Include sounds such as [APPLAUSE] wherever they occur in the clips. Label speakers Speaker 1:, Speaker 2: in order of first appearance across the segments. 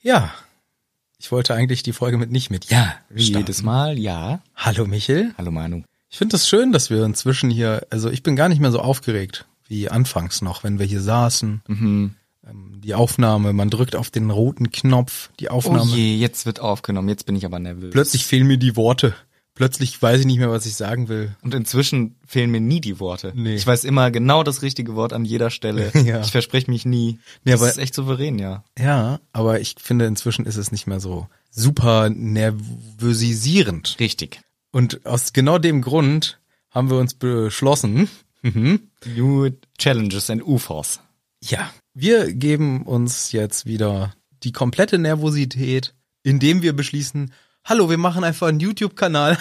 Speaker 1: Ja. Ich wollte eigentlich die Folge mit nicht mit Ja.
Speaker 2: Wie
Speaker 1: starten.
Speaker 2: jedes Mal, ja.
Speaker 1: Hallo Michel.
Speaker 2: Hallo Manu.
Speaker 1: Ich finde es das schön, dass wir inzwischen hier, also ich bin gar nicht mehr so aufgeregt wie anfangs noch, wenn wir hier saßen. Ähm, Die Aufnahme, man drückt auf den roten Knopf, die
Speaker 2: Oh
Speaker 1: Aufnahme.
Speaker 2: je, jetzt wird aufgenommen, jetzt bin ich aber nervös.
Speaker 1: Plötzlich fehlen mir die Worte. Plötzlich weiß ich nicht mehr, was ich sagen will.
Speaker 2: Und inzwischen fehlen mir nie die Worte.
Speaker 1: Nee.
Speaker 2: Ich weiß immer genau das richtige Wort an jeder Stelle.
Speaker 1: [LAUGHS] Ja.
Speaker 2: Ich verspreche mich nie.
Speaker 1: Nee,
Speaker 2: das
Speaker 1: aber-
Speaker 2: ist echt souverän, ja.
Speaker 1: Ja, aber ich finde, inzwischen ist es nicht mehr so super nervösisierend.
Speaker 2: Richtig.
Speaker 1: Und aus genau dem Grund haben wir uns beschlossen, mhm,
Speaker 2: New Challenges and UFOs.
Speaker 1: ja, wir geben uns jetzt wieder die komplette Nervosität, indem wir beschließen, hallo, wir machen einfach einen YouTube-Kanal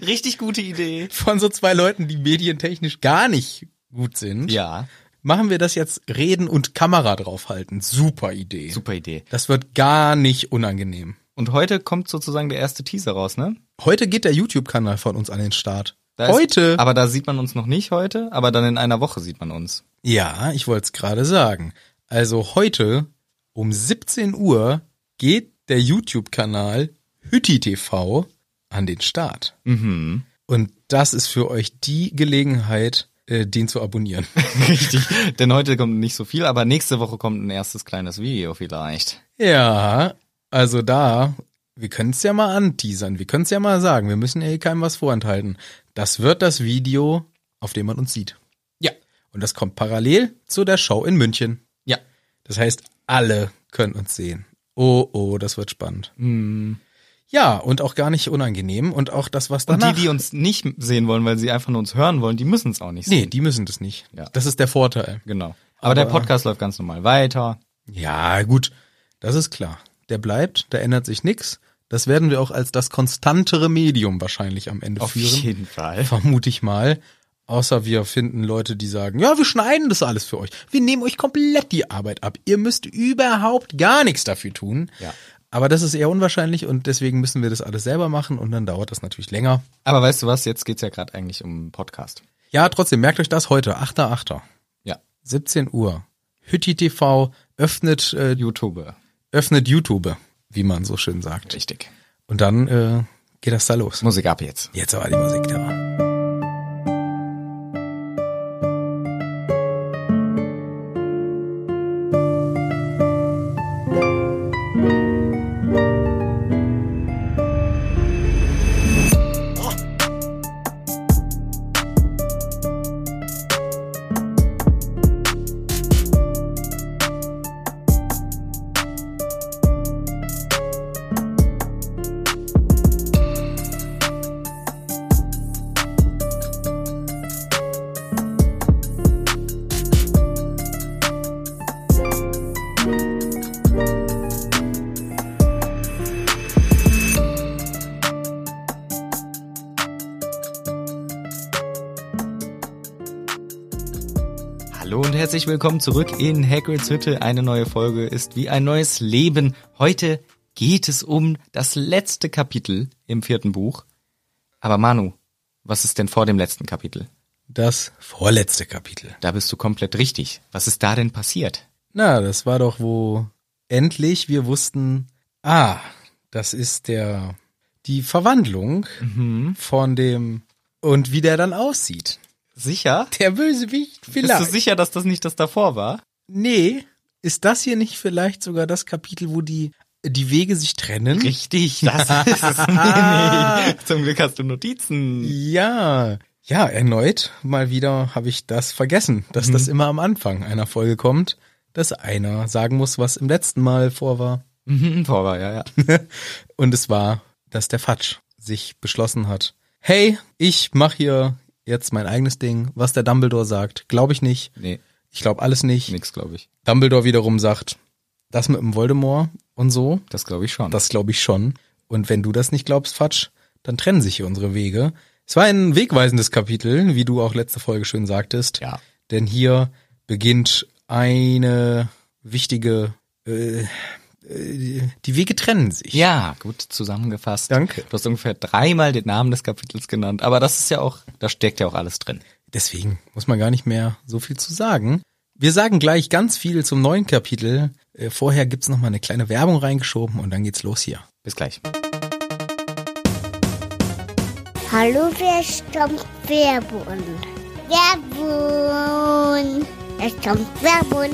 Speaker 1: [LAUGHS]
Speaker 2: Richtig gute Idee.
Speaker 1: von so zwei Leuten, die medientechnisch gar nicht gut sind.
Speaker 2: Ja,
Speaker 1: Machen wir das jetzt Reden und Kamera draufhalten. Super Idee.
Speaker 2: super Idee.
Speaker 1: Das wird gar nicht unangenehm.
Speaker 2: Und heute kommt sozusagen der erste Teaser raus, ne?
Speaker 1: Heute geht der YouTube-Kanal von uns an den Start.
Speaker 2: Da ist-
Speaker 1: heute?
Speaker 2: Aber da sieht man uns noch nicht heute, aber dann in einer Woche sieht man uns.
Speaker 1: ja, ich wollte es gerade sagen. Also heute um 17 Uhr geht der YouTube-Kanal Hütti TV an den Start.
Speaker 2: Mhm.
Speaker 1: Und das ist für euch die Gelegenheit, äh, den zu abonnieren.
Speaker 2: Richtig. Denn heute kommt nicht so viel, aber nächste Woche kommt ein erstes kleines Video vielleicht.
Speaker 1: ja, also da, wir können es ja mal anteasern, wir können es ja mal sagen, wir müssen ja hier keinem was vorenthalten. Das wird das Video, auf dem man uns sieht.
Speaker 2: Ja.
Speaker 1: Und das kommt parallel zu der Show in München.
Speaker 2: Ja.
Speaker 1: Das heißt, alle können uns sehen. Oh, oh, das wird spannend. Ja, und auch gar nicht unangenehm und auch das, was
Speaker 2: Hm. Und
Speaker 1: danach...
Speaker 2: die, die uns nicht sehen wollen, weil sie einfach nur uns hören wollen, die müssen es auch nicht sehen.
Speaker 1: nee, die müssen das nicht.
Speaker 2: Ja.
Speaker 1: Das ist der Vorteil.
Speaker 2: Genau. Aber, der Podcast läuft ganz normal weiter.
Speaker 1: Ja, gut, das ist klar. Der bleibt, da ändert sich nichts. Das werden wir auch als das konstantere Medium wahrscheinlich am Ende führen.
Speaker 2: Fall.
Speaker 1: Vermute ich mal. Außer wir finden Leute, die sagen, ja, wir schneiden das alles für euch. Wir nehmen euch komplett die Arbeit ab. Ihr müsst überhaupt gar nichts dafür tun.
Speaker 2: Ja.
Speaker 1: Aber das ist eher unwahrscheinlich und deswegen müssen wir das alles selber machen und dann dauert das natürlich länger.
Speaker 2: Aber weißt du was, jetzt geht's ja gerade eigentlich um Podcast.
Speaker 1: Ja, trotzdem, merkt euch das heute, 8.8.,
Speaker 2: Ja.
Speaker 1: 17 Uhr. Hütti TV öffnet, äh,
Speaker 2: YouTube.
Speaker 1: öffnet YouTube, wie man so schön sagt.
Speaker 2: Richtig.
Speaker 1: Und dann äh, geht das da los.
Speaker 2: Musik ab jetzt.
Speaker 1: Jetzt aber die Musik da.
Speaker 2: Hallo und herzlich willkommen zurück in Hagrids Hütte. Eine neue Folge ist wie ein neues Leben. Heute geht es um das letzte Kapitel im vierten Buch. Aber Manu, was ist denn vor dem letzten Kapitel?
Speaker 1: Das vorletzte Kapitel.
Speaker 2: Da bist du komplett richtig. Was ist da denn passiert?
Speaker 1: Na, das war doch, wo endlich wir wussten, ah, das ist der, die Verwandlung
Speaker 2: Mhm.
Speaker 1: von dem, und wie der dann aussieht.
Speaker 2: Sicher?
Speaker 1: Der Bösewicht vielleicht.
Speaker 2: Bist du sicher, dass das nicht das davor war?
Speaker 1: nee, ist das hier nicht vielleicht sogar das Kapitel, wo die, die Wege sich trennen?
Speaker 2: Richtig, das ist es nämlich. Zum Glück hast du Notizen.
Speaker 1: Ja, ja, erneut mal wieder habe ich das vergessen, dass das immer am Anfang einer Folge kommt, dass einer sagen muss, was im letzten Mal vor war.
Speaker 2: Mhm, Vor war, ja, ja.
Speaker 1: Und es war, dass der Fatsch sich beschlossen hat, hey, ich mache hier jetzt mein eigenes Ding, was der Dumbledore sagt, glaube ich nicht.
Speaker 2: Nee,
Speaker 1: Ich glaube alles nicht.
Speaker 2: nix, glaube ich.
Speaker 1: Dumbledore wiederum sagt, das mit dem Voldemort und so,
Speaker 2: Das glaube ich schon.
Speaker 1: das glaube ich schon. Und wenn du das nicht glaubst, Fatsch, dann trennen sich hier unsere Wege. Es war ein wegweisendes Kapitel, wie du auch letzte Folge schön sagtest.
Speaker 2: Ja.
Speaker 1: Denn hier beginnt eine wichtige, äh, äh, die Wege trennen sich.
Speaker 2: ja, gut zusammengefasst.
Speaker 1: Danke.
Speaker 2: Du hast ungefähr dreimal den Namen des Kapitels genannt, aber das ist ja auch, da steckt ja auch alles drin.
Speaker 1: Deswegen muss man gar nicht mehr so viel zu sagen. Wir sagen gleich ganz viel zum neuen Kapitel, Äh, vorher gibt's noch mal eine kleine Werbung reingeschoben und dann geht's los hier.
Speaker 2: Bis gleich.
Speaker 3: Hallo, wer stammt Werbun? Werbun! Es kommt Werbun!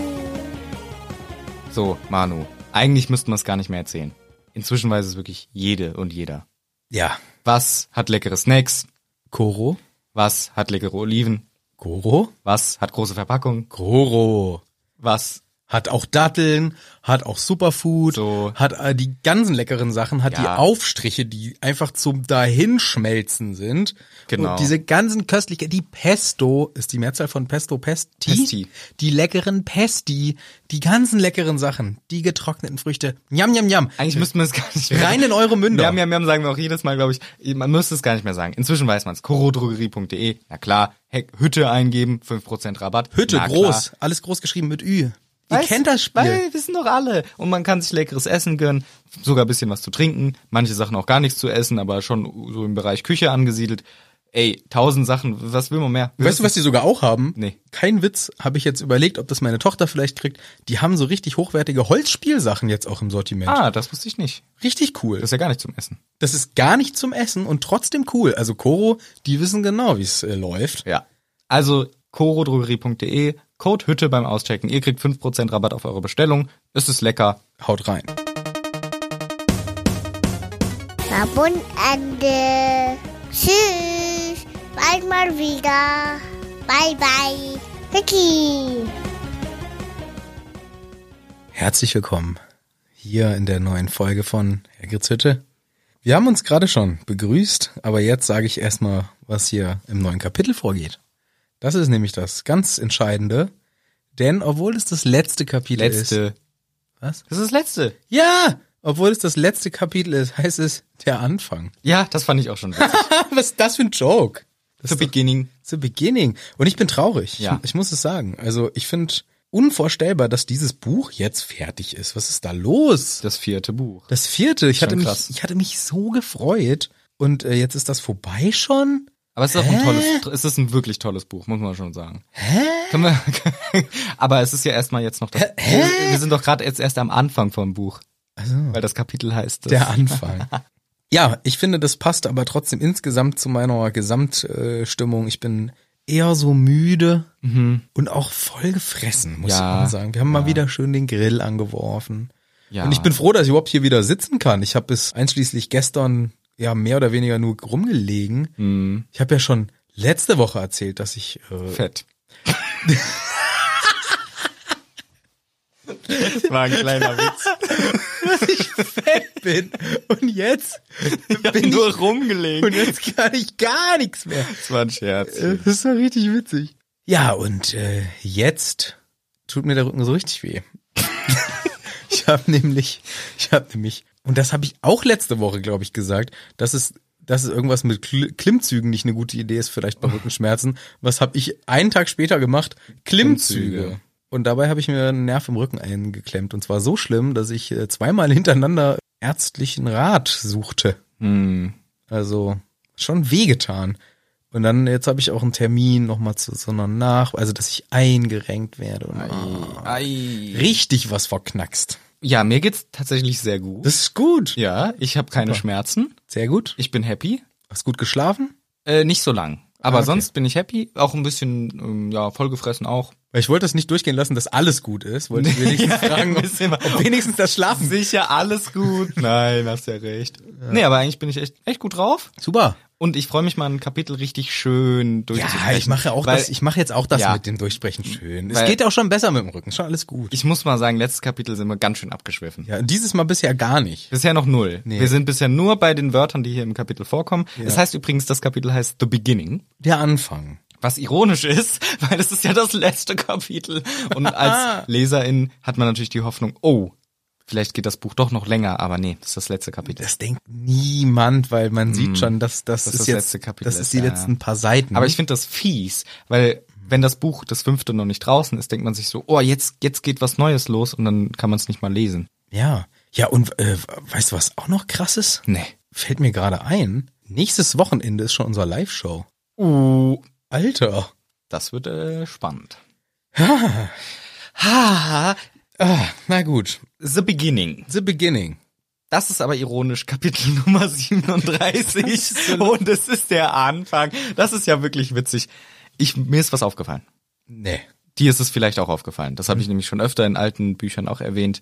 Speaker 2: So, Manu, eigentlich müssten wir es gar nicht mehr erzählen. Inzwischen weiß es wirklich jede und jeder.
Speaker 1: Ja,
Speaker 2: Was hat leckere Snacks?
Speaker 1: Koro,
Speaker 2: Was hat leckere Oliven?
Speaker 1: Koro,
Speaker 2: Was hat große Verpackung?
Speaker 1: Koro.
Speaker 2: Was?
Speaker 1: Hat auch Datteln, hat auch Superfood,
Speaker 2: So.
Speaker 1: hat äh, die ganzen leckeren Sachen, hat die
Speaker 2: Ja.
Speaker 1: Aufstriche, die einfach zum Dahinschmelzen sind.
Speaker 2: Genau.
Speaker 1: Und diese ganzen Köstlichkeiten, die Pesto, ist die Mehrzahl von Pesto, Pesti?
Speaker 2: Pesti.
Speaker 1: Die leckeren Pesti, die ganzen leckeren Sachen, die getrockneten Früchte, njam, njam, njam.
Speaker 2: Eigentlich müssten wir es gar nicht mehr
Speaker 1: Rein in eure Münder.
Speaker 2: Wir haben, wir haben, wir haben, sagen wir auch jedes Mal, glaube ich, man müsste es gar nicht mehr sagen. Inzwischen weiß man es. Chorodrogerie.de, na klar, Heck, Hütte eingeben, 5% Rabatt.
Speaker 1: Hütte,
Speaker 2: na
Speaker 1: groß, alles groß geschrieben mit Ü.
Speaker 2: Klar.
Speaker 1: Ihr kennt das Spiel.
Speaker 2: Weil, wissen doch alle. Und man kann sich leckeres Essen gönnen, sogar ein bisschen was zu trinken, manche Sachen auch gar nichts zu essen, aber schon so im Bereich Küche angesiedelt. Ey, tausend Sachen, was will man mehr?
Speaker 1: Weißt du, was die sogar auch haben?
Speaker 2: Nee.
Speaker 1: Kein Witz, habe ich jetzt überlegt, ob das meine Tochter vielleicht kriegt. Die haben so richtig hochwertige Holzspielsachen jetzt auch im Sortiment.
Speaker 2: Ah, das wusste ich nicht.
Speaker 1: Richtig cool.
Speaker 2: Das ist
Speaker 1: Das,
Speaker 2: ja gar nicht zum Essen.
Speaker 1: ist gar nicht zum Essen und trotzdem cool. Also Koro, die wissen genau, wie es äh, läuft.
Speaker 2: Ja. Also chorodrogerie.de, Code Hütte beim Auschecken. Ihr kriegt 5% Rabatt auf eure Bestellung. Es ist lecker.
Speaker 1: Haut rein.
Speaker 3: Werbun Ende! Tschüss! Bald mal wieder! Bye, bye! Vicky!
Speaker 1: Herzlich willkommen hier in der neuen Folge von Hergits Hütte. Wir haben uns gerade schon begrüßt, aber jetzt sage ich erstmal, was hier im neuen Kapitel vorgeht. Das ist nämlich das ganz Entscheidende, denn obwohl es das letzte Kapitel ist.
Speaker 2: Letzte.
Speaker 1: Was?
Speaker 2: Das ist das letzte.
Speaker 1: Ja! Obwohl es das letzte Kapitel ist, heißt es der Anfang. [LAUGHS]
Speaker 2: Ja, das fand ich [LAUGHS] auch schon witzig.
Speaker 1: Was ist das für ein Joke? Das
Speaker 2: Zu
Speaker 1: ist doch-
Speaker 2: Beginning.
Speaker 1: The Beginning. Und ich bin traurig.
Speaker 2: Ja.
Speaker 1: Ich, ich muss es sagen. Also ich finde unvorstellbar, dass dieses Buch jetzt fertig ist. Was ist da los?
Speaker 2: Das vierte Buch.
Speaker 1: Das vierte. Ich
Speaker 2: Schon
Speaker 1: hatte, mich,
Speaker 2: krass.
Speaker 1: ich hatte mich so gefreut. Und äh, jetzt ist das vorbei schon?
Speaker 2: Aber es ist auch ein
Speaker 1: Hä?
Speaker 2: tolles, es ist ein wirklich tolles Buch, muss man schon sagen.
Speaker 1: Hä?
Speaker 2: Können wir, [LAUGHS] aber es ist ja erstmal jetzt noch das, wir, wir sind doch gerade jetzt erst am Anfang vom Buch,
Speaker 1: Also,
Speaker 2: weil das Kapitel heißt. Das.
Speaker 1: der Anfang. ja, ich finde, das passt aber trotzdem insgesamt zu meiner Gesamtstimmung. Ich bin eher so müde und auch voll gefressen, muss
Speaker 2: Mhm. Ja,
Speaker 1: ich mal sagen. Wir haben mal wieder schön den Grill angeworfen.
Speaker 2: Ja.
Speaker 1: Und ich bin froh, dass ich überhaupt hier wieder sitzen kann. Ich habe bis einschließlich gestern ja mehr oder weniger nur rumgelegen.
Speaker 2: Mhm.
Speaker 1: Ich habe ja schon letzte Woche erzählt, dass ich äh,
Speaker 2: fett. das war ein kleiner Witz.
Speaker 1: [LAUGHS] fett bin. Und
Speaker 2: [LAUGHS]
Speaker 1: jetzt
Speaker 2: Ich
Speaker 1: Bin
Speaker 2: bin nur rumgelegt.
Speaker 1: und jetzt kann ich gar nichts mehr.
Speaker 2: Das war ein Scherz.
Speaker 1: Äh, Das ist doch richtig witzig. Ja, und äh, jetzt tut mir der Rücken so richtig weh. [LAUGHS] ich habe nämlich, ich habe nämlich, und das habe ich auch letzte Woche, glaube ich, gesagt, dass es, dass es irgendwas mit Kl Klimmzügen nicht eine gute Idee ist, vielleicht bei Rückenschmerzen. Was habe ich einen Tag später gemacht? Klimmzüge.
Speaker 2: Klimmzüge.
Speaker 1: Und dabei habe ich mir einen Nerv im Rücken eingeklemmt. Und zwar so schlimm, dass ich äh, zweimal hintereinander ärztlichen Rat suchte.
Speaker 2: Mhm.
Speaker 1: Also schon wehgetan. Und dann, jetzt habe ich auch einen Termin nochmal zu so einer Nach, also dass ich eingerenkt werde und ah,
Speaker 2: Ei.
Speaker 1: richtig was verknackst.
Speaker 2: Ja, mir geht's tatsächlich sehr gut.
Speaker 1: Das ist gut.
Speaker 2: Ja, ich habe keine Schmerzen.
Speaker 1: Sehr gut.
Speaker 2: Ich bin happy.
Speaker 1: Hast gut geschlafen?
Speaker 2: Äh, nicht so lang. Aber
Speaker 1: Ah, okay.
Speaker 2: sonst bin ich happy. Auch ein bisschen, ähm, ja, vollgefressen auch.
Speaker 1: Weil ich wollte das nicht durchgehen lassen, dass alles gut ist. Wollte ich
Speaker 2: [LAUGHS]
Speaker 1: wenigstens
Speaker 2: Ja,
Speaker 1: fragen,
Speaker 2: ein bisschen
Speaker 1: ob,
Speaker 2: mal-
Speaker 1: ob wenigstens das
Speaker 2: [LAUGHS]
Speaker 1: Schlafen.
Speaker 2: Sicher alles [LAUGHS] gut. Nein, hast ja recht. Nee, aber eigentlich bin ich echt, echt gut drauf.
Speaker 1: Super.
Speaker 2: Und ich freue mich mal ein Kapitel richtig schön durchzusprechen.
Speaker 1: Ja, Also, ich mache auch
Speaker 2: weil
Speaker 1: das, ich mache jetzt auch das
Speaker 2: Ja.
Speaker 1: mit dem Durchsprechen schön. Es
Speaker 2: Weil-
Speaker 1: geht auch schon besser mit dem Rücken, schon alles gut.
Speaker 2: Ich muss mal sagen, letztes Kapitel sind wir ganz schön abgeschwiffen.
Speaker 1: Ja, dieses Mal bisher gar nicht.
Speaker 2: Bisher noch null.
Speaker 1: Nee.
Speaker 2: Wir sind bisher nur bei den Wörtern, die hier im Kapitel vorkommen. Das heißt übrigens, das Kapitel heißt The Beginning.
Speaker 1: Der Anfang.
Speaker 2: Was ironisch ist, [LAUGHS] weil es ist ja das letzte Kapitel. Und als Leserin hat man natürlich die Hoffnung, oh, vielleicht geht das Buch doch noch länger, aber nee, das ist das letzte Kapitel.
Speaker 1: Das denkt niemand, weil man sieht schon, dass das,
Speaker 2: Hm. Dass
Speaker 1: ist
Speaker 2: das
Speaker 1: jetzt,
Speaker 2: letzte Kapitel
Speaker 1: das
Speaker 2: ist,
Speaker 1: ist die
Speaker 2: ja.
Speaker 1: letzten paar Seiten.
Speaker 2: Aber ich finde das fies, weil wenn das Buch, das fünfte, noch nicht draußen ist, denkt man sich so, oh, jetzt, jetzt geht was Neues los und dann kann man es nicht mal lesen.
Speaker 1: Ja. Ja, und äh, weißt du, was auch noch krass ist?
Speaker 2: Nee.
Speaker 1: Fällt mir gerade ein. Nächstes Wochenende ist schon unser Live-Show.
Speaker 2: Uh,
Speaker 1: Alter.
Speaker 2: das wird äh, spannend.
Speaker 1: Ah, na gut.
Speaker 2: The Beginning.
Speaker 1: The Beginning.
Speaker 2: Das ist aber ironisch, Kapitel [LAUGHS] Nummer 37. Und es ist der Anfang. Das ist ja wirklich witzig. Ich, mir ist was aufgefallen.
Speaker 1: Nee.
Speaker 2: Dir ist es vielleicht auch aufgefallen. Das habe ich nämlich schon öfter in alten Büchern auch erwähnt.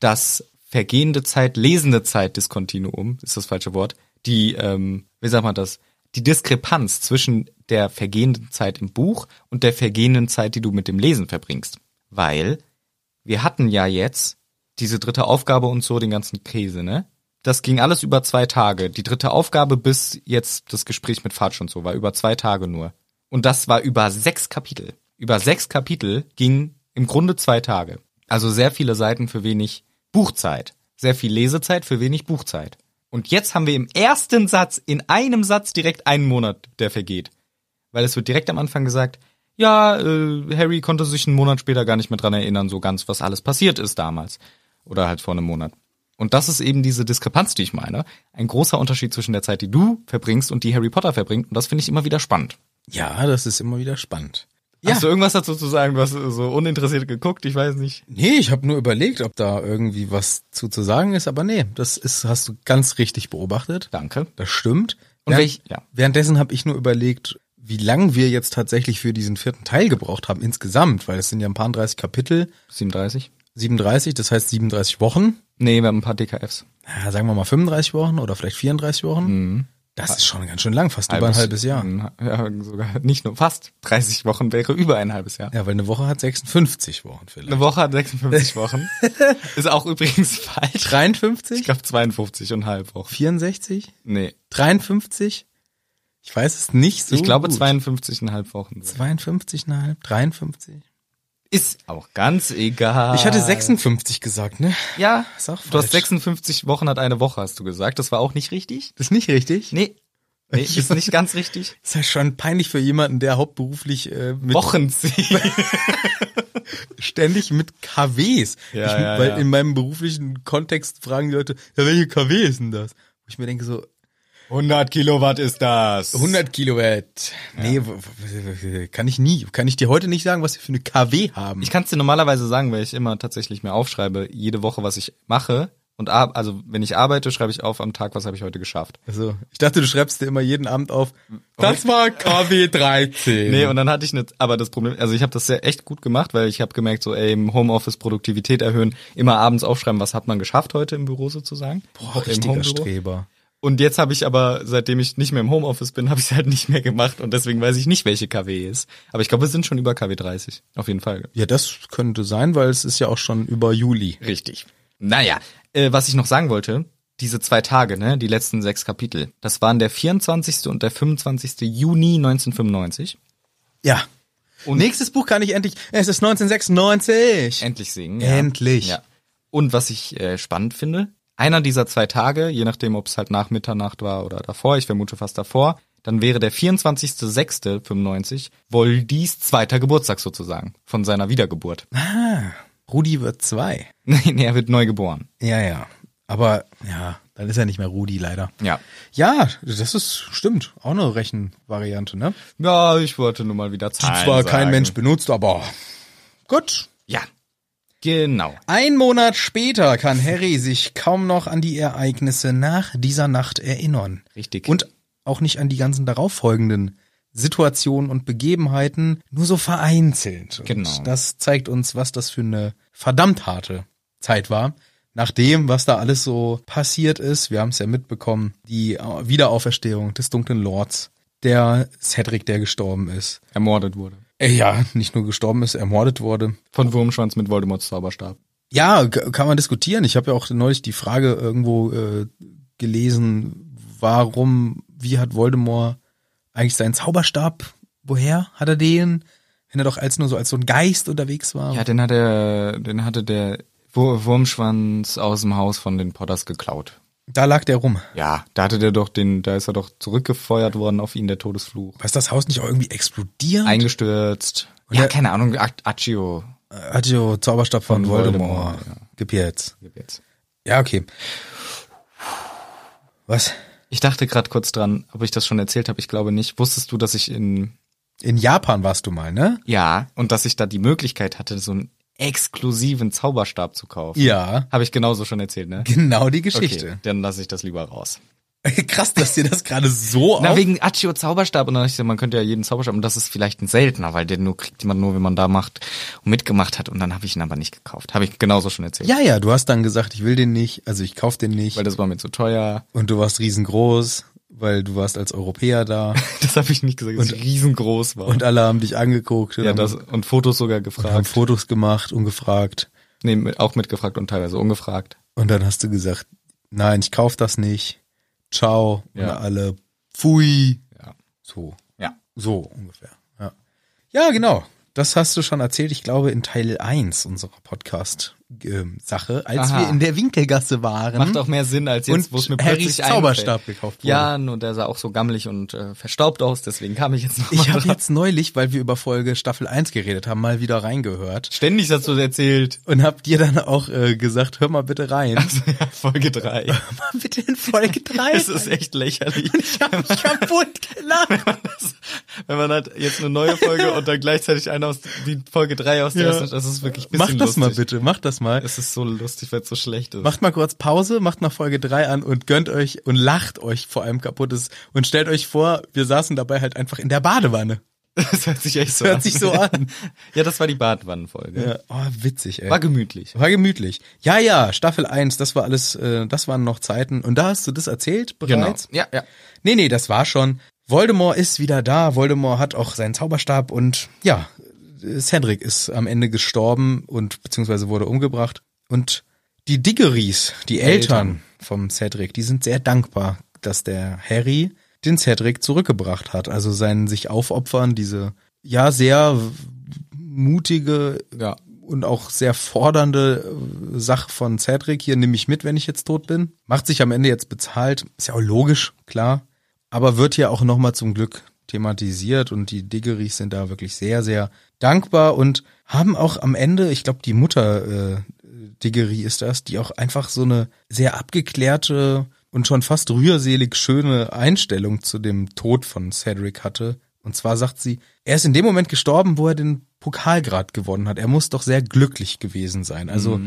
Speaker 2: Dass vergehende Zeit, lesende Zeit, Diskontinuum, ist das falsche Wort, die, ähm, wie sagt man das, die Diskrepanz zwischen der vergehenden Zeit im Buch und der vergehenden Zeit, die du mit dem Lesen verbringst. Weil wir hatten ja jetzt diese dritte Aufgabe und so den ganzen Käse, ne? Das ging alles über zwei Tage. Die dritte Aufgabe bis jetzt das Gespräch mit Fatsch und so war über zwei Tage nur. Und das war über sechs Kapitel. Über sechs Kapitel ging im Grunde zwei Tage. Also sehr viele Seiten für wenig Buchzeit. Sehr viel Lesezeit für wenig Buchzeit. Und jetzt haben wir im ersten Satz, in einem Satz direkt einen Monat, der vergeht weil es wird direkt am Anfang gesagt, ja, äh, Harry konnte sich einen Monat später gar nicht mehr dran erinnern, so ganz, was alles passiert ist damals. Oder halt vor einem Monat. Und das ist eben diese Diskrepanz, die ich meine. Ein großer Unterschied zwischen der Zeit, die du verbringst und die Harry Potter verbringt. Und das finde ich immer wieder spannend.
Speaker 1: Ja, das ist immer wieder spannend.
Speaker 2: Ja. Hast du irgendwas dazu zu sagen? Du hast äh, so uninteressiert geguckt, ich weiß nicht.
Speaker 1: Nee, ich habe nur überlegt, ob da irgendwie was zu, zu sagen ist, aber nee, das ist, hast du ganz richtig beobachtet.
Speaker 2: Danke.
Speaker 1: Das stimmt.
Speaker 2: Und
Speaker 1: Während-
Speaker 2: welch- ja.
Speaker 1: Währenddessen habe ich nur überlegt, wie lang wir jetzt tatsächlich für diesen vierten Teil gebraucht haben insgesamt, weil es sind ja ein paar 30 Kapitel,
Speaker 2: 37?
Speaker 1: 37, das heißt 37 Wochen,
Speaker 2: Nee, wir haben ein paar DKFs.
Speaker 1: ja, sagen wir mal 35 Wochen oder vielleicht 34 Wochen.
Speaker 2: Mhm.
Speaker 1: Das ist schon ganz schön lang, fast über ein halbes Jahr.
Speaker 2: Ja, sogar nicht nur fast. 30 Wochen wäre über ein halbes Jahr.
Speaker 1: Ja, weil eine Woche hat 56 Wochen vielleicht.
Speaker 2: Eine Woche hat
Speaker 1: [LAUGHS]
Speaker 2: 56 Wochen. Ist auch übrigens falsch.
Speaker 1: 53?
Speaker 2: Ich glaube 52 und halb Wochen.
Speaker 1: 64?
Speaker 2: Nee,
Speaker 1: 53? Ich weiß es nicht so
Speaker 2: ich glaube
Speaker 1: gut.
Speaker 2: 52,5 Wochen.
Speaker 1: 52,5, 53.
Speaker 2: Ist auch ganz egal.
Speaker 1: Ich hatte 56 gesagt, ne?
Speaker 2: Ja,
Speaker 1: Ist auch
Speaker 2: du hast
Speaker 1: falsch.
Speaker 2: 56 Wochen hat eine Woche, hast du gesagt. Das war auch nicht richtig?
Speaker 1: Das ist nicht richtig.
Speaker 2: Nee.
Speaker 1: [LAUGHS]
Speaker 2: Nee, ist nicht ganz richtig.
Speaker 1: Ist ja schon peinlich für jemanden, der hauptberuflich äh, mit
Speaker 2: Wochen ziehen.
Speaker 1: [LAUGHS] ständig mit KWs.
Speaker 2: Ja,
Speaker 1: ich,
Speaker 2: ja,
Speaker 1: weil
Speaker 2: ja.
Speaker 1: in meinem beruflichen Kontext fragen die Leute, ja, welche KW ist denn das? Wo ich mir denke so,
Speaker 2: 100 Kilowatt ist das.
Speaker 1: 100 Kilowatt. Nee, w- w- w- kann ich nie. Kann ich dir heute nicht sagen, was wir für eine KW haben.
Speaker 2: Ich kann es dir normalerweise sagen, weil ich immer tatsächlich mir aufschreibe, jede Woche, was ich mache. Und ar- also wenn ich arbeite, schreibe ich auf am Tag, was habe ich heute geschafft.
Speaker 1: also, ich dachte, du schreibst dir immer jeden Abend auf, das war KW 13.
Speaker 2: Nee, und dann hatte ich eine, aber das Problem, also ich habe das sehr echt gut gemacht, weil ich habe gemerkt, so ey, im Homeoffice Produktivität erhöhen, immer abends aufschreiben, was hat man geschafft heute im Büro sozusagen.
Speaker 1: Boah,
Speaker 2: Im
Speaker 1: richtiger
Speaker 2: Homebüro.
Speaker 1: Streber.
Speaker 2: Und jetzt habe ich aber, seitdem ich nicht mehr im Homeoffice bin, [LAUGHS] habe ich es halt nicht mehr gemacht und deswegen weiß ich nicht, welche KW ist. Aber ich glaube, wir sind schon über KW 30, auf jeden Fall.
Speaker 1: Ja, das könnte sein, weil es ist ja auch schon über Juli.
Speaker 2: Richtig. Naja, äh, was ich noch sagen wollte, diese zwei Tage, ne, die letzten sechs Kapitel, das waren der 24. und der 25. Juni 1995.
Speaker 1: Ja.
Speaker 2: Und-
Speaker 1: Nächstes Buch kann ich endlich. Es ist 1996.
Speaker 2: Endlich singen.
Speaker 1: Endlich.
Speaker 2: Ja. Und was ich äh, spannend finde, einer dieser zwei Tage, je nachdem, ob es halt nach Mitternacht war oder davor, ich vermute fast davor, dann wäre der 24.06.95 Voldis zweiter Geburtstag sozusagen, von seiner Wiedergeburt. [LAUGHS]
Speaker 1: Ah. Rudi wird zwei.
Speaker 2: Nein, er wird neu geboren.
Speaker 1: Ja, ja. Aber ja, dann ist er nicht mehr Rudi leider.
Speaker 2: Ja.
Speaker 1: Ja, das ist stimmt. Auch eine Rechenvariante, ne?
Speaker 2: Ja, ich wollte nur mal wieder
Speaker 1: Die
Speaker 2: Zahlen
Speaker 1: zwar kein
Speaker 2: sagen.
Speaker 1: Mensch benutzt, aber gut.
Speaker 2: Ja, genau.
Speaker 1: Ein Monat später kann Harry sich kaum noch an die Ereignisse nach dieser Nacht erinnern.
Speaker 2: Richtig.
Speaker 1: Und auch nicht an die ganzen darauffolgenden Situationen und Begebenheiten, nur so vereinzelt.
Speaker 2: Genau.
Speaker 1: Und das zeigt uns, was das für eine verdammt harte Zeit war. Nach dem, was da alles so passiert ist, wir haben es ja mitbekommen, die äh, Wiederauferstehung des dunklen Lords, der Cedric, der gestorben ist.
Speaker 2: Ermordet wurde.
Speaker 1: Äh, Ja, nicht nur gestorben ist, ermordet wurde.
Speaker 2: Von Wurmschwanz mit Voldemorts Zauberstab.
Speaker 1: Ja, k- kann man diskutieren. Ich habe ja auch neulich die Frage irgendwo äh, gelesen, warum, wie hat Voldemort eigentlich seinen Zauberstab? Woher hat er den? Wenn er doch als nur so als so ein Geist unterwegs war.
Speaker 2: Ja, den hat er, den hatte der Wur- Wurmschwanz aus dem Haus von den Potters geklaut.
Speaker 1: Da lag der rum.
Speaker 2: Ja, da hatte der doch den, da ist er doch zurückgefeuert worden auf ihn, der Todesfluch.
Speaker 1: War es das Haus nicht auch irgendwie explodiert?
Speaker 2: Eingestürzt.
Speaker 1: Und
Speaker 2: ja,
Speaker 1: der-
Speaker 2: keine Ahnung, Ac- Accio.
Speaker 1: Hat ja Zauberstab von,
Speaker 2: Von
Speaker 1: Voldemort.
Speaker 2: Voldemort,
Speaker 1: Gib jetzt.
Speaker 2: Jetzt.
Speaker 1: Ja, okay. Was?
Speaker 2: Ich dachte gerade kurz dran, ob ich das schon erzählt habe, ich glaube nicht. Wusstest du, dass ich in,
Speaker 1: In Japan warst du mal, ne?
Speaker 2: ja, und dass ich da die Möglichkeit hatte, so ein exklusiven Zauberstab zu kaufen.
Speaker 1: Ja,
Speaker 2: Habe ich genauso schon erzählt, ne?
Speaker 1: genau die Geschichte.
Speaker 2: Okay, dann lasse ich das lieber raus.
Speaker 1: [LAUGHS] Krass, dass dir das gerade so
Speaker 2: Na,
Speaker 1: auf...
Speaker 2: wegen Accio Zauberstab. Und dann dachte ich, so, man könnte ja jeden Zauberstab, und das ist vielleicht ein seltener, weil den nur kriegt man nur, wenn man da macht und mitgemacht hat. Und dann habe ich ihn aber nicht gekauft. Habe ich genauso schon erzählt.
Speaker 1: Ja, ja, du hast dann gesagt, ich will den nicht, also ich kauf den nicht.
Speaker 2: Weil das war mir zu teuer.
Speaker 1: Und du warst riesengroß, weil du warst als Europäer da
Speaker 2: [LAUGHS] [LAUGHS] Das habe ich nicht gesagt, dass und, riesengroß war.
Speaker 1: und alle haben dich angeguckt und
Speaker 2: ja,
Speaker 1: haben,
Speaker 2: das, und Fotos sogar
Speaker 1: haben [LAUGHS]
Speaker 2: gefragt.
Speaker 1: Fotos gemacht und gefragt.
Speaker 2: Nee, mit, auch mitgefragt und teilweise ungefragt.
Speaker 1: Und dann hast du gesagt, nein, ich kauf das nicht. Ciao. Und
Speaker 2: Ja.
Speaker 1: alle, pfui.
Speaker 2: Ja.
Speaker 1: So,
Speaker 2: Ja.
Speaker 1: so ungefähr. Ja. ja, genau. Das hast du schon erzählt, ich glaube, in Teil 1 unserer Podcast-Sache, als
Speaker 2: Aha.
Speaker 1: wir in der Winkelgasse waren.
Speaker 2: Macht auch mehr Sinn als jetzt,
Speaker 1: Mhm. Und
Speaker 2: wo es mir
Speaker 1: Harrys
Speaker 2: plötzlich
Speaker 1: Zauberstab
Speaker 2: einfällt.
Speaker 1: gekauft wurde.
Speaker 2: Ja, und der sah auch so gammelig und äh, verstaubt aus, deswegen kam ich jetzt nochmal
Speaker 1: [LAUGHS] Ich habe
Speaker 2: drauf.
Speaker 1: jetzt neulich, weil wir über Folge Staffel 1 geredet haben, mal wieder reingehört
Speaker 2: ständig dazu erzählt.
Speaker 1: und hab dir dann auch äh, gesagt, hör mal bitte rein.
Speaker 2: [LAUGHS] Also, ja,
Speaker 1: [LAUGHS]
Speaker 2: Folge drei.
Speaker 1: Hör mal bitte in [LAUGHS] Folge 3.
Speaker 2: Es ist echt lächerlich.
Speaker 1: [LAUGHS] ich kaputt gelacht.
Speaker 2: Das- [LAUGHS] Wenn man halt jetzt eine neue
Speaker 1: [LAUGHS]
Speaker 2: Folge und dann gleichzeitig eine aus die Folge drei aus der
Speaker 1: Ja.
Speaker 2: ersten, das ist wirklich ein
Speaker 1: Mach
Speaker 2: bisschen
Speaker 1: das
Speaker 2: lustig.
Speaker 1: mal bitte, mach das mal.
Speaker 2: Es ist so lustig, weil es so schlecht ist.
Speaker 1: Macht mal kurz Pause, macht mal Folge 3 an und gönnt euch und lacht euch vor allem kaputtes und stellt euch vor, wir saßen dabei halt einfach in der Badewanne.
Speaker 2: Das hört sich echt so
Speaker 1: Hört
Speaker 2: an.
Speaker 1: sich so an.
Speaker 2: Ja, das war die Badwannenfolge.
Speaker 1: Ja. Oh, witzig, ey.
Speaker 2: War gemütlich.
Speaker 1: War gemütlich. Ja, ja, Staffel 1, das war alles, äh, das waren noch Zeiten. Und da hast du das erzählt bereits?
Speaker 2: Genau. Ja, ja.
Speaker 1: Nee, nee, das war schon. Voldemort ist wieder da. Voldemort hat auch seinen Zauberstab und ja, Cedric ist am Ende gestorben und beziehungsweise wurde umgebracht. Und die Diggerys, die Eltern,
Speaker 2: Eltern.
Speaker 1: vom Cedric, die sind sehr dankbar, dass der Harry den Cedric zurückgebracht hat. Also sein sich aufopfern, diese ja sehr mutige
Speaker 2: Ja.
Speaker 1: und auch sehr fordernde äh, Sache von Cedric hier, nehme ich mit, wenn ich jetzt tot bin. Macht sich am Ende jetzt bezahlt, ist ja auch logisch, klar. Aber wird hier auch nochmal zum Glück thematisiert und die Diggerys sind da wirklich sehr, sehr dankbar und haben auch am Ende, ich glaube, die Mutter äh, Diggery ist das, die auch einfach so eine sehr abgeklärte und schon fast rührselig schöne Einstellung zu dem Tod von Cedric hatte. Und zwar sagt sie, er ist in dem Moment gestorben, wo er den Pokalgrad gewonnen hat. Er muss doch sehr glücklich gewesen sein. Also,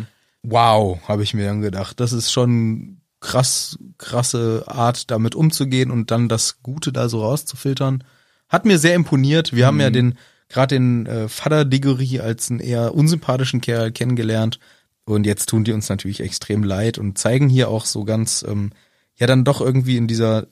Speaker 1: wow, habe ich mir dann gedacht. Das ist schon krass, krasse Art, damit umzugehen und dann das Gute da so rauszufiltern. Hat mir sehr imponiert. Wir haben ja den, gerade den äh, Vater Diggory als einen eher unsympathischen Kerl kennengelernt. Und jetzt tun die uns natürlich extrem leid und zeigen hier auch so ganz, ähm, ja, dann doch irgendwie in dieser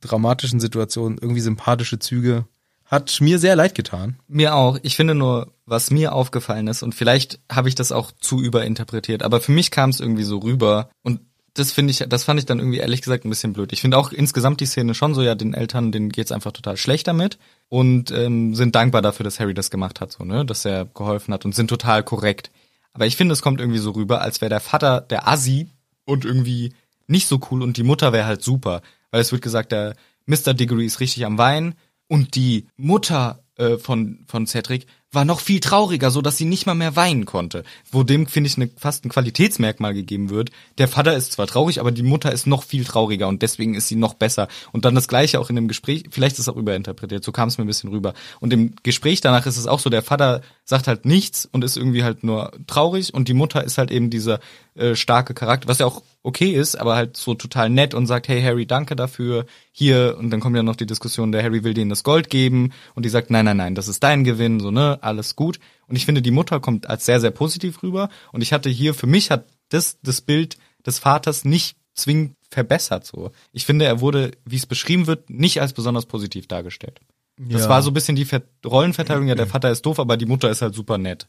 Speaker 1: dramatischen Situation irgendwie sympathische Züge. Hat mir sehr leid getan.
Speaker 2: Mir auch. Ich finde nur, was mir aufgefallen ist, und vielleicht habe ich das auch zu überinterpretiert, aber für mich kam es irgendwie so rüber. Und das finde ich, das fand ich dann irgendwie ehrlich gesagt ein bisschen blöd. Ich finde auch insgesamt die Szene schon so, ja, den Eltern, denen geht's einfach total schlecht damit und ähm, sind dankbar dafür, dass Harry das gemacht hat, so, ne, dass er geholfen hat und sind total korrekt. Aber ich finde, es kommt irgendwie so rüber, als wäre der Vater der Assi und irgendwie nicht so cool und die Mutter wäre halt super. Weil es wird gesagt, der Mr. Diggory ist richtig am Wein und die Mutter äh, von, von Cedric war noch viel trauriger, so dass sie nicht mal mehr weinen konnte. Wo dem, finde ich, ne, fast ein Qualitätsmerkmal gegeben wird. Der Vater ist zwar traurig, aber die Mutter ist noch viel trauriger und deswegen ist sie noch besser. Und dann das Gleiche auch in dem Gespräch, vielleicht ist es auch überinterpretiert, so kam es mir ein bisschen rüber. Und im Gespräch danach ist es auch so, der Vater sagt halt nichts und ist irgendwie halt nur traurig und die Mutter ist halt eben dieser äh, starke Charakter, was ja auch okay ist, aber halt so total nett und sagt, hey Harry, danke dafür, hier, und dann kommt ja noch die Diskussion, der Harry will denen das Gold geben und die sagt, nein, nein, nein, das ist dein Gewinn, so, ne, alles gut. Und ich finde, die Mutter kommt als sehr, sehr positiv rüber und ich hatte hier, für mich hat das, das Bild des Vaters nicht zwingend verbessert, so. Ich finde, er wurde, wie es beschrieben wird, nicht als besonders positiv dargestellt. Das
Speaker 1: Ja.
Speaker 2: war so ein bisschen die Ver Rollenverteilung, ja, der Vater ist doof, aber die Mutter ist halt super nett.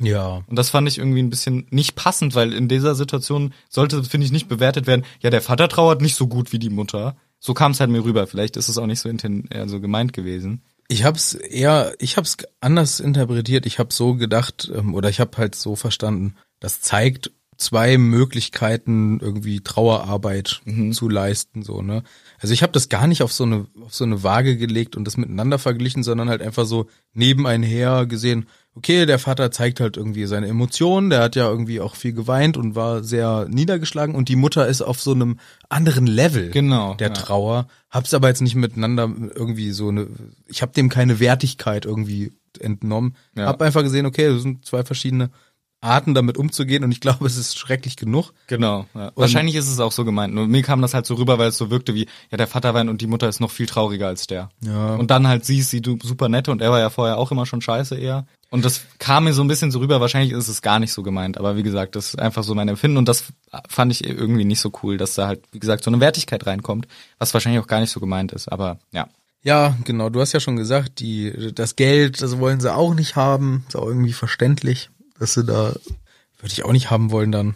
Speaker 1: Ja.
Speaker 2: Und das fand ich irgendwie ein bisschen nicht passend, weil in dieser Situation sollte, finde ich, nicht bewertet werden, ja, der Vater trauert nicht so gut wie die Mutter. So kam es halt mir rüber. Vielleicht ist es auch nicht so inten äh, so gemeint gewesen.
Speaker 1: Ich hab's eher, ich hab's anders interpretiert. Ich hab so gedacht ähm, oder ich hab halt so verstanden, das zeigt zwei Möglichkeiten irgendwie Trauerarbeit
Speaker 2: Mhm.
Speaker 1: zu leisten so, ne? Also ich habe das gar nicht auf so eine auf so eine Waage gelegt und das miteinander verglichen, sondern halt einfach so nebeneinher gesehen, okay, der Vater zeigt halt irgendwie seine Emotionen, der hat ja irgendwie auch viel geweint und war sehr niedergeschlagen und die Mutter ist auf so einem anderen Level
Speaker 2: Genau,
Speaker 1: der
Speaker 2: ja.
Speaker 1: Trauer, hab's aber jetzt nicht miteinander irgendwie so eine, ich hab dem keine Wertigkeit irgendwie entnommen,
Speaker 2: Ja.
Speaker 1: hab einfach gesehen, okay, das sind zwei verschiedene Arten damit umzugehen und ich glaube, es ist schrecklich genug.
Speaker 2: Genau. Ja. Wahrscheinlich ist es auch so gemeint. Nur mir kam das halt so rüber, weil es so wirkte wie, ja, der Vater weint und die Mutter ist noch viel trauriger als der.
Speaker 1: Ja.
Speaker 2: Und dann halt sie ist sie du- super nette und er war ja vorher auch immer schon scheiße eher. Und das kam mir so ein bisschen so rüber. Wahrscheinlich ist es gar nicht so gemeint. Aber wie gesagt, das ist einfach so mein Empfinden. Und das fand ich irgendwie nicht so cool, dass da halt, wie gesagt, so eine Wertigkeit reinkommt, was wahrscheinlich auch gar nicht so gemeint ist. Aber ja.
Speaker 1: Ja, genau. Du hast ja schon gesagt, die, das Geld, das wollen sie auch nicht haben. Ist auch irgendwie verständlich, dass sie da, würde ich auch nicht haben wollen dann.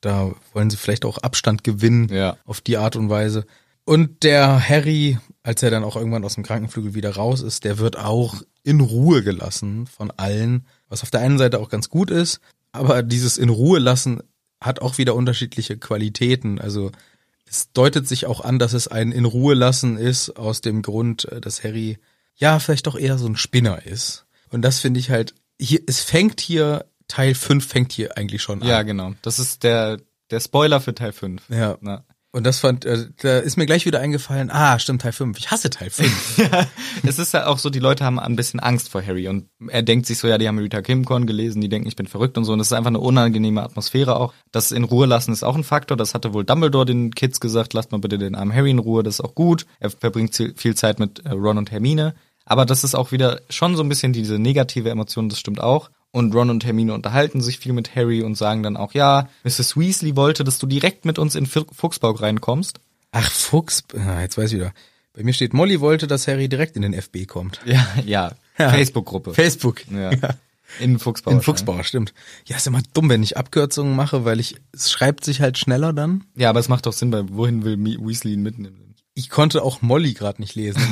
Speaker 1: Da wollen sie vielleicht auch Abstand gewinnen.
Speaker 2: Ja.
Speaker 1: Auf die Art und Weise. Und der Harry, als er dann auch irgendwann aus dem Krankenflügel wieder raus ist, der wird auch in Ruhe gelassen von allen. Was auf der einen Seite auch ganz gut ist. Aber dieses in Ruhe lassen hat auch wieder unterschiedliche Qualitäten. Also, es deutet sich auch an, dass es ein in Ruhe lassen ist, aus dem Grund, äh, dass Harry ja vielleicht doch eher so ein Spinner ist. Und das finde ich halt, hier, es fängt hier, Teil 5 fängt hier eigentlich schon an.
Speaker 2: Ja, genau. Das ist der, der Spoiler für Teil 5.
Speaker 1: Ja.
Speaker 2: Na.
Speaker 1: Und das fand, äh, da ist mir gleich wieder eingefallen, ah, stimmt, Teil 5. Ich hasse Teil 5.
Speaker 2: es ist ja auch so, die Leute haben ein bisschen Angst vor Harry und er denkt sich so, ja, die haben Rita Kimcorn gelesen, die denken, ich bin verrückt und so und es ist einfach eine unangenehme Atmosphäre auch. Das in Ruhe lassen ist auch ein Faktor, das hatte wohl Dumbledore den Kids gesagt, lasst mal bitte den armen Harry in Ruhe, das ist auch gut. Er verbringt zi- viel Zeit mit äh, Ron und Hermine, aber das ist auch wieder schon so ein bisschen diese negative Emotion, das stimmt auch. Und Ron und Hermine unterhalten sich viel mit Harry und sagen dann auch, ja, Mrs. Weasley wollte, dass du direkt mit uns in Fu- Fuchsburg reinkommst.
Speaker 1: [LAUGHS] Ach, Fuchs, ah, jetzt weiß ich wieder. Bei mir steht, Molly wollte, dass Harry direkt in den FB kommt.
Speaker 2: Ja, ja.
Speaker 1: Ja.
Speaker 2: [LAUGHS] Facebook-Gruppe.
Speaker 1: Facebook.
Speaker 2: ja. In Fuchsbau.
Speaker 1: In Fuchsbauer, stimmt. Ja, ist immer dumm, wenn ich Abkürzungen mache, weil ich, es schreibt sich halt schneller dann.
Speaker 2: Ja, aber es macht doch Sinn, weil wohin will Mi- Weasley ihn mitnehmen?
Speaker 1: ich konnte auch Molly gerade nicht lesen.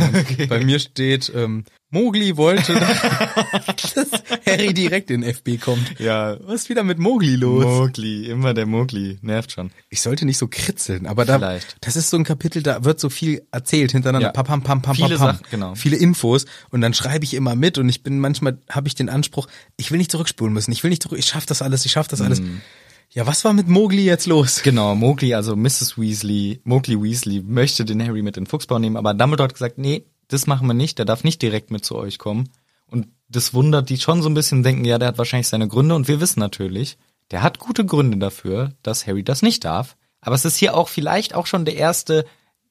Speaker 2: [LAUGHS]
Speaker 1: Bei mir steht, ähm, Mowgli wollte, dass
Speaker 2: [LAUGHS]
Speaker 1: [LAUGHS] Harry direkt in FB kommt.
Speaker 2: Ja,
Speaker 1: Was ist wieder mit Mowgli los?
Speaker 2: Mowgli, immer der Mowgli, nervt schon.
Speaker 1: ich sollte nicht so kritzeln, aber da,
Speaker 2: Vielleicht.
Speaker 1: das ist so ein Kapitel, da wird so viel erzählt hintereinander.
Speaker 2: Ja.
Speaker 1: Pam, pam, pam, pam,
Speaker 2: Viele
Speaker 1: pam, pam.
Speaker 2: Sachen, genau.
Speaker 1: Viele Infos und dann schreibe ich immer mit und ich bin manchmal, habe ich den Anspruch, ich will nicht zurückspulen müssen, ich will nicht zurück, ich schaff das alles, ich schaff das alles.
Speaker 2: Mhm.
Speaker 1: Ja, was war mit Mowgli jetzt los?
Speaker 2: Genau, Mowgli, also Mrs. Weasley, Mowgli Weasley möchte den Harry mit in den Fuchsbau nehmen, aber Dumbledore hat gesagt, nee, das machen wir nicht, der darf nicht direkt mit zu euch kommen. Und das wundert die schon so ein bisschen, denken, ja, der hat wahrscheinlich seine Gründe und wir wissen natürlich, der hat gute Gründe dafür, dass Harry das nicht darf. Aber es ist hier auch vielleicht auch schon der erste,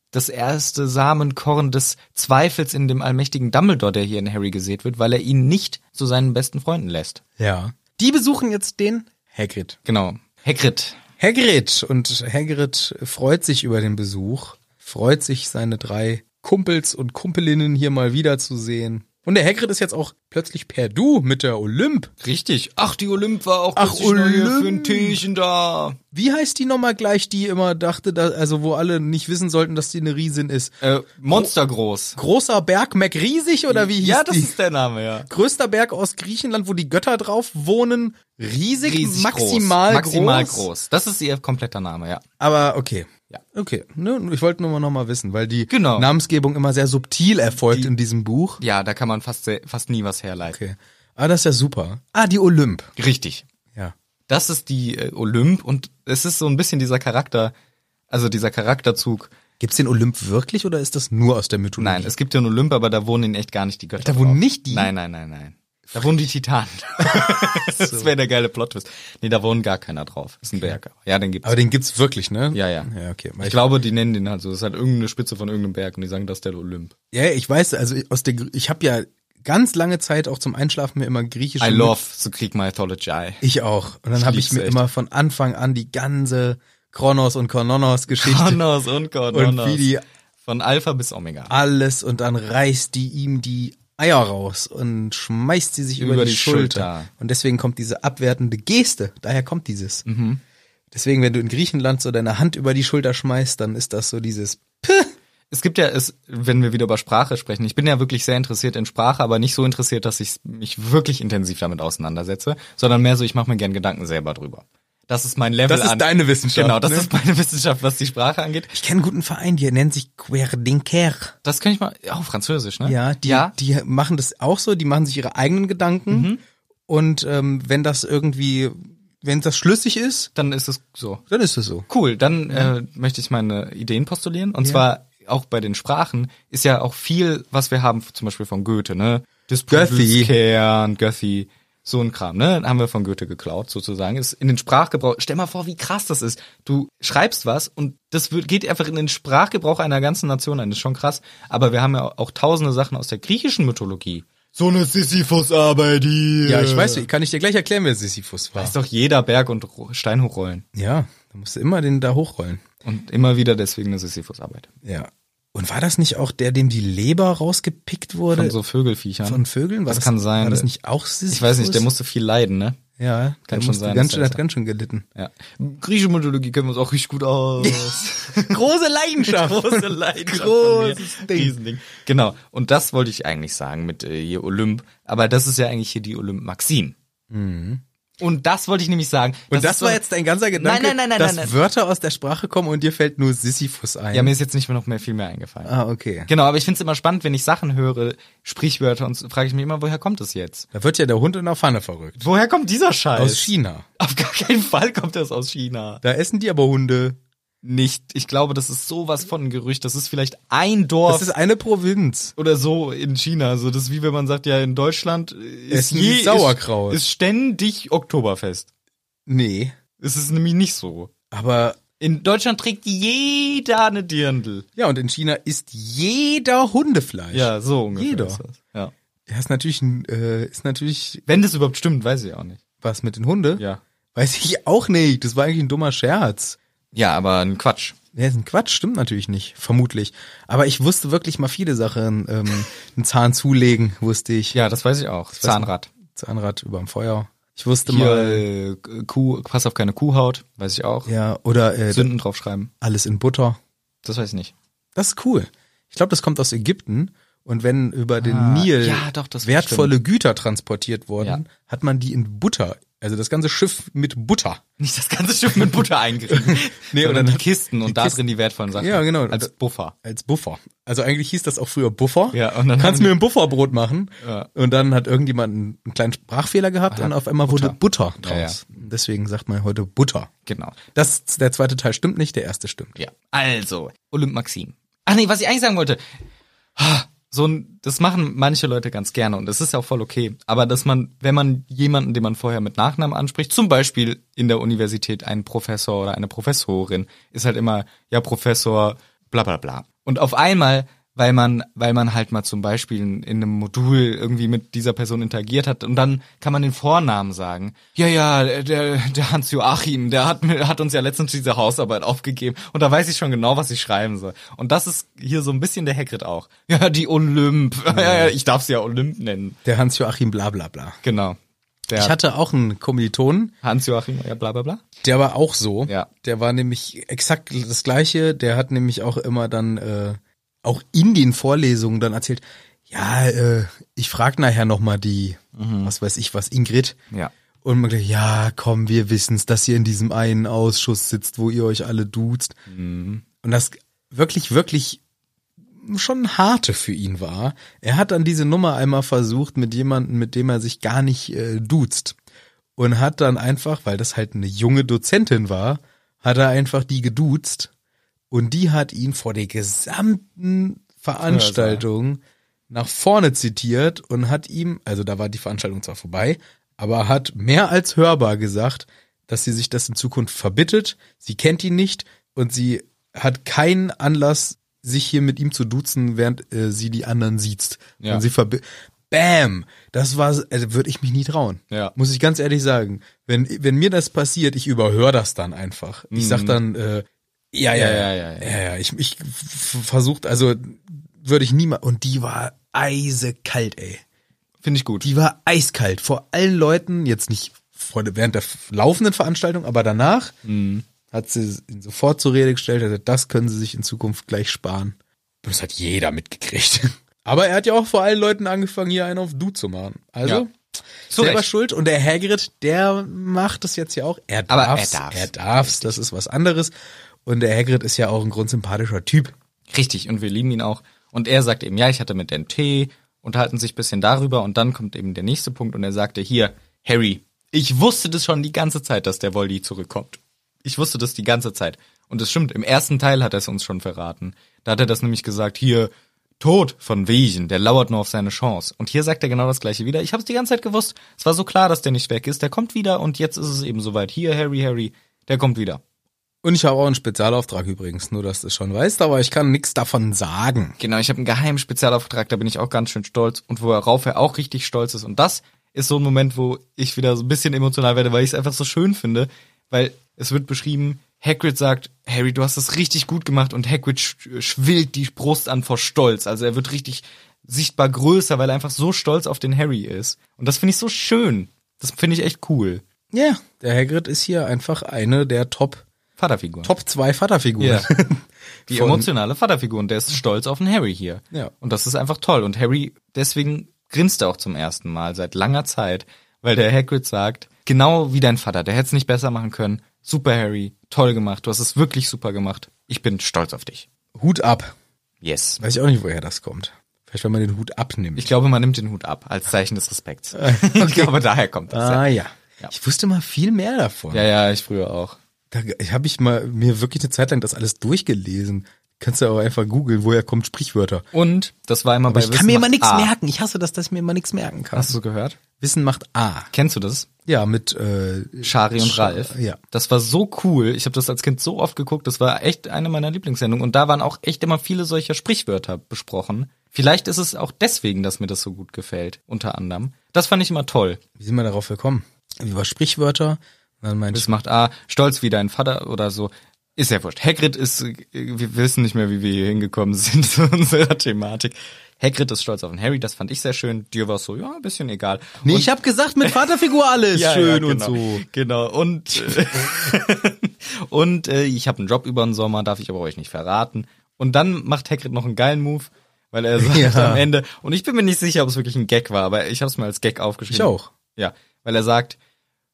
Speaker 2: das erste Samenkorn des Zweifels in dem allmächtigen Dumbledore, der hier in Harry gesät wird, weil er ihn nicht zu seinen besten Freunden lässt.
Speaker 1: Ja. Die besuchen jetzt den Hagrid.
Speaker 2: Genau. Hagrid.
Speaker 1: Hagrid und Hagrid freut sich über den Besuch, freut sich seine drei Kumpels und Kumpelinnen hier mal wiederzusehen. Und der Hagrid ist jetzt auch plötzlich per Du mit der Olymp.
Speaker 2: Richtig. Ach, die Olymp war auch
Speaker 1: Ach,
Speaker 2: plötzlich noch hier
Speaker 1: Olymp.
Speaker 2: für ein Tierchen da.
Speaker 1: Wie heißt die nochmal gleich, die immer dachte, da, also wo alle nicht wissen sollten, dass die eine Riesin ist?
Speaker 2: Äh, monstergroß.
Speaker 1: Großer Berg MacRiesig oder wie hieß
Speaker 2: Ja, das
Speaker 1: die?
Speaker 2: ist der Name, ja.
Speaker 1: Größter Berg aus Griechenland, wo die Götter drauf wohnen. Riesig,
Speaker 2: groß.
Speaker 1: maximal,
Speaker 2: Maximal
Speaker 1: groß.
Speaker 2: groß. Das ist ihr kompletter Name, ja.
Speaker 1: Aber okay.
Speaker 2: Ja.
Speaker 1: Okay. Ne, ich wollte nur mal nochmal wissen, weil die
Speaker 2: Genau.
Speaker 1: Namensgebung immer sehr subtil erfolgt in diesem Buch.
Speaker 2: Ja, da kann man fast, sehr- fast nie was herleiten.
Speaker 1: Okay. Ah, das ist ja super. Ah, die Olymp.
Speaker 2: Richtig.
Speaker 1: Ja.
Speaker 2: Das ist die äh, Olymp und es ist so ein bisschen dieser Charakter, also dieser Charakterzug.
Speaker 1: Gibt's den Olymp wirklich oder ist das nur aus der Mythologie?
Speaker 2: Nein, es gibt ja einen Olymp, aber da wohnen in echt gar nicht die Götter.
Speaker 1: Da wohnen
Speaker 2: drauf.
Speaker 1: nicht die?
Speaker 2: Nein, nein, nein, nein. Da wohnen die
Speaker 1: [LAUGHS]
Speaker 2: Titanen. das wäre der geile Plot-Twist. Nee, da wohnt gar keiner drauf. Ist ein Berg. Ja, den gibt's.
Speaker 1: Aber den gibt's wirklich, ne?
Speaker 2: Ja, ja.
Speaker 1: Ja, okay.
Speaker 2: Ich glaube, die nennen den halt so. Das ist halt irgendeine Spitze von irgendeinem Berg und die sagen, das ist der Olymp.
Speaker 1: ja, ich weiß, also aus der, ich habe ja ganz lange Zeit auch zum Einschlafen mir immer griechische
Speaker 2: I love the Greek mythology.
Speaker 1: Ich auch. Und dann habe ich
Speaker 2: lieb's
Speaker 1: mir
Speaker 2: echt.
Speaker 1: immer von Anfang an die ganze Kronos und Kornonos Geschichte
Speaker 2: Konos und Konos.
Speaker 1: Und wie die-
Speaker 2: von Alpha bis Omega.
Speaker 1: alles und dann reißt die ihm die Eier raus und schmeißt sie sich über, die, Schulter. Und deswegen kommt diese abwertende Geste, daher kommt dieses. Deswegen, wenn du in Griechenland so deine Hand über die Schulter schmeißt, dann ist das so dieses
Speaker 2: Es gibt ja, es, wenn wir wieder über Sprache sprechen, ich bin ja wirklich sehr interessiert in Sprache, aber nicht so interessiert, dass ich mich wirklich intensiv damit auseinandersetze, sondern mehr so, ich mache mir gern Gedanken selber drüber. Das ist mein Level
Speaker 1: Das ist
Speaker 2: an.
Speaker 1: deine Wissenschaft,
Speaker 2: Genau, das
Speaker 1: ne?
Speaker 2: ist meine [LAUGHS] Wissenschaft, was die Sprache angeht.
Speaker 1: Ich kenne einen guten Verein, die nennt sich Querdinker.
Speaker 2: Das könnte ich mal, ja, oh, Französisch, ne?
Speaker 1: Ja, Mhm. die,
Speaker 2: ja.
Speaker 1: die machen das auch so, die machen sich ihre eigenen Gedanken. Und ähm, wenn das irgendwie, wenn das schlüssig ist,
Speaker 2: dann ist es so.
Speaker 1: dann ist es so.
Speaker 2: Cool, dann äh, möchte ich meine Ideen postulieren. Und zwar auch bei den Sprachen ist ja auch viel, was wir haben, zum Beispiel von Goethe, ne? Des
Speaker 1: Göthi.
Speaker 2: Kern, Göthi. So ein Kram, ne? Haben wir von Goethe geklaut, sozusagen. Ist in den Sprachgebrauch. Stell mal vor, wie krass das ist. Du schreibst was und das wird- geht einfach in den Sprachgebrauch einer ganzen Nation ein. Das ist schon krass. Aber wir haben ja auch tausende Sachen aus der griechischen Mythologie. So eine Sisyphus-Arbeit hier.
Speaker 1: Ja, ich weiß, kann ich dir gleich erklären, wer Sisyphus war.
Speaker 2: Ist doch jeder Berg und Ro- Stein hochrollen.
Speaker 1: Ja, da musst du immer den da hochrollen.
Speaker 2: Und immer wieder deswegen eine Sisyphus-Arbeit.
Speaker 1: Ja. Und war das nicht auch der, dem die Leber rausgepickt wurde
Speaker 2: Von
Speaker 1: Äh, von,
Speaker 2: so Vögelfiechern.
Speaker 1: Vögeln? War
Speaker 2: Das kann sein.
Speaker 1: War das nicht auch Sisyphus?
Speaker 2: ich weiß nicht, der musste viel leiden, ne?
Speaker 1: Ja,
Speaker 2: Kann
Speaker 1: der
Speaker 2: schon
Speaker 1: musste
Speaker 2: sein,
Speaker 1: Ganz
Speaker 2: dass
Speaker 1: schön,
Speaker 2: der
Speaker 1: hat ganz schön gelitten.
Speaker 2: Ja. Griechische Mythologie kennen wir uns auch richtig gut aus. [LAUGHS]
Speaker 1: Große Leidenschaft.
Speaker 2: Große Leidenschaft.
Speaker 1: Großes
Speaker 2: von mir.
Speaker 1: Ding.
Speaker 2: Riesending. Genau. Und das wollte ich eigentlich sagen mit äh, hier Olymp. Aber das ist ja eigentlich hier die Olymp-Maxim. Mhm. Und das wollte ich nämlich sagen.
Speaker 1: Und das,
Speaker 2: ist
Speaker 1: war
Speaker 2: so-
Speaker 1: jetzt dein ganzer Gedanke,
Speaker 2: nein, nein, nein,
Speaker 1: dass
Speaker 2: nein, nein.
Speaker 1: Wörter aus der Sprache kommen und dir fällt nur Sisyphus ein.
Speaker 2: Ja, mir ist jetzt nicht mehr noch mehr viel mehr eingefallen.
Speaker 1: ah, okay.
Speaker 2: Genau, aber ich finde es immer spannend, wenn ich Sachen höre, Sprichwörter und so, frage ich mich immer, woher kommt das jetzt?
Speaker 1: Da wird ja der Hund in der Pfanne verrückt.
Speaker 2: Woher kommt dieser Scheiß?
Speaker 1: Aus China.
Speaker 2: Auf gar keinen Fall kommt das aus China.
Speaker 1: Da essen die aber Hunde.
Speaker 2: Nicht. Ich glaube, das ist sowas von ein Gerücht. Das ist vielleicht ein Dorf.
Speaker 1: Das ist eine Provinz.
Speaker 2: oder so in China. Also das ist wie wenn man sagt, ja, in Deutschland ist,
Speaker 1: Essen die Sauerkraut.
Speaker 2: Ist, ist ständig Oktoberfest.
Speaker 1: Nee.
Speaker 2: Es ist nämlich nicht so.
Speaker 1: Aber
Speaker 2: In Deutschland trägt jeder eine Dirndl.
Speaker 1: ja, und in China isst jeder Hundefleisch.
Speaker 2: Ja, so ungefähr.
Speaker 1: Jeder.
Speaker 2: Ist das. Ja.
Speaker 1: Das ist natürlich, ein, äh, ist natürlich
Speaker 2: Wenn das überhaupt stimmt, weiß ich auch nicht.
Speaker 1: was mit den Hunde.
Speaker 2: Ja.
Speaker 1: Weiß ich auch nicht. Das war eigentlich ein dummer Scherz.
Speaker 2: Ja, aber ein Quatsch.
Speaker 1: Ja, ist ein Quatsch, stimmt natürlich nicht, vermutlich. Aber ich wusste wirklich mal viele Sachen.
Speaker 2: [LAUGHS]
Speaker 1: Ähm, einen Zahn zulegen wusste ich.
Speaker 2: Ja, das weiß ich auch. Zahnrad.
Speaker 1: Zahnrad überm Feuer. Ich wusste
Speaker 2: Hier,
Speaker 1: mal.
Speaker 2: äh, Kuh, pass auf keine Kuhhaut, weiß ich auch.
Speaker 1: Ja, oder äh,
Speaker 2: Sünden draufschreiben,
Speaker 1: alles in Butter.
Speaker 2: das weiß ich nicht.
Speaker 1: Das ist cool. Ich glaube, das kommt aus Ägypten. Und wenn über den
Speaker 2: Ah,
Speaker 1: Nil
Speaker 2: ja, doch, das
Speaker 1: wertvolle Güter transportiert wurden,
Speaker 2: Ja.
Speaker 1: hat man die in Butter, also das ganze Schiff mit Butter.
Speaker 2: Nicht das ganze Schiff
Speaker 1: [LAUGHS]
Speaker 2: mit Butter eingerieben.
Speaker 1: Nee,
Speaker 2: nee, oder
Speaker 1: oder
Speaker 2: die
Speaker 1: das-
Speaker 2: Kisten und
Speaker 1: die
Speaker 2: da
Speaker 1: Kisten.
Speaker 2: drin die wertvollen Sachen.
Speaker 1: Ja, genau.
Speaker 2: Als Buffer.
Speaker 1: als Buffer. Also eigentlich hieß das auch früher Buffer.
Speaker 2: Ja, und dann haben
Speaker 1: Kannst
Speaker 2: die-
Speaker 1: mir ein Bufferbrot machen.
Speaker 2: Ja.
Speaker 1: Und dann hat irgendjemand einen, einen kleinen Sprachfehler gehabt und auf einmal wurde Butter
Speaker 2: Ja, ja.
Speaker 1: draus. Deswegen sagt man heute Butter.
Speaker 2: Genau.
Speaker 1: Das, der zweite Teil stimmt nicht, der erste stimmt.
Speaker 2: Ja. Also, Olymp Maxim. Ach nee, was ich eigentlich sagen wollte. Ah, So ein, das machen manche Leute ganz gerne und das ist ja auch voll okay. Aber dass man, wenn man jemanden, den man vorher mit Nachnamen anspricht, zum Beispiel in der Universität einen Professor oder eine Professorin, ist halt immer, ja, Professor, bla bla bla. Und auf einmal, weil man, weil man halt mal zum Beispiel in einem Modul irgendwie mit dieser Person interagiert hat und dann kann man den Vornamen sagen. Ja, ja, der, der Hans Joachim, der hat, mir- hat uns ja letztens diese Hausarbeit aufgegeben und da weiß ich schon genau, was ich schreiben soll. Und das ist hier so ein bisschen der Hagrid auch. Ja, die Olymp. [LAUGHS] Ja, ja, ich darf sie ja Olymp nennen.
Speaker 1: Der Hans-Joachim bla bla bla.
Speaker 2: Genau. Der
Speaker 1: Ich hatte auch einen Kommilitonen,
Speaker 2: Hans Joachim, ja, bla bla bla.
Speaker 1: der war auch so.
Speaker 2: Ja.
Speaker 1: Der war nämlich exakt das gleiche. Der hat nämlich auch immer dann, äh, auch in den Vorlesungen dann erzählt, ja, äh, ich frag nachher nochmal die, was weiß ich was, Ingrid.
Speaker 2: Mhm. Ja.
Speaker 1: Und man gleich, ja, komm, wir wissen's, dass ihr in diesem einen Ausschuss sitzt, wo ihr euch alle duzt. Und das wirklich, wirklich schon harte für ihn war. Er hat dann diese Nummer einmal versucht mit jemandem, mit dem er sich gar nicht äh, duzt. Und hat dann einfach, weil das halt eine junge Dozentin war, hat er einfach die geduzt. Und die hat ihn vor der gesamten Veranstaltung nach vorne zitiert und hat ihm, also da war die Veranstaltung zwar vorbei, aber hat mehr als hörbar gesagt, dass sie sich das in Zukunft verbittet, sie kennt ihn nicht und sie hat keinen Anlass, sich hier mit ihm zu duzen, während äh, sie die anderen sieht.
Speaker 2: Ja.
Speaker 1: Und sie verbi Bam! Das war, also würde ich mich nie trauen.
Speaker 2: Ja.
Speaker 1: Muss ich ganz ehrlich sagen. Wenn, wenn mir das passiert, ich überhöre das dann einfach. Ich
Speaker 2: Mhm.
Speaker 1: sag dann, äh, ja, ja, ja, ja, ja, ja, ich, ich versucht, also würde ich niemals, und die war eisekalt, ey.
Speaker 2: Finde ich gut.
Speaker 1: Die war eiskalt vor allen Leuten, jetzt nicht vor, während der f- laufenden Veranstaltung, aber danach
Speaker 2: Mhm.
Speaker 1: hat sie ihn sofort zur Rede gestellt, hat gesagt, das können sie sich in Zukunft gleich sparen. Und Das hat jeder mitgekriegt. Aber er hat ja auch vor allen Leuten angefangen, hier einen auf Du zu machen. Also,
Speaker 2: Ja. Zu
Speaker 1: selber
Speaker 2: Recht.
Speaker 1: schuld. Und der Hagrid, der macht das jetzt ja auch. Er
Speaker 2: Aber er
Speaker 1: darf's,
Speaker 2: darf's.
Speaker 1: er darf's, das ist was anderes. Und der Hagrid ist ja auch ein grundsympathischer Typ.
Speaker 2: Richtig, und wir lieben ihn auch. Und er sagt eben, ja, ich hatte mit NT, unterhalten sich ein bisschen darüber und dann kommt eben der nächste Punkt und er sagte, hier, Harry, ich wusste das schon die ganze Zeit, dass der Voldy zurückkommt. Ich wusste das die ganze Zeit. Und es stimmt, im ersten Teil hat er es uns schon verraten. Da hat er das nämlich gesagt, hier, Tod von Wegen, der lauert nur auf seine Chance. Und hier sagt er genau das gleiche wieder. Ich hab's die ganze Zeit gewusst. Es war so klar, dass der nicht weg ist. Der kommt wieder und jetzt ist es eben soweit. Hier, Harry, Harry, der kommt wieder.
Speaker 1: Und ich habe auch einen Spezialauftrag übrigens, nur dass du es schon weißt, aber ich kann nichts davon sagen.
Speaker 2: Genau, ich habe einen geheimen Spezialauftrag, da bin ich auch ganz schön stolz und worauf er auch richtig stolz ist. Und das ist so ein Moment, wo ich wieder so ein bisschen emotional werde, weil ich es einfach so schön finde, weil es wird beschrieben, Hagrid sagt, Harry, du hast es richtig gut gemacht und Hagrid sch- schwillt die Brust an vor Stolz. Also er wird richtig sichtbar größer, weil er einfach so stolz auf den Harry ist. Und das finde ich so schön. Das finde ich echt cool.
Speaker 1: Ja, der Hagrid ist hier einfach eine der Top
Speaker 2: Vaterfigur.
Speaker 1: Top zwei Vaterfiguren.
Speaker 2: Ja. Die
Speaker 1: Von-
Speaker 2: emotionale Vaterfigur und der ist stolz auf den Harry hier.
Speaker 1: Ja.
Speaker 2: Und das ist einfach toll. Und Harry, deswegen grinst er auch zum ersten Mal seit langer Zeit, weil der Hagrid sagt, genau wie dein Vater, der hätte es nicht besser machen können. Super Harry, toll gemacht, du hast es wirklich super gemacht. Ich bin stolz auf dich.
Speaker 1: [LAUGHS] Hut ab.
Speaker 2: Yes.
Speaker 1: Weiß ich auch nicht, woher das kommt. Vielleicht, wenn man den Hut abnimmt.
Speaker 2: Ich glaube, man nimmt den Hut ab, als Zeichen
Speaker 1: [LAUGHS]
Speaker 2: des Respekts. Ich glaube, daher kommt das.
Speaker 1: ah ja.
Speaker 2: Ja.
Speaker 1: Ich wusste mal viel mehr davon.
Speaker 2: Ja, ja, ich früher auch.
Speaker 1: Da habe ich mal mir wirklich eine Zeit lang das alles durchgelesen. Kannst du aber einfach googeln, woher kommt Sprichwörter.
Speaker 2: Und das war immer
Speaker 1: Aber
Speaker 2: bei
Speaker 1: ich kann mir immer
Speaker 2: macht
Speaker 1: nichts
Speaker 2: A.
Speaker 1: merken. Ich hasse das, dass ich mir immer nichts merken kann.
Speaker 2: Hast du gehört?
Speaker 1: Wissen macht A.
Speaker 2: Kennst du das?
Speaker 1: Ja, mit äh,
Speaker 2: Shari und
Speaker 1: Sch-
Speaker 2: Ralf.
Speaker 1: Ja.
Speaker 2: Das war so cool. Ich habe das als Kind so oft geguckt. Das war echt eine meiner Lieblingssendungen. Und da waren auch echt immer viele solcher Sprichwörter besprochen. Vielleicht ist es auch deswegen, dass mir das so gut gefällt. Unter anderem. Das fand ich immer toll.
Speaker 1: Wie sind wir darauf gekommen? Über Sprichwörter. Und Dann mein
Speaker 2: Das macht A, stolz wie dein Vater oder so. Ist ja wurscht. Hagrid ist, äh, wir wissen nicht mehr, wie wir hier hingekommen [LAUGHS] sind zu unserer Thematik. Hagrid ist stolz auf den Harry. Das fand ich sehr schön. Dir war es so, ja, ein bisschen egal.
Speaker 1: nee, ich habe gesagt, mit Vaterfigur alles
Speaker 2: [LAUGHS] Ja,
Speaker 1: schön
Speaker 2: ja,
Speaker 1: und
Speaker 2: genau.
Speaker 1: so.
Speaker 2: Genau. Und, äh, [LAUGHS] und äh, ich habe einen Job über den Sommer, darf ich aber euch nicht verraten. Und dann macht Hagrid noch einen geilen Move, weil er [LAUGHS] sagt
Speaker 1: Ja.
Speaker 2: am Ende, und ich bin mir nicht sicher, ob es wirklich ein Gag war, aber ich habe es mal als Gag aufgeschrieben.
Speaker 1: Ich auch.
Speaker 2: Ja, weil er sagt,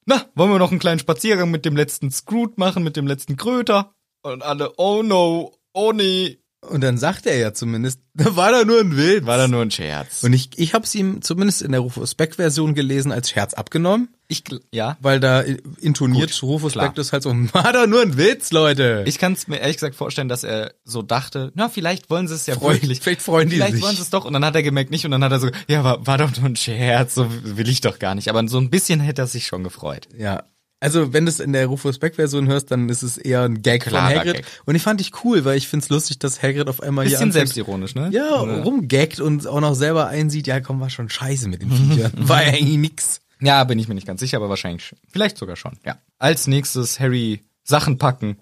Speaker 2: na, wollen wir noch einen kleinen Spaziergang mit dem letzten Scroot machen, mit dem letzten Kröter? Und alle, oh no, oh nee.
Speaker 1: Und dann sagt er ja zumindest, [LAUGHS] da war da nur ein Witz.
Speaker 2: War da nur ein Scherz.
Speaker 1: Und ich, ich habe es ihm zumindest in der Rufus Beck-Version gelesen als Scherz abgenommen,
Speaker 2: ich, gl- ja,
Speaker 1: weil da intoniert
Speaker 2: Gut,
Speaker 1: Rufus
Speaker 2: klar.
Speaker 1: Beck das halt so, [LAUGHS] war da nur ein Witz, Leute.
Speaker 2: Ich kann es mir ehrlich gesagt vorstellen, dass er so dachte, na, vielleicht wollen sie es ja
Speaker 1: Freuen-
Speaker 2: wirklich.
Speaker 1: vielleicht freuen die
Speaker 2: Vielleicht
Speaker 1: sich.
Speaker 2: wollen sie es doch. Und dann hat er gemerkt, nicht. Und dann hat er so, ja, war, war doch nur ein Scherz, so will ich doch gar nicht. Aber so ein bisschen hätte er sich schon gefreut.
Speaker 1: ja. Also wenn du es in der Rufus Beck-Version hörst, dann ist es eher ein Gag
Speaker 2: Klarer
Speaker 1: von Hagrid.
Speaker 2: Gag.
Speaker 1: Und ich fand dich cool, weil ich find's lustig, dass Hagrid auf einmal hier
Speaker 2: Bisschen
Speaker 1: anfängt-
Speaker 2: selbstironisch, ne?
Speaker 1: ja, rumgaggt und auch noch selber einsieht, ja komm, war schon scheiße mit den
Speaker 2: [LAUGHS]
Speaker 1: Viechern. War ja eigentlich nix.
Speaker 2: Ja, bin ich mir nicht ganz sicher, aber wahrscheinlich, sch- vielleicht sogar schon, ja. Als nächstes Harry Sachen packen.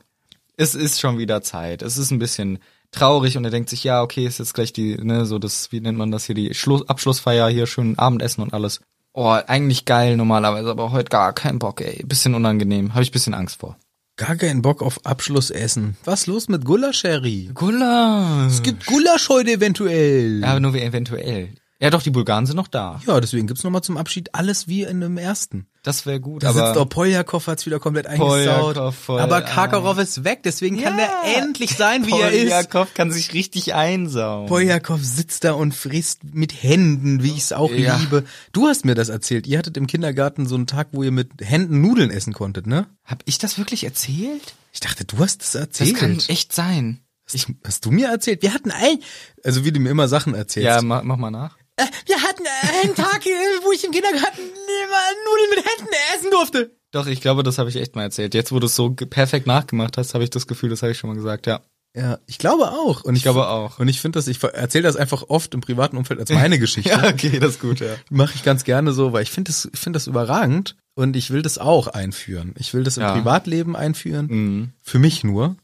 Speaker 2: Es ist schon wieder Zeit. Es ist ein bisschen traurig und er denkt sich, ja, okay, ist jetzt gleich die, ne, so das, wie nennt man das hier, die Schluss, Abschlussfeier hier, schön Abendessen und alles. Oh, eigentlich geil normalerweise, aber heute gar keinen Bock, ey. Bisschen unangenehm, habe ich bisschen Angst vor.
Speaker 1: Gar keinen Bock auf Abschlussessen. Was los mit Gulasch, Harry?
Speaker 2: Gulasch.
Speaker 1: Es gibt Gulasch heute eventuell.
Speaker 2: Ja, aber nur wie eventuell. Ja, doch, die Bulgaren sind noch da.
Speaker 1: Ja, deswegen gibt's nochmal zum Abschied alles wie in dem ersten.
Speaker 2: Das wäre gut,
Speaker 1: Da
Speaker 2: aber...
Speaker 1: sitzt auch Poljakov, hat's wieder komplett eingesaut.
Speaker 2: Poljakov voll
Speaker 1: aber Karkarow ist weg, deswegen kann
Speaker 2: Ja.
Speaker 1: er endlich sein, wie er ist.
Speaker 2: Poljakov kann sich richtig einsaugen.
Speaker 1: Poljakov sitzt da und frisst mit Händen, wie ich's auch
Speaker 2: Ja.
Speaker 1: liebe. Du hast mir das erzählt. Ihr hattet im Kindergarten so einen Tag, wo ihr mit Händen Nudeln essen konntet, ne?
Speaker 2: Hab ich das wirklich erzählt?
Speaker 1: Ich dachte, du hast das
Speaker 2: Das
Speaker 1: erzählt.
Speaker 2: kann echt sein.
Speaker 1: hast, du, hast du mir erzählt? Wir hatten ein, also wie du mir immer Sachen erzählst.
Speaker 2: Ja, mach, mach mal nach.
Speaker 1: Äh, Wir hatten einen Tag, äh, [LAUGHS] wo ich im Kindergarten immer Nudeln mit Händen essen durfte.
Speaker 2: Doch, ich glaube, das habe ich echt mal erzählt. Jetzt, wo du es so ge- perfekt nachgemacht hast, habe ich das Gefühl, das habe ich schon mal gesagt, ja.
Speaker 1: Ja, ich glaube auch. Und ich,
Speaker 2: glaube auch. [LAUGHS]
Speaker 1: Und ich finde das, ich erzähle das einfach oft im privaten Umfeld als meine Geschichte.
Speaker 2: okay, das ist gut, ja.
Speaker 1: Mache ich ganz gerne so, weil ich finde das, ich finde das überragend und ich will das auch einführen. Ich will das im
Speaker 2: Ja. Mhm.
Speaker 1: Privatleben einführen. Für mich nur.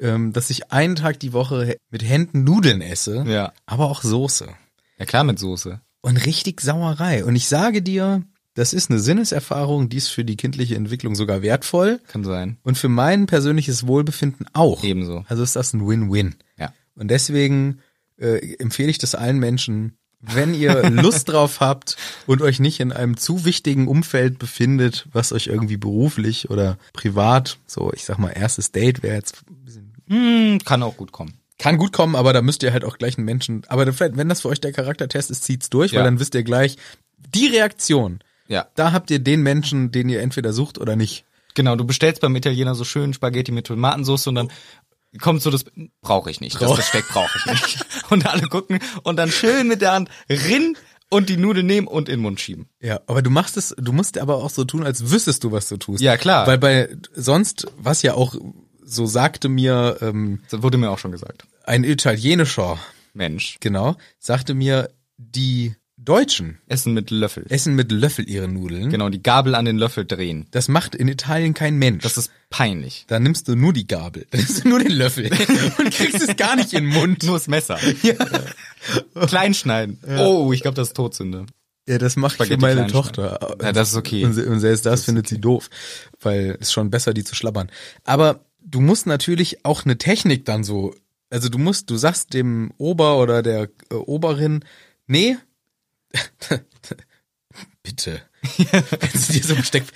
Speaker 1: Ähm, dass ich einen Tag die Woche mit Händen Nudeln esse,
Speaker 2: Ja.
Speaker 1: aber auch Soße.
Speaker 2: Ja, klar, mit Soße.
Speaker 1: Und richtig Sauerei. Und ich sage dir, das ist eine Sinneserfahrung, die ist für die kindliche Entwicklung sogar wertvoll.
Speaker 2: Kann sein.
Speaker 1: Und für mein persönliches Wohlbefinden auch.
Speaker 2: Ebenso.
Speaker 1: Also ist das ein Win-Win.
Speaker 2: Ja.
Speaker 1: Und deswegen äh, empfehle ich das allen Menschen, wenn
Speaker 2: [LAUGHS]
Speaker 1: ihr Lust drauf habt und euch nicht in einem zu wichtigen Umfeld befindet, was euch irgendwie beruflich oder privat, so ich sag mal, erstes Date wäre jetzt,
Speaker 2: Hm, kann auch gut kommen.
Speaker 1: kann gut kommen, aber da müsst ihr halt auch gleich einen Menschen, aber dann vielleicht, wenn das für euch der Charaktertest ist, zieht's durch,
Speaker 2: Ja.
Speaker 1: weil dann wisst ihr gleich, die Reaktion,
Speaker 2: Ja.
Speaker 1: da habt ihr den Menschen, den ihr entweder sucht oder nicht.
Speaker 2: Genau, du bestellst beim Italiener so schön Spaghetti mit Tomatensauce und dann kommt so das, brauche ich nicht, das Besteck brauche ich nicht. [LAUGHS] und alle gucken und dann schön mit der Hand rin und die Nudel nehmen und in den Mund schieben.
Speaker 1: Ja, aber du machst es, du musst aber auch so tun, als wüsstest du, was du tust.
Speaker 2: Ja, klar.
Speaker 1: Weil bei sonst, was ja auch, so sagte mir ähm,
Speaker 2: Das wurde mir auch schon gesagt.
Speaker 1: ein italienischer,
Speaker 2: Mensch.
Speaker 1: genau, sagte mir, die Deutschen
Speaker 2: Essen mit Löffel.
Speaker 1: essen mit Löffel ihre Nudeln.
Speaker 2: Genau, die Gabel an den Löffel drehen.
Speaker 1: Das macht in Italien kein Mensch.
Speaker 2: Das ist peinlich.
Speaker 1: da nimmst du nur die Gabel, da nimmst du nur den Löffel [LAUGHS] und kriegst es gar nicht in den Mund.
Speaker 2: Nur das
Speaker 1: [LAUGHS]
Speaker 2: Messer. Ja. Kleinschneiden. Oh, ich glaube, das ist Todsünde.
Speaker 1: Ja, das mache ich für
Speaker 2: Spaghetti
Speaker 1: meine
Speaker 2: klein
Speaker 1: Tochter.
Speaker 2: schneiden. Ja, das ist okay.
Speaker 1: Und, se- und selbst das, findet sie doof, weil es ist schon besser, die zu schlabbern. Aber du musst natürlich auch eine Technik dann so, also du musst, du sagst dem Ober oder der äh, Oberin, nee, [LAUGHS] bitte. Wenn sie dir so besteckt,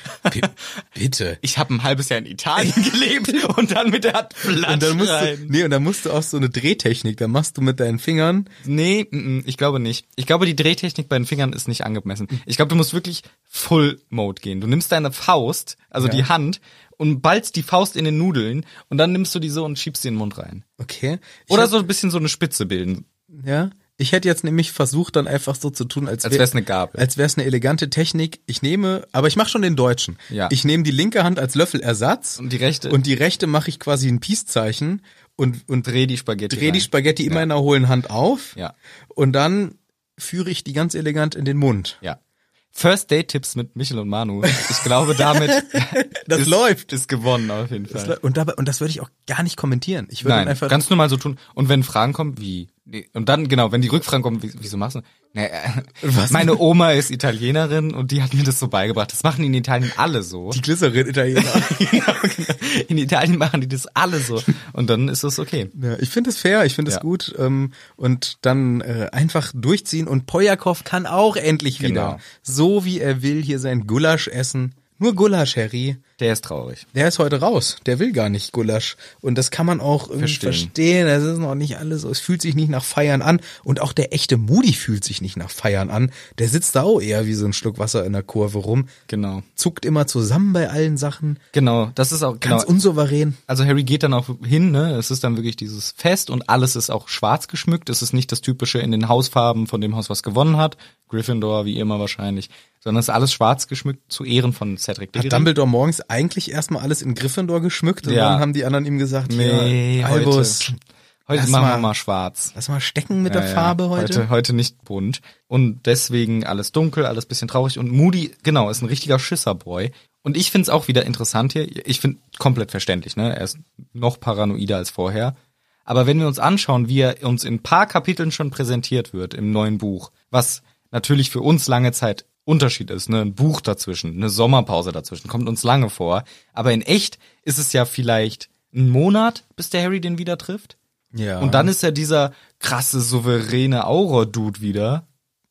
Speaker 1: bitte.
Speaker 2: Ich habe ein halbes Jahr in Italien [LAUGHS] gelebt und dann mit der Hand Blatt
Speaker 1: Und dann musst du,
Speaker 2: rein.
Speaker 1: nee, und dann musst du auch so eine Drehtechnik, dann machst du mit deinen Fingern,
Speaker 2: Nee, mm, mm, ich glaube nicht. Ich glaube, die Drehtechnik bei den Fingern ist nicht angemessen. Ich glaube, du musst wirklich Full Mode gehen. Du nimmst deine Faust, also die Hand, und ballst die Faust in den Nudeln und dann nimmst du die so und schiebst sie in den Mund rein.
Speaker 1: okay. Ich
Speaker 2: Oder
Speaker 1: hab-
Speaker 2: so ein bisschen so eine Spitze bilden.
Speaker 1: Ja. Ich hätte jetzt nämlich versucht, dann einfach so zu tun, als,
Speaker 2: Als wär's eine Gabel.
Speaker 1: Als wäre es eine elegante Technik. Ich nehme, aber ich mache schon den Deutschen.
Speaker 2: Ja.
Speaker 1: Ich nehme die linke Hand als Löffelersatz.
Speaker 2: Und die rechte?
Speaker 1: Und die rechte mache ich quasi ein Peace-Zeichen und, und
Speaker 2: Dreh die Spaghetti.
Speaker 1: drehe die
Speaker 2: rein.
Speaker 1: Spaghetti immer
Speaker 2: Ja.
Speaker 1: in der hohlen Hand auf.
Speaker 2: Ja.
Speaker 1: Und dann führe ich die ganz elegant in den Mund.
Speaker 2: Ja. First Date Tipps mit Michel und Manu. Ich glaube, damit
Speaker 1: [LAUGHS] Das
Speaker 2: ist,
Speaker 1: läuft.
Speaker 2: ist gewonnen auf jeden Fall.
Speaker 1: Und dabei, und das würde ich auch gar nicht kommentieren. Ich würde
Speaker 2: Nein,
Speaker 1: einfach.
Speaker 2: ganz normal so tun. Und wenn Fragen kommen, wie? Nee, Und dann, genau, wenn die Rückfragen kommen, wie- wieso machst du? Nee, äh,
Speaker 1: Was?
Speaker 2: Meine Oma ist Italienerin und die hat mir das so beigebracht. Das machen die in Italien alle so. [LAUGHS] genau.
Speaker 1: die Glycerin Italiener.
Speaker 2: in Italien machen die das alle so. Und dann ist das okay.
Speaker 1: Ja, ich finde es fair, ich finde es
Speaker 2: Ja.
Speaker 1: gut. Ähm, und dann äh, einfach durchziehen. Und Pojakov kann auch endlich wieder.
Speaker 2: Genau.
Speaker 1: So wie er will, hier sein Gulasch essen. Nur Gulasch, Harry.
Speaker 2: Der ist traurig.
Speaker 1: Der ist heute raus. Der will gar nicht Gulasch. Und das kann man auch irgendwie verstehen.
Speaker 2: Verstehen.
Speaker 1: Das ist noch nicht alles so. Es fühlt sich nicht nach Feiern an. Und auch der echte Moody fühlt sich nicht nach Feiern an. Der sitzt da auch eher wie so ein Schluck Wasser in der Kurve rum.
Speaker 2: Genau.
Speaker 1: Zuckt immer zusammen bei allen Sachen.
Speaker 2: Genau, das ist auch
Speaker 1: Ganz
Speaker 2: genau.
Speaker 1: unsouverän.
Speaker 2: also Harry geht dann auch hin, ne? Es ist dann wirklich dieses Fest und alles ist auch schwarz geschmückt. Es ist nicht das typische in den Hausfarben von dem Haus, was gewonnen hat, Gryffindor wie immer wahrscheinlich, sondern es ist alles schwarz geschmückt zu Ehren von Cedric
Speaker 1: Hat Dumbledore morgens eigentlich erstmal alles in Gryffindor geschmückt und
Speaker 2: Ja.
Speaker 1: dann haben die anderen ihm gesagt,
Speaker 2: Nee,
Speaker 1: hier,
Speaker 2: heute.
Speaker 1: Albus,
Speaker 2: Heute
Speaker 1: Lass
Speaker 2: machen
Speaker 1: mal-
Speaker 2: wir mal schwarz.
Speaker 1: lass mal stecken mit der
Speaker 2: Ja, ja.
Speaker 1: Farbe heute.
Speaker 2: heute. Heute nicht bunt. Und deswegen alles dunkel, alles bisschen traurig. Und Moody, genau, ist ein richtiger Schisserboy. Und ich find's auch wieder interessant hier. Ich find komplett verständlich, ne? Er ist noch paranoider als vorher. Aber wenn wir uns anschauen, wie er uns in ein paar Kapiteln schon präsentiert wird im neuen Buch, was natürlich für uns lange Zeit Unterschied ist, ne? Ein Buch dazwischen, eine Sommerpause dazwischen, kommt uns lange vor. Aber in echt ist es ja vielleicht ein Monat, bis der Harry den wieder trifft.
Speaker 1: Ja.
Speaker 2: Und dann ist ja dieser krasse, souveräne Aura-Dude wieder,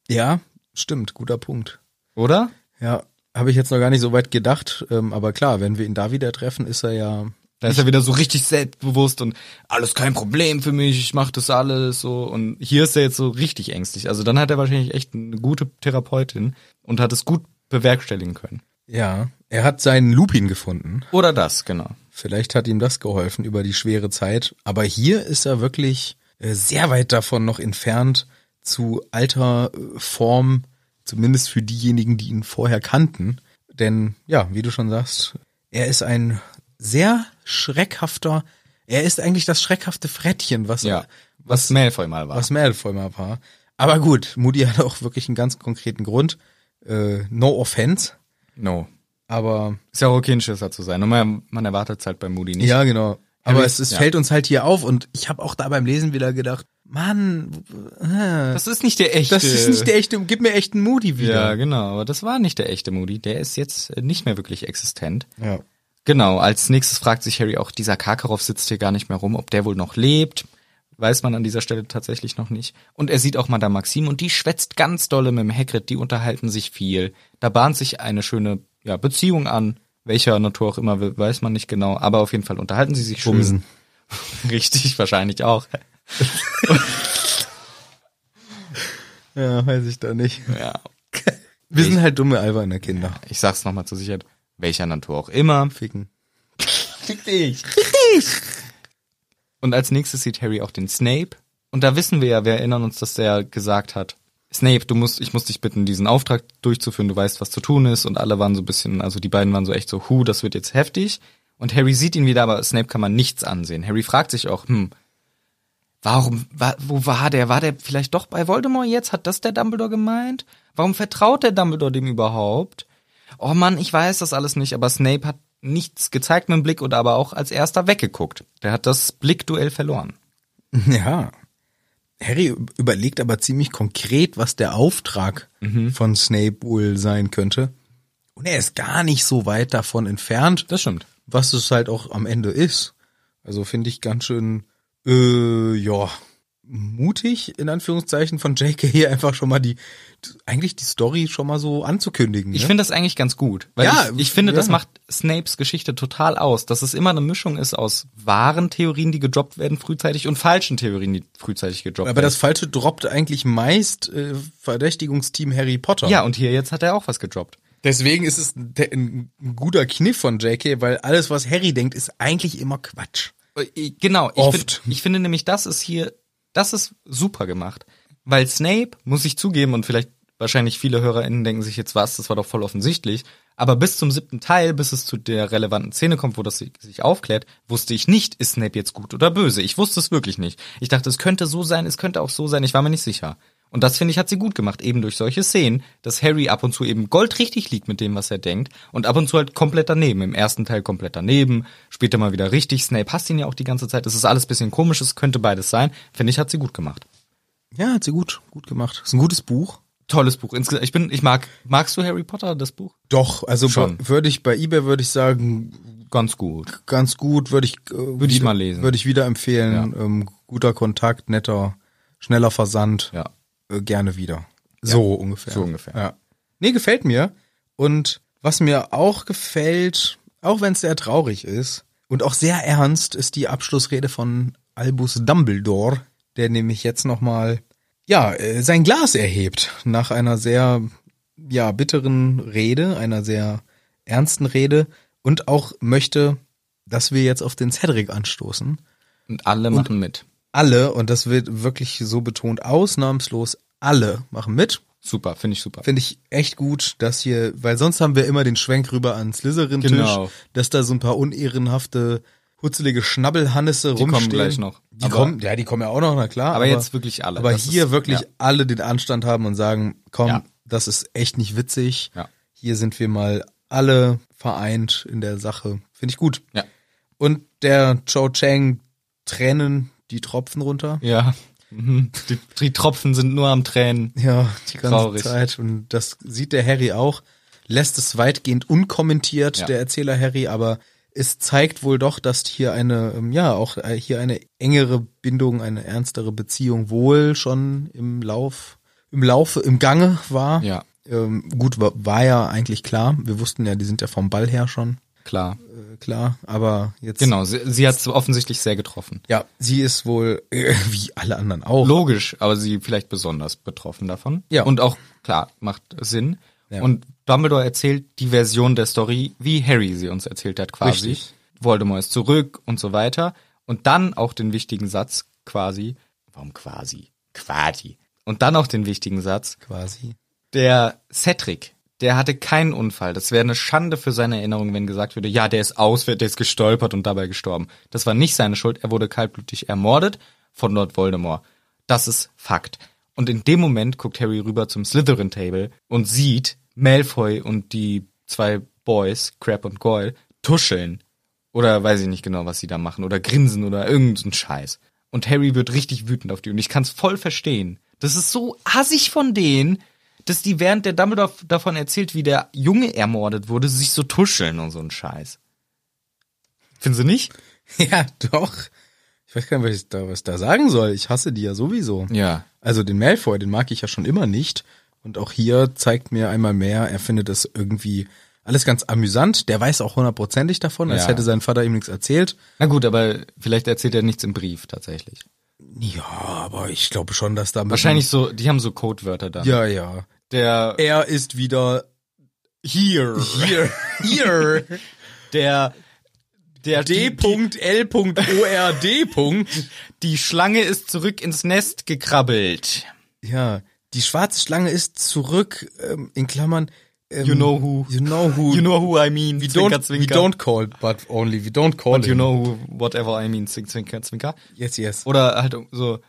Speaker 1: Ja, stimmt, guter Punkt.
Speaker 2: oder?
Speaker 1: Ja, habe ich jetzt noch gar nicht so weit gedacht, ähm, aber klar, wenn wir ihn da wieder treffen, ist er ja
Speaker 2: Da ist er wieder so richtig selbstbewusst und alles kein Problem für mich, ich mach das alles so. Und hier ist er jetzt so richtig ängstlich. Also dann hat er wahrscheinlich echt eine gute Therapeutin und hat es gut bewerkstelligen können.
Speaker 1: ja, er hat seinen Lupin gefunden.
Speaker 2: Oder das, genau.
Speaker 1: Vielleicht hat ihm das geholfen über die schwere Zeit, aber hier ist er wirklich äh, sehr weit davon noch entfernt zu alter äh, Form, zumindest für diejenigen, die ihn vorher kannten, denn ja, wie du schon sagst, er ist ein sehr schreckhafter, er ist eigentlich das schreckhafte Frettchen, was
Speaker 2: Ja. Was, Malfoy mal war.
Speaker 1: was Malfoy mal war. Aber gut, Moody hat auch wirklich einen ganz konkreten Grund. Äh, no offense,
Speaker 2: no.
Speaker 1: aber
Speaker 2: Ist ja auch okay, ein Schisser zu sein. Und man, man erwartet es halt bei Moody nicht.
Speaker 1: ja, genau. Aber
Speaker 2: Harry-
Speaker 1: es, es
Speaker 2: ja.
Speaker 1: fällt uns halt hier auf und ich habe auch da beim Lesen wieder gedacht, Mann, äh,
Speaker 2: Das ist nicht der echte.
Speaker 1: das ist nicht der echte, gib mir echten Moody
Speaker 2: Ja,
Speaker 1: wieder.
Speaker 2: genau. Aber das war nicht der echte Moody. Der ist jetzt äh, nicht mehr wirklich existent.
Speaker 1: Ja.
Speaker 2: Genau, als nächstes fragt sich Harry auch, dieser Karkaroff sitzt hier gar nicht mehr rum, ob der wohl noch lebt. Weiß man an dieser Stelle tatsächlich noch nicht. Und er sieht auch Madame Maxim und die schwätzt ganz dolle mit dem Hagrid, die unterhalten sich viel. Da bahnt sich eine schöne ja, Beziehung an, welcher Natur auch immer, we- weiß man nicht genau, aber auf jeden Fall unterhalten sie sich schön.
Speaker 1: Bumsen.
Speaker 2: [LAUGHS] Richtig, wahrscheinlich auch.
Speaker 1: ja, weiß ich da nicht.
Speaker 2: Ja.
Speaker 1: Wir sind halt dumme alberne Kinder.
Speaker 2: Ich sag's nochmal zur Sicherheit, welcher Natur auch immer.
Speaker 1: Ficken.
Speaker 2: Fick dich. Und als nächstes sieht Harry auch den Snape, Und da wissen wir ja, wir erinnern uns, dass der gesagt hat, Snape, du musst, ich muss dich bitten, diesen Auftrag durchzuführen, du weißt, was zu tun ist. Und alle waren so ein bisschen, also die beiden waren so echt so, hu, das wird jetzt heftig. Und Harry sieht ihn wieder, aber Snape kann man nichts ansehen. Harry fragt sich auch, hm, warum, wa, wo war der? War der vielleicht doch bei Voldemort jetzt? Hat das der Dumbledore gemeint? Warum vertraut der Dumbledore dem überhaupt? Oh Mann, ich weiß das alles nicht, aber Snape hat nichts gezeigt mit dem Blick oder aber auch als erster weggeguckt. Der hat das Blickduell verloren.
Speaker 1: [LAUGHS] Ja. Harry überlegt aber ziemlich konkret, was der Auftrag von Snape wohl sein könnte. Und er ist gar nicht so weit davon entfernt,
Speaker 2: Das stimmt.
Speaker 1: was es halt auch am Ende ist. Also finde ich ganz schön, äh, ja, mutig, in Anführungszeichen, von JK hier einfach schon mal die, eigentlich die Story schon mal so anzukündigen.
Speaker 2: Ich
Speaker 1: ne?
Speaker 2: finde das eigentlich ganz gut, weil
Speaker 1: Ja,
Speaker 2: ich, ich finde, das
Speaker 1: ja.
Speaker 2: macht Snapes Geschichte total aus, dass es immer eine Mischung ist aus wahren Theorien, die gedroppt werden frühzeitig und falschen Theorien, die frühzeitig gedroppt
Speaker 1: Aber das
Speaker 2: werden.
Speaker 1: Falsche droppt eigentlich meist äh, Verdächtigungsteam Harry Potter.
Speaker 2: ja, und hier jetzt hat er auch was gedroppt.
Speaker 1: Deswegen ist es ein, ein guter Kniff von JK, weil alles, was Harry denkt, ist eigentlich immer Quatsch.
Speaker 2: Äh, ich- Genau, ich,
Speaker 1: Oft.
Speaker 2: find, ich finde nämlich, das ist hier, das ist super gemacht. Weil Snape, muss ich zugeben, und vielleicht wahrscheinlich viele HörerInnen denken sich jetzt, was, das war doch voll offensichtlich, aber bis zum siebten Teil, bis es zu der relevanten Szene kommt, wo das si- sich aufklärt, wusste ich nicht, ist Snape jetzt gut oder böse. Ich wusste es wirklich nicht. Ich dachte, es könnte so sein, es könnte auch so sein, ich war mir nicht sicher. Und das, finde ich, hat sie gut gemacht, eben durch solche Szenen, dass Harry ab und zu eben goldrichtig liegt mit dem, was er denkt und ab und zu halt komplett daneben. Im ersten Teil komplett daneben, später mal wieder richtig. Snape hasst ihn ja auch die ganze Zeit. Es ist alles bisschen komisch, es könnte beides sein. Finde ich, hat sie gut gemacht.
Speaker 1: Ja, hat sie gut, gut gemacht. Ist ein gutes Buch.
Speaker 2: Tolles Buch. Insge- Ich bin, ich mag, magst du Harry Potter, das Buch?
Speaker 1: Doch, also
Speaker 2: Schon.
Speaker 1: bei- würde ich bei eBay würde ich sagen,
Speaker 2: Ganz gut.
Speaker 1: ganz gut, würde ich äh, würde
Speaker 2: ich mal lesen.
Speaker 1: Würde ich wieder empfehlen. Ähm, guter Kontakt, netter, schneller Versand.
Speaker 2: Ja.
Speaker 1: Äh, gerne wieder. So ungefähr.
Speaker 2: so ungefähr.
Speaker 1: Ja. Nee, gefällt mir. Und was mir auch gefällt, auch wenn es sehr traurig ist und auch sehr ernst, ist die Abschlussrede von Albus Dumbledore, der nämlich jetzt nochmal, ja, äh, sein Glas erhebt nach einer sehr, ja, bitteren Rede, einer sehr ernsten Rede und auch möchte, dass wir jetzt auf den Cedric anstoßen
Speaker 2: Und alle machen mit.
Speaker 1: alle, und das wird wirklich so betont, ausnahmslos alle machen mit.
Speaker 2: Super, finde ich super.
Speaker 1: Finde ich echt gut, dass hier, weil sonst haben wir immer den Schwenk rüber an Slytherin-Tisch,
Speaker 2: Genau.
Speaker 1: dass da so ein paar unehrenhafte, hutzelige Schnabbelhannisse rumstehen.
Speaker 2: kommen gleich noch.
Speaker 1: Die
Speaker 2: Aber-
Speaker 1: kommen, ja, die kommen ja auch noch, na klar.
Speaker 2: Aber jetzt wirklich alle.
Speaker 1: Aber
Speaker 2: Das
Speaker 1: hier
Speaker 2: ist-
Speaker 1: wirklich
Speaker 2: ja.
Speaker 1: alle den Anstand haben und sagen, komm,
Speaker 2: Ja.
Speaker 1: das ist echt nicht witzig.
Speaker 2: Ja.
Speaker 1: Hier sind wir mal alle vereint in der Sache. Finde ich gut.
Speaker 2: Ja.
Speaker 1: Und der Cho Chang Tränen, die Tropfen runter.
Speaker 2: Ja. Mhm. Die, die Tropfen sind nur am Tränen.
Speaker 1: Ja, die ganze
Speaker 2: Traurig.
Speaker 1: Zeit. Und das sieht der Harry auch. Lässt es weitgehend unkommentiert,
Speaker 2: Ja.
Speaker 1: der Erzähler Harry, aber es zeigt wohl doch, dass hier eine, ähm, ja, auch äh, hier eine engere Bindung, eine ernstere Beziehung wohl schon im Lauf, im Laufe, im Gange war.
Speaker 2: Ja.
Speaker 1: Ähm, gut, war, war ja eigentlich klar. Wir wussten ja, die sind ja vom Ball her schon
Speaker 2: Klar.
Speaker 1: äh, klar, aber jetzt.
Speaker 2: Genau, sie, sie hat offensichtlich sehr getroffen.
Speaker 1: Ja, sie ist wohl, äh, wie alle anderen auch,
Speaker 2: Logisch, aber sie vielleicht besonders betroffen davon.
Speaker 1: Ja.
Speaker 2: Und auch, klar, macht Sinn.
Speaker 1: Ja.
Speaker 2: Und Dumbledore erzählt die Version der Story, wie Harry sie uns erzählt hat, quasi.
Speaker 1: Richtig.
Speaker 2: Voldemort ist zurück und so weiter. Und dann auch den wichtigen Satz, quasi. Warum quasi? Quasi. Und dann auch den wichtigen Satz,
Speaker 1: quasi.
Speaker 2: der Cedric, der hatte keinen Unfall. Das wäre eine Schande für seine Erinnerung, wenn gesagt würde, ja, der ist aus, der ist gestolpert und dabei gestorben. Das war nicht seine Schuld. Er wurde kaltblütig ermordet von Lord Voldemort. Das ist Fakt. Und in dem Moment guckt Harry rüber zum Slytherin-Table und sieht Malfoy und die zwei Boys, Crab und Goyle, tuscheln. Oder weiß ich nicht genau, was sie da machen. Oder grinsen oder irgendeinen Scheiß. Und Harry wird richtig wütend auf die. Und ich kann's voll verstehen. Das ist so assig von denen, dass die während der Dumbledore davon erzählt, wie der Junge ermordet wurde, sich so tuscheln und so ein Scheiß. Finden Sie nicht?
Speaker 1: [LAUGHS] Ja, doch. Ich weiß gar nicht, was ich da, was ich da sagen soll. Ich hasse die ja sowieso.
Speaker 2: Ja.
Speaker 1: Also den Malfoy, den mag ich ja schon immer nicht. Und auch hier zeigt mir einmal mehr, er findet das irgendwie alles ganz amüsant. Der weiß auch hundertprozentig davon, als
Speaker 2: Ja.
Speaker 1: hätte sein Vater ihm nichts erzählt.
Speaker 2: Na gut, aber vielleicht erzählt er nichts im Brief tatsächlich.
Speaker 1: Ja, aber ich glaube schon, dass da... mit-
Speaker 2: Wahrscheinlich so, die haben so Codewörter dann.
Speaker 1: Ja, ja.
Speaker 2: Der
Speaker 1: Er ist wieder [LAUGHS]
Speaker 2: hier,
Speaker 1: hier.
Speaker 2: der Der die,
Speaker 1: D.L.ORD.
Speaker 2: die Schlange ist zurück ins Nest gekrabbelt.
Speaker 1: [LAUGHS] Ja, die schwarze Schlange ist zurück, ähm, in Klammern. Ähm,
Speaker 2: You know who.
Speaker 1: You know who.
Speaker 2: You know who I mean.
Speaker 1: we, don't, we don't call, but only we don't call
Speaker 2: But you
Speaker 1: him.
Speaker 2: know who, whatever I mean. Zwink, zwinker, zwinker.
Speaker 1: Yes, yes.
Speaker 2: Oder halt so.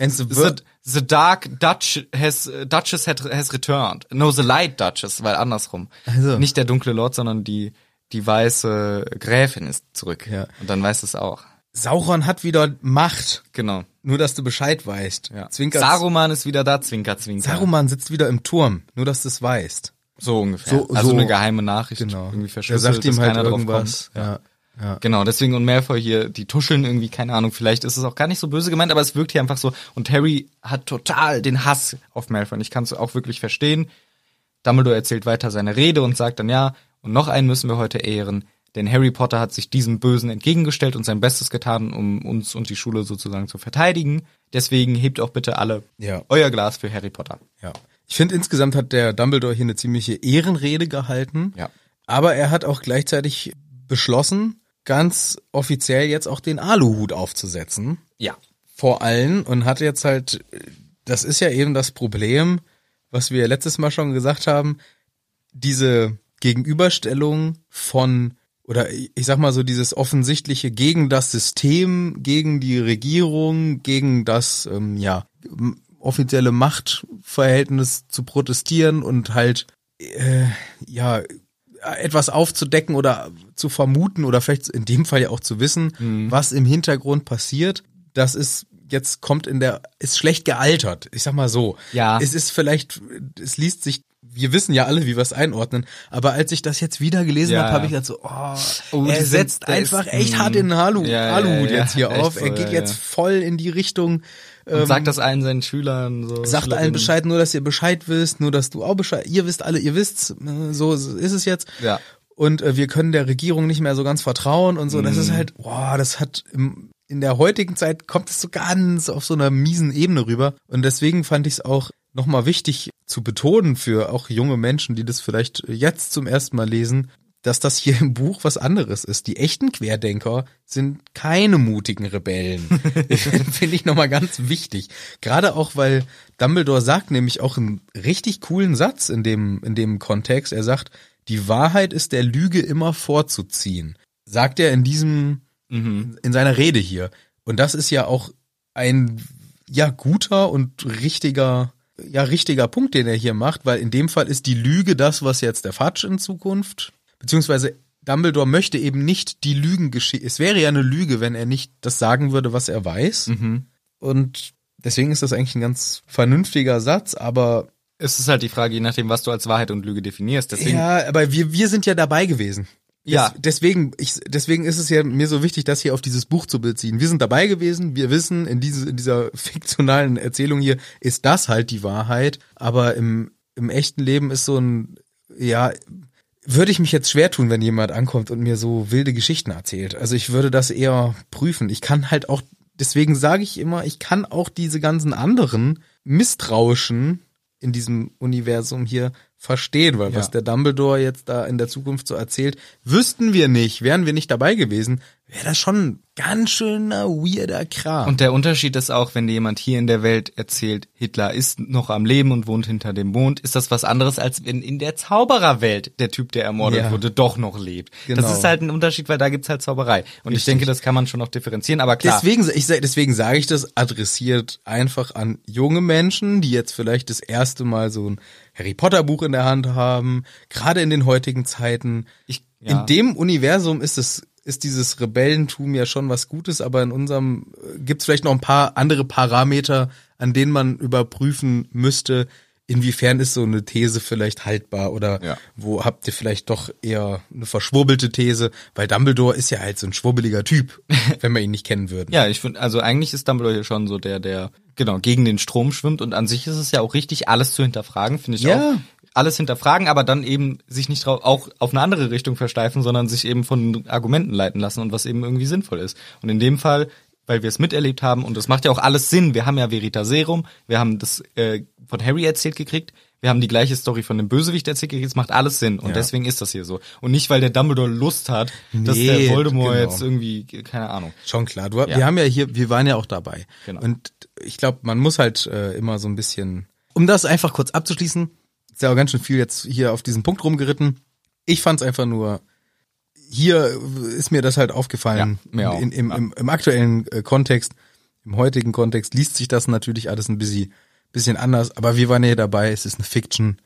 Speaker 1: And the,
Speaker 2: The,
Speaker 1: word,
Speaker 2: the Dark Dutch has, Duchess had, has returned. No, the Light Duchess, weil andersrum.
Speaker 1: Also.
Speaker 2: Nicht der dunkle Lord, sondern die, die weiße Gräfin ist zurück.
Speaker 1: Ja.
Speaker 2: Und dann weiß es auch.
Speaker 1: Sauron hat wieder Macht.
Speaker 2: Genau.
Speaker 1: Nur, dass du Bescheid weißt.
Speaker 2: Ja.
Speaker 1: Zwinker,
Speaker 2: Saruman ist wieder da, Zwinker, Zwinker.
Speaker 1: Saruman sitzt wieder im Turm. Nur, dass du es weißt.
Speaker 2: So ungefähr.
Speaker 1: So-
Speaker 2: also
Speaker 1: so-
Speaker 2: eine geheime Nachricht.
Speaker 1: Genau.
Speaker 2: Irgendwie
Speaker 1: er
Speaker 2: verschlüsselt,
Speaker 1: sagt ihm
Speaker 2: dass
Speaker 1: halt
Speaker 2: keiner drauf
Speaker 1: irgendwas.
Speaker 2: kommt.
Speaker 1: Ja. ja.
Speaker 2: Genau, deswegen und Malfoy hier, die tuscheln irgendwie, keine Ahnung, vielleicht ist es auch gar nicht so böse gemeint, aber es wirkt hier einfach so. Und Harry hat total den Hass auf Malfoy und ich kann es auch wirklich verstehen. Dumbledore erzählt weiter seine Rede und sagt dann, ja, und noch einen müssen wir heute ehren, denn Harry Potter hat sich diesem Bösen entgegengestellt und sein Bestes getan, um uns und die Schule sozusagen zu verteidigen. Deswegen hebt auch bitte alle
Speaker 1: Ja.
Speaker 2: euer Glas für Harry Potter.
Speaker 1: Ja. Ich finde, insgesamt hat der Dumbledore hier eine ziemliche Ehrenrede gehalten.
Speaker 2: Ja.
Speaker 1: Aber er hat auch gleichzeitig beschlossen, ganz offiziell jetzt auch den Aluhut aufzusetzen.
Speaker 2: Ja.
Speaker 1: Vor allen und hat jetzt halt, das ist ja eben das Problem, was wir letztes Mal schon gesagt haben, diese Gegenüberstellung von oder ich sag mal so dieses offensichtliche gegen das System, gegen die Regierung, gegen das ähm, ja m- offizielle Machtverhältnis zu protestieren und halt äh, ja etwas aufzudecken oder zu vermuten oder vielleicht in dem Fall ja auch zu wissen,
Speaker 2: Mhm.
Speaker 1: was im Hintergrund passiert. Das ist jetzt kommt in der ist schlecht gealtert. Ich sag mal so.
Speaker 2: Ja.
Speaker 1: Es ist vielleicht es liest sich wir wissen ja alle, wie wir es einordnen, aber als ich das jetzt wieder gelesen
Speaker 2: Ja,
Speaker 1: habe, habe
Speaker 2: ja.
Speaker 1: ich gedacht so, oh,
Speaker 2: Oh, die
Speaker 1: er
Speaker 2: sind-
Speaker 1: setzt
Speaker 2: der ist-
Speaker 1: einfach echt
Speaker 2: mm.
Speaker 1: hart in den Halu,
Speaker 2: Ja, ja,
Speaker 1: Aluhut
Speaker 2: ja,
Speaker 1: jetzt hier
Speaker 2: echt
Speaker 1: auf.
Speaker 2: so,
Speaker 1: er geht
Speaker 2: ja,
Speaker 1: jetzt
Speaker 2: ja.
Speaker 1: voll in die Richtung,
Speaker 2: Und sagt das allen seinen Schülern so.
Speaker 1: Ähm, sagt allen
Speaker 2: Schülerinnen.
Speaker 1: Bescheid, nur dass ihr Bescheid wisst, nur dass du auch Bescheid, ihr wisst alle, ihr wisst's, äh, so ist es jetzt.
Speaker 2: Ja.
Speaker 1: Und äh, wir können der Regierung nicht mehr so ganz vertrauen und so. Das ist halt, boah, das hat im, in der heutigen Zeit kommt es so ganz auf so einer miesen Ebene rüber. Und deswegen fand ich es auch nochmal wichtig zu betonen für auch junge Menschen, die das vielleicht jetzt zum ersten Mal lesen, dass das hier im Buch was anderes ist. Die echten Querdenker sind keine mutigen Rebellen. [LAUGHS] Finde ich nochmal ganz wichtig. Gerade auch, weil Dumbledore sagt nämlich auch einen richtig coolen Satz in dem, in dem Kontext. Er sagt, die Wahrheit ist der Lüge immer vorzuziehen. Sagt er in diesem, in seiner Rede hier. Und das ist ja auch ein, ja, guter und richtiger, ja, richtiger Punkt, den er hier macht, weil in dem Fall ist die Lüge das, was jetzt der Fatsch in Zukunft, beziehungsweise Dumbledore möchte eben nicht die Lügen geschehen. Es wäre ja eine Lüge, wenn er nicht das sagen würde, was er weiß. Und deswegen ist das eigentlich ein ganz vernünftiger Satz, aber
Speaker 2: Es ist halt die Frage, je nachdem, was du als Wahrheit und Lüge definierst. Deswegen,
Speaker 1: ja, aber wir, wir sind ja dabei gewesen. Des,
Speaker 2: Ja.
Speaker 1: Deswegen, ich, deswegen ist es ja mir so wichtig, das hier auf dieses Buch zu beziehen. Wir sind dabei gewesen, wir wissen, in, diese, in dieser [LAUGHS] fiktionalen Erzählung hier ist das halt die Wahrheit, aber im, im echten Leben ist so ein, ja, würde ich mich jetzt schwer tun, wenn jemand ankommt und mir so wilde Geschichten erzählt. Also ich würde das eher prüfen. Ich kann halt auch, deswegen sage ich immer, ich kann auch diese ganzen anderen misstrauischen in diesem Universum hier verstehen, weil
Speaker 2: Ja.
Speaker 1: was der Dumbledore jetzt da in der Zukunft so erzählt, wüssten wir nicht, wären wir nicht dabei gewesen, wäre das schon ein ganz schöner weirder Kram.
Speaker 2: Und der Unterschied ist auch, wenn dir jemand hier in der Welt erzählt, Hitler ist noch am Leben und wohnt hinter dem Mond, ist das was anderes, als wenn in der Zaubererwelt der Typ, der ermordet
Speaker 1: Ja.
Speaker 2: wurde, doch noch lebt.
Speaker 1: Genau.
Speaker 2: Das ist halt ein Unterschied, weil da gibt's halt Zauberei. Und ich denke, das kann man schon noch differenzieren, aber klar.
Speaker 1: Deswegen, ich, sag- deswegen sage ich das adressiert einfach an junge Menschen, die jetzt vielleicht das erste Mal so ein Harry Potter Buch in der Hand haben, gerade in den heutigen Zeiten.
Speaker 2: Ich- ja.
Speaker 1: In dem Universum ist es ist dieses Rebellentum ja schon was Gutes, aber in unserem äh, gibt's vielleicht noch ein paar andere Parameter, an denen man überprüfen müsste, inwiefern ist so eine These vielleicht haltbar oder
Speaker 2: Ja.
Speaker 1: wo habt ihr vielleicht doch eher eine verschwurbelte These, weil Dumbledore ist ja halt so ein schwurbeliger Typ, wenn wir ihn nicht kennen würden.
Speaker 2: Ja, ich finde, also eigentlich ist Dumbledore hier schon so der, der genau gegen den Strom schwimmt und an sich ist es ja auch richtig, alles zu hinterfragen, finde ich
Speaker 1: Ja.
Speaker 2: auch. Alles hinterfragen, aber dann eben sich nicht drauf, auch auf eine andere Richtung versteifen, sondern sich eben von Argumenten leiten lassen und was eben irgendwie sinnvoll ist. Und in dem Fall, weil wir es miterlebt haben und es macht ja auch alles Sinn. Wir haben ja Veritaserum, wir haben das äh, von Harry erzählt gekriegt, wir haben die gleiche Story von dem Bösewicht erzählt, jetzt macht alles Sinn. Und
Speaker 1: Ja.
Speaker 2: deswegen ist das hier so. Und nicht, weil der Dumbledore Lust hat, dass
Speaker 1: Nee,
Speaker 2: der Voldemort
Speaker 1: genau.
Speaker 2: jetzt irgendwie, keine Ahnung.
Speaker 1: Schon klar. Du,
Speaker 2: Ja.
Speaker 1: Wir haben ja hier, wir waren ja auch dabei.
Speaker 2: Genau.
Speaker 1: Und ich glaube, man muss halt äh, immer so ein bisschen, um das einfach kurz abzuschließen, ist ja auch ganz schön viel jetzt hier auf diesen Punkt rumgeritten. Ich fand es einfach nur, hier ist mir das halt aufgefallen.
Speaker 2: Ja, mir auch.
Speaker 1: In, im, im, Im aktuellen äh, Kontext, im heutigen Kontext liest sich das natürlich alles ein bisschen, bisschen anders, aber wir waren ja dabei, es ist eine Fiction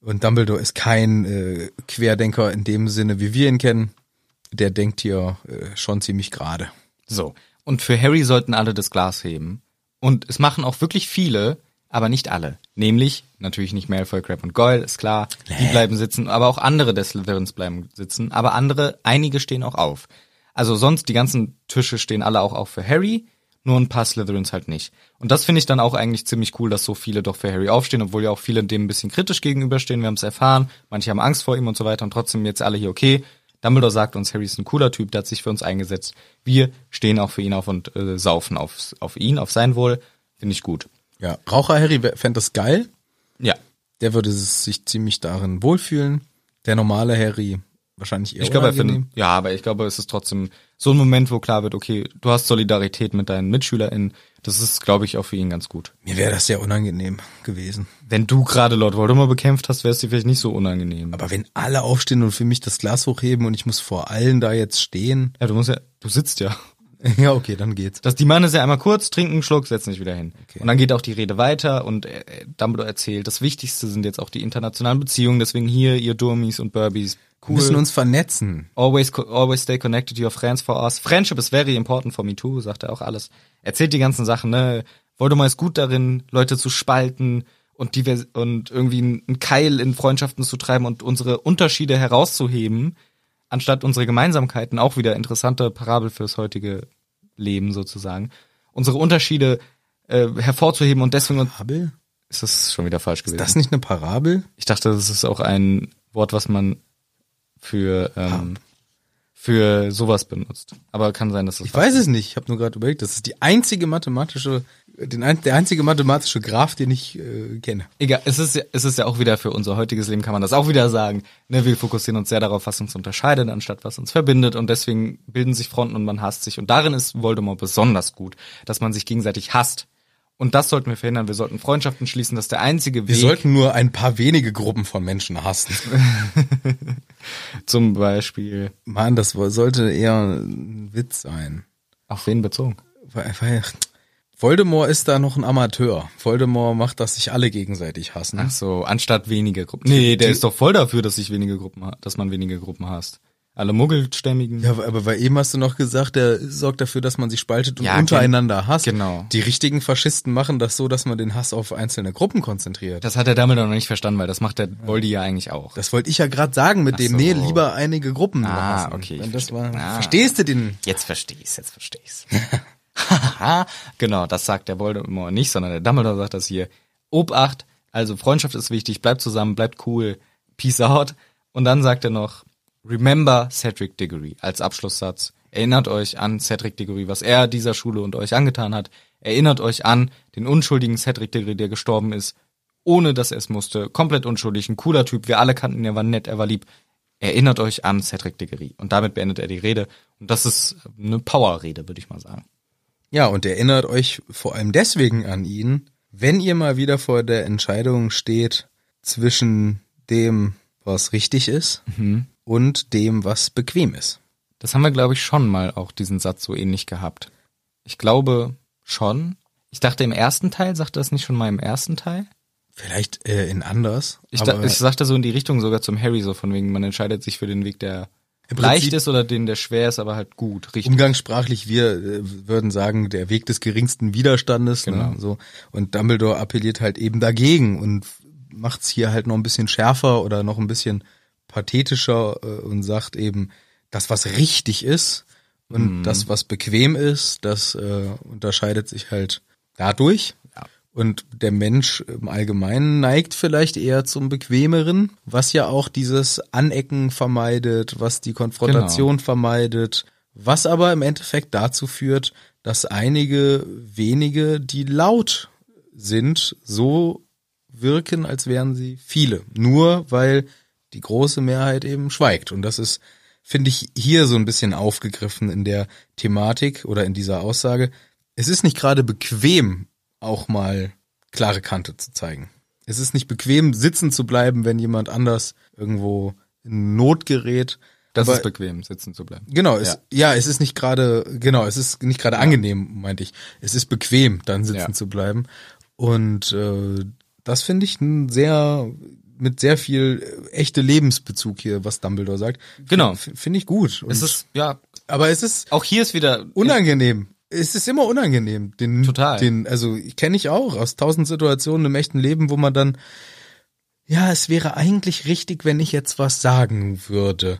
Speaker 1: und Dumbledore ist kein äh, Querdenker in dem Sinne, wie wir ihn kennen. Der denkt hier äh, schon ziemlich gerade.
Speaker 2: So. Und für Harry sollten alle das Glas heben. Und es machen auch wirklich viele, aber nicht alle. Nämlich natürlich nicht Malfoy, Crab und Goyle, ist klar. Die bleiben sitzen, aber auch andere des Slytherins bleiben sitzen. Aber andere, einige stehen auch auf. Also sonst, die ganzen Tische stehen alle auch auf für Harry, nur ein paar Slytherins halt nicht. Und das finde ich dann auch eigentlich ziemlich cool, dass so viele doch für Harry aufstehen, obwohl ja auch viele dem ein bisschen kritisch gegenüberstehen. Wir haben es erfahren, manche haben Angst vor ihm und so weiter und trotzdem jetzt alle hier okay. Dumbledore sagt uns, Harry ist ein cooler Typ, der hat sich für uns eingesetzt. Wir stehen auch für ihn auf und äh, saufen auf, auf ihn, auf sein Wohl. Finde ich gut.
Speaker 1: Ja, Raucher Harry fände das geil.
Speaker 2: Ja.
Speaker 1: Der würde es sich ziemlich darin wohlfühlen. Der normale Harry wahrscheinlich eher
Speaker 2: Ich glaube, er
Speaker 1: Oh, unangenehm.
Speaker 2: findet, ja, aber ich glaube, es ist trotzdem so ein Moment, wo klar wird, okay, du hast Solidarität mit deinen MitschülerInnen. Das ist, glaube ich, auch für ihn ganz gut.
Speaker 1: Mir wäre das sehr unangenehm gewesen.
Speaker 2: Wenn du gerade Lord Voldemort bekämpft hast, wäre es dir vielleicht nicht so unangenehm.
Speaker 1: Aber wenn alle aufstehen und für mich das Glas hochheben und ich muss vor allen da jetzt stehen. [LAUGHS]
Speaker 2: ja, du musst ja, du sitzt ja.
Speaker 1: Ja, okay, dann geht's.
Speaker 2: Das, die Mann ist ja einmal kurz, trinken einen Schluck, setzen sich wieder hin.
Speaker 1: Okay.
Speaker 2: Und dann geht auch die Rede weiter und äh, äh, Dumbledore erzählt, das Wichtigste sind jetzt auch die internationalen Beziehungen, deswegen hier, ihr Durmies und Burbies.
Speaker 1: Wir müssen uns vernetzen.
Speaker 2: Always, co- always stay connected to your friends for us. Friendship is very important for me too, sagt er auch alles. Erzählt die ganzen Sachen, ne? Voldemort ist gut darin, Leute zu spalten und, divers und irgendwie einen Keil in Freundschaften zu treiben und unsere Unterschiede herauszuheben, anstatt unsere Gemeinsamkeiten, auch wieder interessante Parabel fürs heutige Leben sozusagen, unsere Unterschiede äh, hervorzuheben und deswegen... Und
Speaker 1: Parabel?
Speaker 2: ist das schon wieder falsch gewesen?
Speaker 1: Ist das nicht eine Parabel?
Speaker 2: Ich dachte, das ist auch ein Wort, was man für, ähm, für sowas benutzt. Aber kann sein, dass das
Speaker 1: Ich weiß es nicht. Ich habe nur gerade überlegt, das ist die einzige mathematische, den, ein- der einzige mathematische Graph, den ich äh, kenne.
Speaker 2: Egal, es ist, ja- es ist ja auch wieder für unser heutiges Leben, kann man das auch wieder sagen. Ne, wir fokussieren uns sehr darauf, was uns unterscheidet, anstatt was uns verbindet. Und deswegen bilden sich Fronten und man hasst sich. Und darin ist Voldemort besonders gut, dass man sich gegenseitig hasst. Und das sollten wir verhindern. Wir sollten Freundschaften schließen. Das ist der einzige
Speaker 1: Wir
Speaker 2: Weg.
Speaker 1: sollten nur ein paar wenige Gruppen von Menschen hassen.
Speaker 2: zum Beispiel
Speaker 1: Mann, das wo- sollte eher ein Witz sein.
Speaker 2: auf wen bezogen?
Speaker 1: Weil, weil Voldemort ist da noch ein Amateur. Voldemort macht, dass sich alle gegenseitig hassen.
Speaker 2: Ach so, anstatt weniger Gruppen. Nee, der
Speaker 1: Ne? die-
Speaker 2: ist doch voll dafür, dass ich wenige Gruppen, ha- dass man weniger Gruppen hasst. Alle Muggelstämmigen.
Speaker 1: Ja, aber- aber bei eben hast du noch gesagt, der sorgt dafür, dass man sich spaltet und
Speaker 2: Ja,
Speaker 1: untereinander hasst.
Speaker 2: genau.
Speaker 1: Die richtigen Faschisten machen das so, dass man den Hass auf einzelne Gruppen konzentriert.
Speaker 2: Das hat er damit noch nicht verstanden, weil das macht der Voldy ja eigentlich auch.
Speaker 1: Das wollte ich ja gerade sagen mit dem,
Speaker 2: so.
Speaker 1: nee, lieber einige Gruppen nur
Speaker 2: Ah,
Speaker 1: hassen.
Speaker 2: okay, ich
Speaker 1: Wenn das
Speaker 2: verstehe.
Speaker 1: war,
Speaker 2: Ah.
Speaker 1: Verstehst du den?
Speaker 2: Jetzt verstehe ich's, jetzt verstehe ich's. Haha, genau, das sagt der Voldemort nicht, sondern der Dumbledore sagt das hier. Obacht, also Freundschaft ist wichtig, bleibt zusammen, bleibt cool, peace out. Und dann sagt er noch, remember Cedric Diggory als Abschlusssatz. Erinnert euch an Cedric Diggory, was er dieser Schule und euch angetan hat. Erinnert euch an den unschuldigen Cedric Diggory, der gestorben ist, ohne dass er es musste. Komplett unschuldig, ein cooler Typ, wir alle kannten ihn, er war nett, er war lieb. Erinnert euch an Cedric Diggory. Und damit beendet er die Rede. Und das ist eine Power-Rede, würde ich mal sagen.
Speaker 1: Ja, und erinnert euch vor allem deswegen an ihn, wenn ihr mal wieder vor der Entscheidung steht zwischen dem, was richtig ist
Speaker 2: Mhm.
Speaker 1: und dem, was bequem ist.
Speaker 2: Das haben wir, glaube ich, schon mal auch diesen Satz so ähnlich gehabt. Ich glaube schon. Ich dachte im ersten Teil, sagte das nicht schon mal im ersten Teil?
Speaker 1: Vielleicht äh, in anders.
Speaker 2: Ich, da,
Speaker 1: aber
Speaker 2: ich sagte so in die Richtung sogar zum Harry, so von wegen, man entscheidet sich für den Weg, der
Speaker 1: Im
Speaker 2: leicht
Speaker 1: Prinzip- Um
Speaker 2: ist oder den, der schwer ist, aber halt gut, richtig.
Speaker 1: umgangssprachlich, wir äh, würden sagen, der Weg des geringsten Widerstandes.
Speaker 2: Genau.
Speaker 1: Ne, so. Und Dumbledore appelliert halt eben dagegen und macht's hier halt noch ein bisschen schärfer oder noch ein bisschen pathetischer äh, und sagt eben, das, was richtig ist
Speaker 2: Mhm.
Speaker 1: und das, was bequem ist, das äh, unterscheidet sich halt dadurch.
Speaker 2: Ja.
Speaker 1: Und der Mensch im Allgemeinen neigt vielleicht eher zum Bequemeren, was ja auch dieses Anecken vermeidet, was die Konfrontation vermeidet, was aber im Endeffekt dazu führt, dass einige wenige, die laut sind, so wirken, als wären sie viele. Nur weil die große Mehrheit eben schweigt. Und das ist, finde ich, hier so ein bisschen aufgegriffen in der Thematik oder in dieser Aussage. Es ist nicht gerade bequem, auch mal klare Kante zu zeigen. Es ist nicht bequem, sitzen zu bleiben, wenn jemand anders irgendwo in Not gerät.
Speaker 2: Das
Speaker 1: Aber-
Speaker 2: ist bequem, sitzen zu bleiben.
Speaker 1: Genau, es, ja. es ist nicht gerade, genau, es ist nicht gerade angenehm, meinte ich. Es ist bequem, dann sitzen
Speaker 2: Ja.
Speaker 1: zu bleiben. Und äh, das finde ich ein sehr, mit sehr viel äh, echte Lebensbezug hier, was Dumbledore sagt.
Speaker 2: Genau.
Speaker 1: F- Finde ich gut. Und,
Speaker 2: Es ist, ja,
Speaker 1: aber es ist
Speaker 2: auch hier ist wieder
Speaker 1: unangenehm. Es ist immer unangenehm. Den,
Speaker 2: Total.
Speaker 1: Den, also kenne ich auch aus tausend Situationen im echten Leben, wo man dann, ja, es wäre eigentlich richtig, wenn ich jetzt was sagen würde.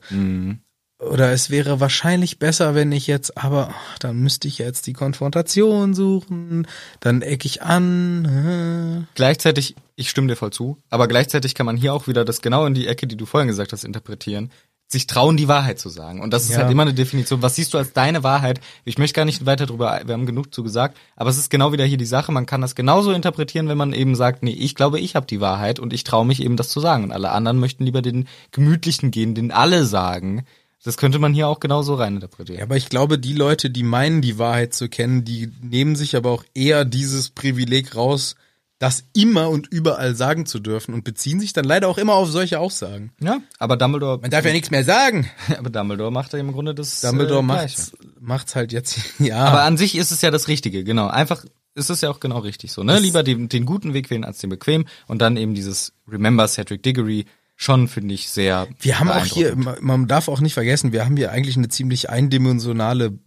Speaker 1: Oder es wäre wahrscheinlich besser, wenn ich jetzt, aber ach, dann müsste ich jetzt die Konfrontation suchen, dann eck ich an. äh.
Speaker 2: gleichzeitig, ich stimme dir voll zu, aber gleichzeitig kann man hier auch wieder das genau in die Ecke, die du vorhin gesagt hast, interpretieren. Sich trauen, die Wahrheit zu sagen. Und das ist
Speaker 1: Ja.
Speaker 2: halt immer eine Definition. Was siehst du als deine Wahrheit? Ich möchte gar nicht weiter drüber, wir haben genug zu gesagt, aber es ist genau wieder hier die Sache. Man kann das genauso interpretieren, wenn man eben sagt, nee, ich glaube, ich habe die Wahrheit und ich traue mich eben, das zu sagen. Und alle anderen möchten lieber den gemütlichen gehen, den alle sagen. Das könnte man hier auch genauso rein
Speaker 1: Ja,
Speaker 2: interpretieren.
Speaker 1: aber ich glaube, die Leute, die meinen, die Wahrheit zu kennen, die nehmen sich aber auch eher dieses Privileg raus, das immer und überall sagen zu dürfen und beziehen sich dann leider auch immer auf solche Aussagen.
Speaker 2: Ja, aber Dumbledore,
Speaker 1: Man darf ja nichts mehr sagen.
Speaker 2: [LAUGHS] aber Dumbledore macht da im Grunde das
Speaker 1: Dumbledore
Speaker 2: äh, Gleiche.
Speaker 1: macht's, macht's halt jetzt. Ja,
Speaker 2: Aber an sich ist es ja das Richtige, genau. Einfach ist es ja auch genau richtig so, ne? Lieber den, den guten Weg wählen als den bequem und dann eben dieses Remember Cedric Diggory schon finde ich sehr
Speaker 1: wir haben auch hier,
Speaker 2: beeindruckend.
Speaker 1: ma- man darf auch nicht vergessen, wir haben hier eigentlich eine ziemlich eindimensionale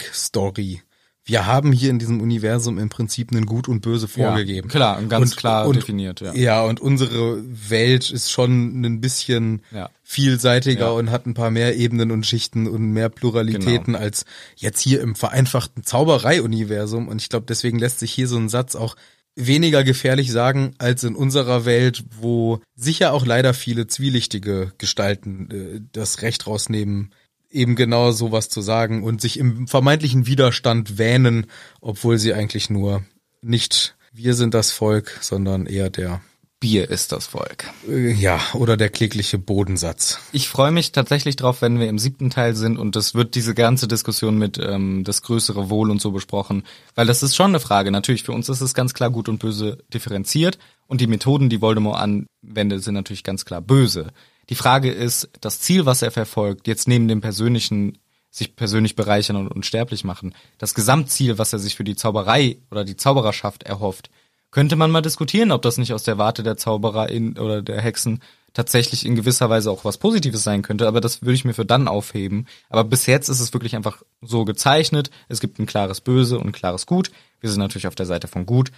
Speaker 1: Backstory. Wir haben hier in diesem Universum im Prinzip einen Gut und Böse
Speaker 2: Ja,
Speaker 1: vorgegeben.
Speaker 2: Klar, und ganz klar
Speaker 1: und-
Speaker 2: definiert, ja.
Speaker 1: Ja, und unsere Welt ist schon ein bisschen
Speaker 2: Ja.
Speaker 1: vielseitiger
Speaker 2: Ja.
Speaker 1: und hat ein paar mehr Ebenen und Schichten und mehr Pluralitäten als jetzt hier im vereinfachten Zauberei-Universum. Und ich glaube, deswegen lässt sich hier so ein Satz auch weniger gefährlich sagen als in unserer Welt, wo sicher auch leider viele zwielichtige Gestalten äh, das Recht rausnehmen, eben genau sowas zu sagen und sich im vermeintlichen Widerstand wähnen, obwohl sie eigentlich nur nicht wir sind das Volk, sondern eher der
Speaker 2: Bier ist das Volk.
Speaker 1: äh, ja, oder der klägliche Bodensatz.
Speaker 2: Ich freue mich tatsächlich drauf, wenn wir im siebten Teil sind und es wird diese ganze Diskussion mit ähm, das größere Wohl und so besprochen, weil das ist schon eine Frage. Natürlich, für uns ist es ganz klar gut und böse differenziert und die Methoden, die Voldemort anwendet, sind natürlich ganz klar böse. Die Frage ist, das Ziel, was er verfolgt, jetzt neben dem persönlichen, sich persönlich bereichern und unsterblich machen, das Gesamtziel, was er sich für die Zauberei oder die Zaubererschaft erhofft, könnte man mal diskutieren, ob das nicht aus der Warte der Zauberer in, oder der Hexen tatsächlich in gewisser Weise auch was Positives sein könnte, aber das würde ich mir für dann aufheben. Aber bis jetzt ist es wirklich einfach so gezeichnet. Es gibt ein klares Böse und ein klares Gut. Wir sind natürlich auf der Seite von Gut.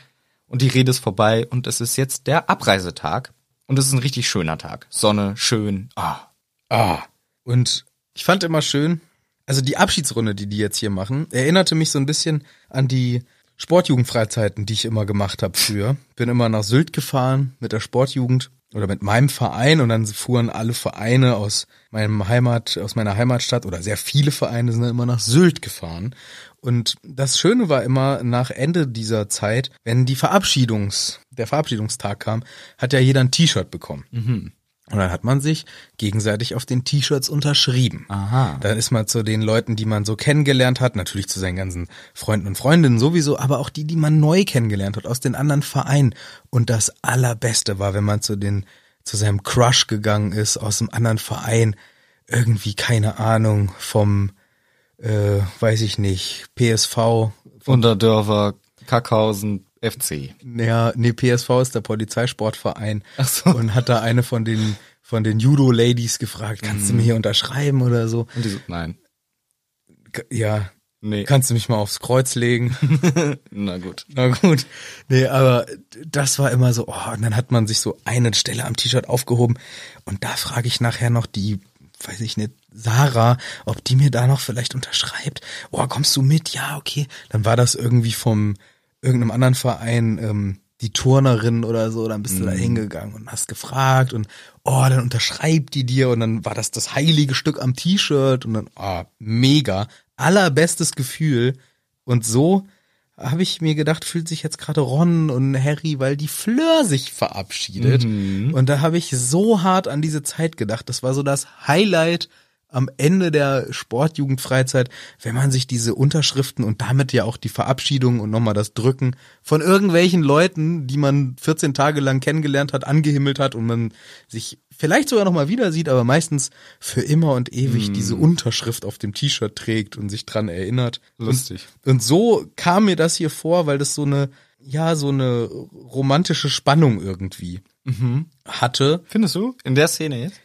Speaker 2: Und die Rede ist vorbei und es ist jetzt der Abreisetag. Und es ist ein richtig schöner Tag. Sonne, schön. Ah,
Speaker 1: Ah. Und ich fand immer schön, also die Abschiedsrunde, die die jetzt hier machen, erinnerte mich so ein bisschen an die Sportjugendfreizeiten, die ich immer gemacht habe früher. Bin immer nach Sylt gefahren mit der Sportjugend oder mit meinem Verein und dann fuhren alle Vereine aus meinem Heimat, aus meiner Heimatstadt oder sehr viele Vereine sind dann immer nach Sylt gefahren. Und das Schöne war immer nach Ende dieser Zeit, wenn die Verabschiedungs, der Verabschiedungstag kam, hat ja jeder ein T-Shirt bekommen. Und dann hat man sich gegenseitig auf den T-Shirts unterschrieben.
Speaker 2: Aha.
Speaker 1: Dann ist man zu den Leuten, die man so kennengelernt hat, natürlich zu seinen ganzen Freunden und Freundinnen sowieso, aber auch die, die man neu kennengelernt hat, aus den anderen Vereinen. Und das Allerbeste war, wenn man zu den, zu seinem Crush gegangen ist, aus einem anderen Verein, irgendwie, keine Ahnung, vom, äh, weiß ich nicht, PSV,
Speaker 2: Unterdörfer, Kackhausen, FC.
Speaker 1: ja, nee, PSV ist der Polizeisportverein
Speaker 2: Ach so.
Speaker 1: und hat da eine von den von den Judo-Ladies gefragt, kannst
Speaker 2: Mhm.
Speaker 1: du mir hier unterschreiben oder so?
Speaker 2: Und die so, nein.
Speaker 1: K- Ja,
Speaker 2: Nee.
Speaker 1: kannst du mich mal aufs Kreuz legen?
Speaker 2: Na gut.
Speaker 1: Na gut. Nee, aber das war immer so, oh, und dann hat man sich so eine Stelle am T-Shirt aufgehoben und da frage ich nachher noch die, weiß ich nicht, Sarah, ob die mir da noch vielleicht unterschreibt. Oh, kommst du mit? Ja, okay. Dann war das irgendwie vom irgendeinem anderen Verein, ähm, die Turnerin oder so, dann bist du da hingegangen und hast gefragt und oh, dann unterschreibt die dir und dann war das das heilige Stück am oh, T-Shirt und dann, ah, mega, allerbestes Gefühl und so habe ich mir gedacht, fühlt sich jetzt gerade Ron und Harry, weil die Fleur sich verabschiedet. Und da habe ich so hart an diese Zeit gedacht. Das war so das Highlight am Ende der Sportjugendfreizeit, wenn man sich diese Unterschriften und damit ja auch die Verabschiedung und nochmal das Drücken von irgendwelchen Leuten, die man 14 Tage lang kennengelernt hat, angehimmelt hat und man sich vielleicht sogar nochmal wieder sieht, aber meistens für immer und ewig diese Unterschrift auf dem T-Shirt trägt und sich dran erinnert.
Speaker 2: Lustig.
Speaker 1: Und, und so kam mir das hier vor, weil das so eine, ja, so eine romantische Spannung irgendwie hatte
Speaker 2: Findest du? In der Szene jetzt?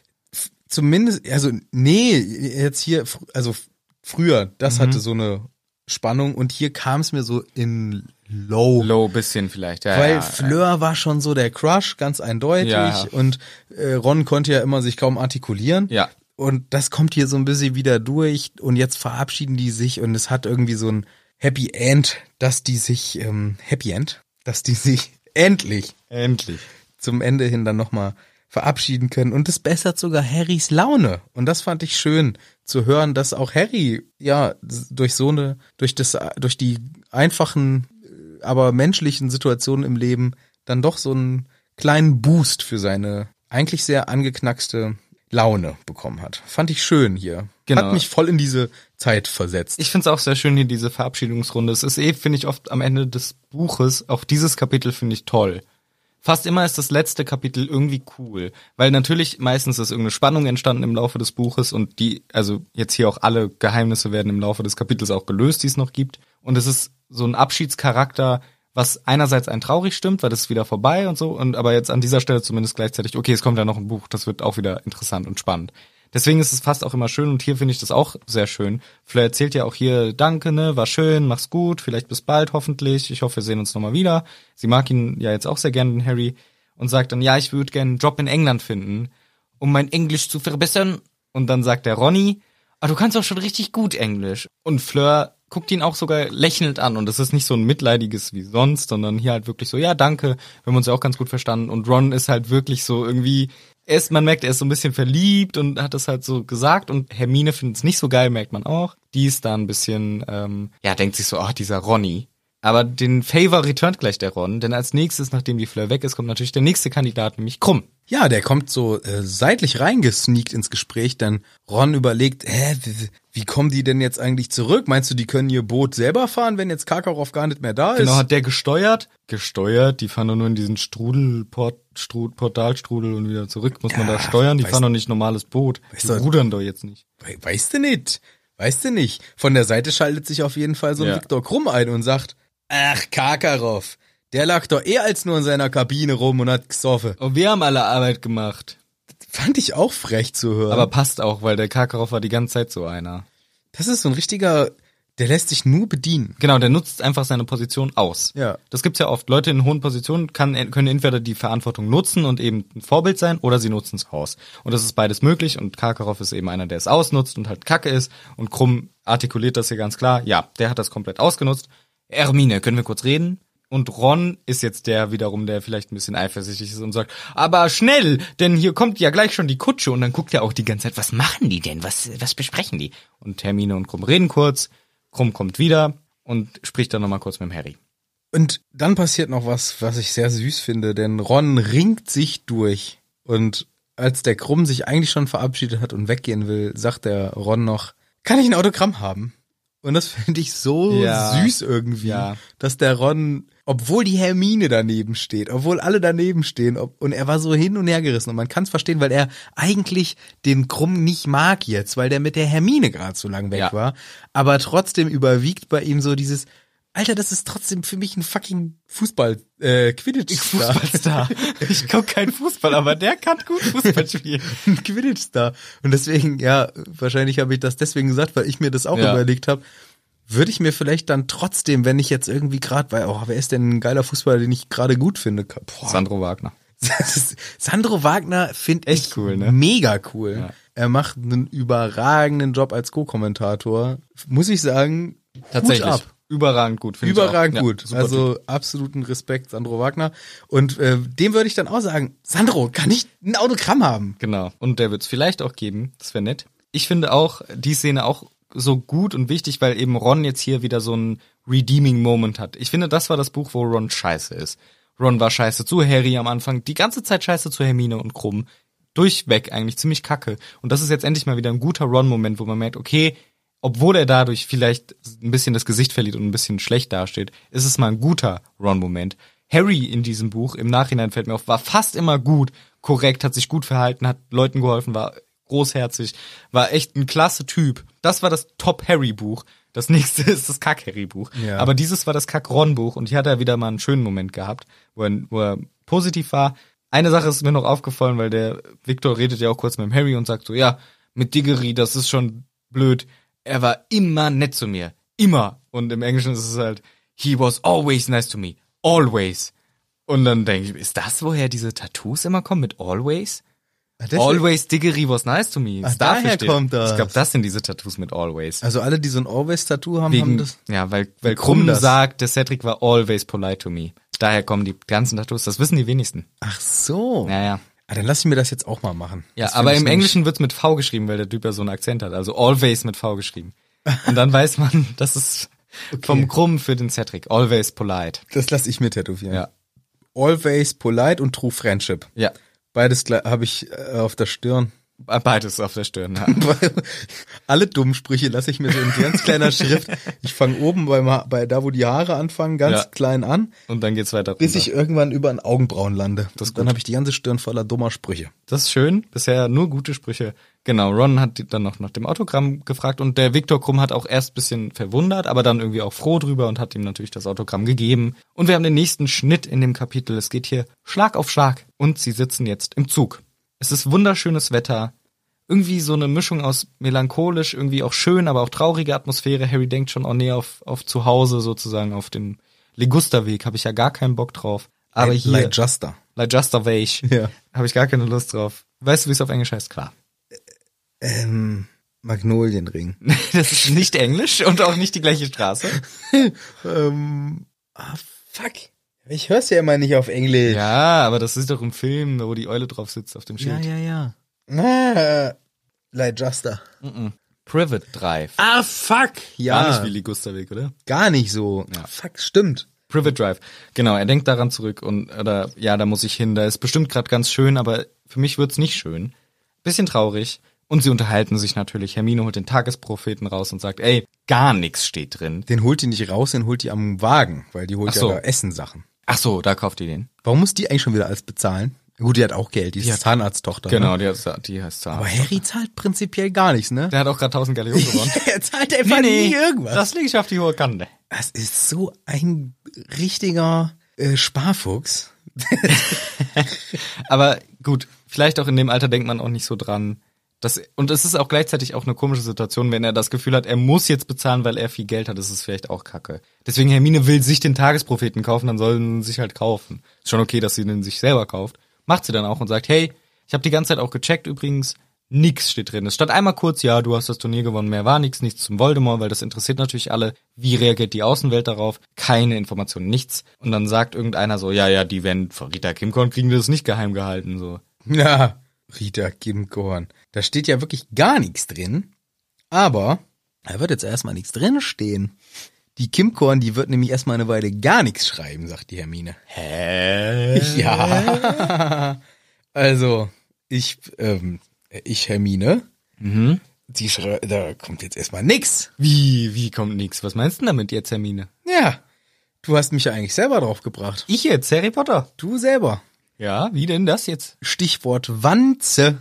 Speaker 1: zumindest, also nee, jetzt hier, fr- also f- früher, das hatte so eine Spannung und hier kam es mir so in Low.
Speaker 2: Low bisschen vielleicht, ja.
Speaker 1: weil
Speaker 2: ja,
Speaker 1: Fleur war schon so der Crush, ganz eindeutig.
Speaker 2: Ja.
Speaker 1: Und äh, Ron konnte ja immer sich kaum artikulieren.
Speaker 2: Ja.
Speaker 1: Und das kommt hier so ein bisschen wieder durch. Und jetzt verabschieden die sich und es hat irgendwie so ein Happy End, dass die sich, ähm, Happy End, dass die sich [LAUGHS] endlich
Speaker 2: ja. Endlich.
Speaker 1: zum Ende hin dann nochmal verabschieden können. Und das bessert sogar Harrys Laune. Und das fand ich schön zu hören, dass auch Harry, ja, s- durch so eine, durch das, durch die einfachen, äh, aber menschlichen Situationen im Leben dann doch so einen kleinen Boost für seine eigentlich sehr angeknackste Laune bekommen hat. Fand ich schön hier.
Speaker 2: Genau.
Speaker 1: Hat mich voll in diese Zeit versetzt.
Speaker 2: Ich find's auch sehr schön hier, diese Verabschiedungsrunde. Es ist eh, finde ich, oft am Ende des Buches, auch dieses Kapitel finde ich toll. Fast immer ist das letzte Kapitel irgendwie cool, weil natürlich meistens ist irgendeine Spannung entstanden im Laufe des Buches und die, also jetzt hier auch alle Geheimnisse werden im Laufe des Kapitels auch gelöst, die es noch gibt. Und es ist so ein Abschiedscharakter, was einerseits einen traurig stimmt, weil das ist wieder vorbei und so, und aber jetzt an dieser Stelle zumindest gleichzeitig, okay, es kommt ja noch ein Buch, das wird auch wieder interessant und spannend. Deswegen ist es fast auch immer schön und hier finde ich das auch sehr schön. Fleur erzählt ja auch hier, danke, ne, war schön, mach's gut, vielleicht bis bald hoffentlich, ich hoffe, wir sehen uns nochmal wieder. Sie mag ihn ja jetzt auch sehr gerne, den Harry, und sagt dann, ja, ich würde gerne einen Job in England finden, um mein Englisch zu verbessern. Und dann sagt der Ronny, ah, du kannst auch schon richtig gut Englisch. Und Fleur guckt ihn auch sogar lächelnd an und das ist nicht so ein mitleidiges wie sonst, sondern hier halt wirklich so, ja, danke, wir haben uns ja auch ganz gut verstanden. Und Ron ist halt wirklich so irgendwie, er ist, man merkt, er ist so ein bisschen verliebt und hat das halt so gesagt und Hermine findet es nicht so geil, merkt man auch. Die ist da ein bisschen, ähm, ja, denkt sich so, ach, dieser Ronny. Aber den Favor returnt gleich der Ron, denn als nächstes, nachdem die Fleur weg ist, kommt natürlich der nächste Kandidat, nämlich Krumm.
Speaker 1: Ja, der kommt so äh, seitlich reingesneakt ins Gespräch, dann Ron überlegt, hä, wie, wie kommen die denn jetzt eigentlich zurück? Meinst du, die können ihr Boot selber fahren, wenn jetzt Karkaroff gar nicht mehr da ist?
Speaker 2: Genau, hat der gesteuert? Gesteuert, die fahren doch nur in diesen Strudelport, Strud, Portalstrudel und wieder zurück, muss man
Speaker 1: Ja,
Speaker 2: da steuern, die
Speaker 1: weiß-
Speaker 2: fahren doch nicht normales Boot. Die
Speaker 1: Weißt du-
Speaker 2: rudern doch jetzt nicht.
Speaker 1: We weißt du nicht, weißt du nicht. Von der Seite schaltet sich auf jeden Fall so ein
Speaker 2: Ja.
Speaker 1: Viktor Krumm ein und sagt, ach Karkaroff, der lag doch eh als nur in seiner Kabine rum und hat gesoffen.
Speaker 2: Oh, wir haben alle Arbeit gemacht.
Speaker 1: Fand ich auch frech zu hören.
Speaker 2: Aber passt auch, weil der Karkaroff war die ganze Zeit so einer.
Speaker 1: das ist so ein richtiger, der lässt sich nur bedienen.
Speaker 2: Genau, der nutzt einfach seine Position aus.
Speaker 1: Ja.
Speaker 2: Das gibt's ja oft. Leute in hohen Positionen kann, können entweder die Verantwortung nutzen und eben ein Vorbild sein oder sie nutzen es aus. Und das ist beides möglich und Karkaroff ist eben einer, der es ausnutzt und halt kacke ist und Krumm artikuliert das hier ganz klar. Ja, der hat das komplett ausgenutzt. Hermine, können wir kurz reden? Und Ron ist jetzt der wiederum, der vielleicht ein bisschen eifersüchtig ist und sagt, aber schnell, denn hier kommt ja gleich schon die Kutsche und dann guckt er auch die ganze Zeit, was machen die denn? Was, was besprechen die? Und Hermine und Krumm reden kurz. Krumm kommt wieder und spricht dann nochmal kurz mit dem Harry.
Speaker 1: Und dann passiert noch was, was ich sehr süß finde, denn Ron ringt sich durch. Und als der Krumm sich eigentlich schon verabschiedet hat und weggehen will, sagt der Ron noch, kann ich ein Autogramm haben? Und das finde ich so
Speaker 2: Ja.
Speaker 1: süß irgendwie,
Speaker 2: Ja.
Speaker 1: dass der Ron, obwohl die Hermine daneben steht, obwohl alle daneben stehen, ob, und er war so hin und her gerissen und man kann es verstehen, weil er eigentlich den Krumm nicht mag jetzt, weil der mit der Hermine gerade so lang weg
Speaker 2: Ja.
Speaker 1: war, aber trotzdem überwiegt bei ihm so dieses Alter, das ist trotzdem für mich ein fucking Fußball äh, Quidditch Star. [LAUGHS]
Speaker 2: Fußballstar. [LAUGHS] Ich guck kein Fußball, aber der kann gut Fußball
Speaker 1: [LAUGHS]
Speaker 2: spielen.
Speaker 1: ein Quidditch Star und deswegen ja, wahrscheinlich habe ich das deswegen gesagt, weil ich mir das auch
Speaker 2: Ja.
Speaker 1: überlegt habe. Würde ich mir vielleicht dann trotzdem, wenn ich jetzt irgendwie gerade bei, oh, wer ist denn ein geiler Fußballer, den ich gerade gut finde? Ka- Boah,
Speaker 2: [LAUGHS] Sandro Wagner.
Speaker 1: [LAUGHS] Das ist, Sandro Wagner finde
Speaker 2: Echt
Speaker 1: ich
Speaker 2: cool, ne?
Speaker 1: mega cool.
Speaker 2: Ja.
Speaker 1: Er macht einen überragenden Job als Co-Kommentator. Muss ich sagen, Hut ab.
Speaker 2: Überragend gut. finde ich
Speaker 1: Überragend
Speaker 2: auch. Ja,
Speaker 1: gut.
Speaker 2: super
Speaker 1: also absoluten Respekt, Sandro Wagner. Und äh, dem würde ich dann auch sagen, Sandro, kann ich ein Autogramm haben?
Speaker 2: Genau. Und der wird's vielleicht auch geben. Das wäre nett. Ich finde auch die Szene auch so gut und wichtig, weil eben Ron jetzt hier wieder so einen redeeming Moment hat. Ich finde, das war das Buch, wo Ron scheiße ist. Ron war scheiße zu Harry am Anfang, die ganze Zeit scheiße zu Hermine und Krumm. Durchweg eigentlich ziemlich kacke. Und das ist jetzt endlich mal wieder ein guter Ron-Moment, wo man merkt, okay, obwohl er dadurch vielleicht ein bisschen das Gesicht verliert und ein bisschen schlecht dasteht, ist es mal ein guter Ron-Moment. Harry in diesem Buch, im Nachhinein fällt mir auf, war fast immer gut, korrekt, hat sich gut verhalten, hat Leuten geholfen, war großherzig, war echt ein klasse Typ. Das war das Top-Harry-Buch. Das nächste [LAUGHS] ist das Kack-Harry-Buch.
Speaker 1: Ja.
Speaker 2: Aber dieses war das Kack-Ron-Buch und hier hat er wieder mal einen schönen Moment gehabt, wo er, wo er positiv war. Eine Sache ist mir noch aufgefallen, weil der Victor redet ja auch kurz mit dem Harry und sagt so, ja, mit Diggory, das ist schon blöd. Er war immer nett zu mir. Immer. Und im Englischen ist es halt, he was always nice to me. Always. Und dann denke ich, ist das, woher diese Tattoos immer kommen mit always? Always Diggory was nice to me.
Speaker 1: Ach,
Speaker 2: Das darf
Speaker 1: daher
Speaker 2: ich dir.
Speaker 1: kommt das.
Speaker 2: Ich glaube, das sind diese Tattoos mit always.
Speaker 1: Also alle, die so ein Always-Tattoo haben, haben
Speaker 2: Wegen,
Speaker 1: das.
Speaker 2: ja, weil, weil
Speaker 1: Krumm
Speaker 2: Krumm
Speaker 1: das.
Speaker 2: sagt, der Cedric war always polite to me. Daher kommen die ganzen Tattoos, das wissen die wenigsten.
Speaker 1: Ach so.
Speaker 2: Naja.
Speaker 1: Ah, dann lass ich mir das jetzt auch mal machen.
Speaker 2: Ja,
Speaker 1: Das find
Speaker 2: aber im
Speaker 1: ich nämlich-
Speaker 2: Englischen wird's mit V geschrieben, weil der Typ ja so einen Akzent hat. Also always mit V geschrieben. Und dann weiß man, [LAUGHS] das ist vom Krumm für den Cedric. Always polite.
Speaker 1: Das lasse ich mir tätowieren.
Speaker 2: Ja.
Speaker 1: Always polite und true friendship.
Speaker 2: Ja.
Speaker 1: Beides habe ich äh, auf der Stirn. [LAUGHS]
Speaker 2: Beides auf der Stirn. Ja.
Speaker 1: Alle dummen Sprüche lasse ich mir so in ganz
Speaker 2: [LAUGHS]
Speaker 1: kleiner Schrift. Ich fange oben beim, Ha- bei da, wo die Haare anfangen, ganz
Speaker 2: Ja.
Speaker 1: klein an,
Speaker 2: Und dann geht's weiter runter.
Speaker 1: bis ich irgendwann über den Augenbrauen lande.
Speaker 2: Das ist
Speaker 1: dann
Speaker 2: gut.
Speaker 1: habe ich die ganze Stirn voller dummer Sprüche.
Speaker 2: Das ist schön. Bisher nur gute Sprüche. Genau, Ron hat dann noch nach dem Autogramm gefragt und der Viktor Krumm hat auch erst ein bisschen verwundert, aber dann irgendwie auch froh drüber und hat ihm natürlich das Autogramm gegeben. Und wir haben den nächsten Schnitt in dem Kapitel. Es geht hier Schlag auf Schlag und sie sitzen jetzt im Zug. Es ist wunderschönes Wetter. Irgendwie so eine Mischung aus melancholisch, irgendwie auch schön, aber auch traurige Atmosphäre. Harry denkt schon, oh nee, auf, auf zu Hause sozusagen, auf dem Ligusterweg habe ich ja gar keinen Bock drauf. Aber
Speaker 1: Like-
Speaker 2: hier.
Speaker 1: Like Juster.
Speaker 2: Like Just of Age.
Speaker 1: [LAUGHS] Ja.
Speaker 2: Habe ich gar keine Lust drauf. Weißt du, wie es auf Englisch heißt? Klar. [LAUGHS]
Speaker 1: Ähm, Magnolienring.
Speaker 2: das ist nicht Englisch und auch nicht die gleiche Straße.
Speaker 1: [LAUGHS] ähm, ah, fuck. Ich hör's ja immer nicht auf Englisch.
Speaker 2: Ja, aber das ist doch im Film, wo die Eule drauf sitzt auf dem Schild.
Speaker 1: ja. Ah, Light Juster.
Speaker 2: Privet Drive.
Speaker 1: Ah, fuck. Ja.
Speaker 2: Gar nicht wie Ligusterweg, oder?
Speaker 1: Gar nicht so. Fuck, stimmt.
Speaker 2: Privet Drive. Genau, er denkt daran zurück und oder ja, da muss ich hin. Da ist bestimmt gerade ganz schön, aber für mich wird's nicht schön. Bisschen traurig. Und sie unterhalten sich natürlich. Hermine holt den Tagespropheten raus und sagt, ey, gar nichts steht drin.
Speaker 1: Den holt die nicht raus, den holt die am Wagen, weil die holt
Speaker 2: Ach so.
Speaker 1: ja da Essensachen.
Speaker 2: Ach so, da kauft ihr den.
Speaker 1: Warum muss die eigentlich schon wieder alles bezahlen? Gut, die hat auch Geld, die ist
Speaker 2: hat-
Speaker 1: Zahnarzttochter. Ne?
Speaker 2: Genau, die, hat- die heißt Zara.
Speaker 1: Aber Harry zahlt prinzipiell gar nichts, ne?
Speaker 2: Der hat auch gerade 1000
Speaker 1: [LAUGHS]
Speaker 2: Galeonen gewonnen.
Speaker 1: er zahlt einfach nie irgendwas.
Speaker 2: Das liegt auf die hohe Kante.
Speaker 1: Das ist so ein richtiger äh, Sparfuchs.
Speaker 2: Aber gut, vielleicht auch in dem Alter denkt man auch nicht so dran. Das, und es ist auch gleichzeitig auch eine komische Situation, wenn er das Gefühl hat, er muss jetzt bezahlen, weil er viel Geld hat. Das ist vielleicht auch kacke. Deswegen Hermine will sich den Tagespropheten kaufen, dann sollen sie sich halt kaufen. Ist schon okay, dass sie den sich selber kauft. Macht sie dann auch und sagt, hey, ich habe die ganze Zeit auch gecheckt übrigens, nix steht drin. Es stand einmal kurz, ja, du hast das Turnier gewonnen, mehr war nichts, nichts zum Voldemort, weil das interessiert natürlich alle. Wie reagiert die Außenwelt darauf? Keine Informationen, nichts. Und dann sagt irgendeiner so, ja, ja, die werden von Rita Kimkorn kriegen, die das nicht geheim gehalten, so.
Speaker 1: [LAUGHS] Ja, Rita Kimkorn. Da steht ja wirklich gar nichts drin. Aber da wird jetzt erstmal nichts drin stehen. Die Kimkorn, die wird nämlich erstmal eine Weile gar nichts schreiben, sagt die Hermine.
Speaker 2: Hä?
Speaker 1: [LAUGHS] Ja. Also, ich, ähm, ich Hermine,
Speaker 2: Mhm.
Speaker 1: die schrei- da kommt jetzt erstmal nix.
Speaker 2: Wie, wie kommt nix? Was meinst du denn damit jetzt, Hermine?
Speaker 1: Ja. Du hast mich ja eigentlich selber draufgebracht.
Speaker 2: Ich jetzt, Harry Potter.
Speaker 1: Du selber.
Speaker 2: Ja, wie denn das jetzt?
Speaker 1: Stichwort Wanze.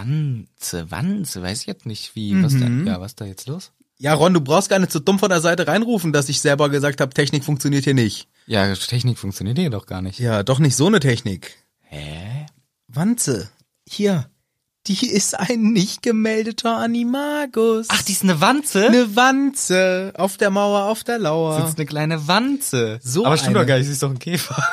Speaker 2: Wanze, Wanze, weiß ich jetzt nicht, wie, was da,
Speaker 1: Mhm.
Speaker 2: ja, was da jetzt los?
Speaker 1: Ja, Ron, du brauchst gar nicht so dumm von der Seite reinrufen, dass ich selber gesagt habe, Technik funktioniert hier nicht.
Speaker 2: Ja, Technik funktioniert hier doch gar nicht.
Speaker 1: Ja, doch nicht so eine Technik.
Speaker 2: Hä?
Speaker 1: Wanze, hier, die ist ein nicht gemeldeter Animagus.
Speaker 2: Ach, die ist eine Wanze?
Speaker 1: eine Wanze auf der Mauer, auf der Lauer.
Speaker 2: sitzt eine kleine Wanze.
Speaker 1: So
Speaker 2: Aber stimmt
Speaker 1: eine.
Speaker 2: doch gar nicht, sie ist doch ein Käfer.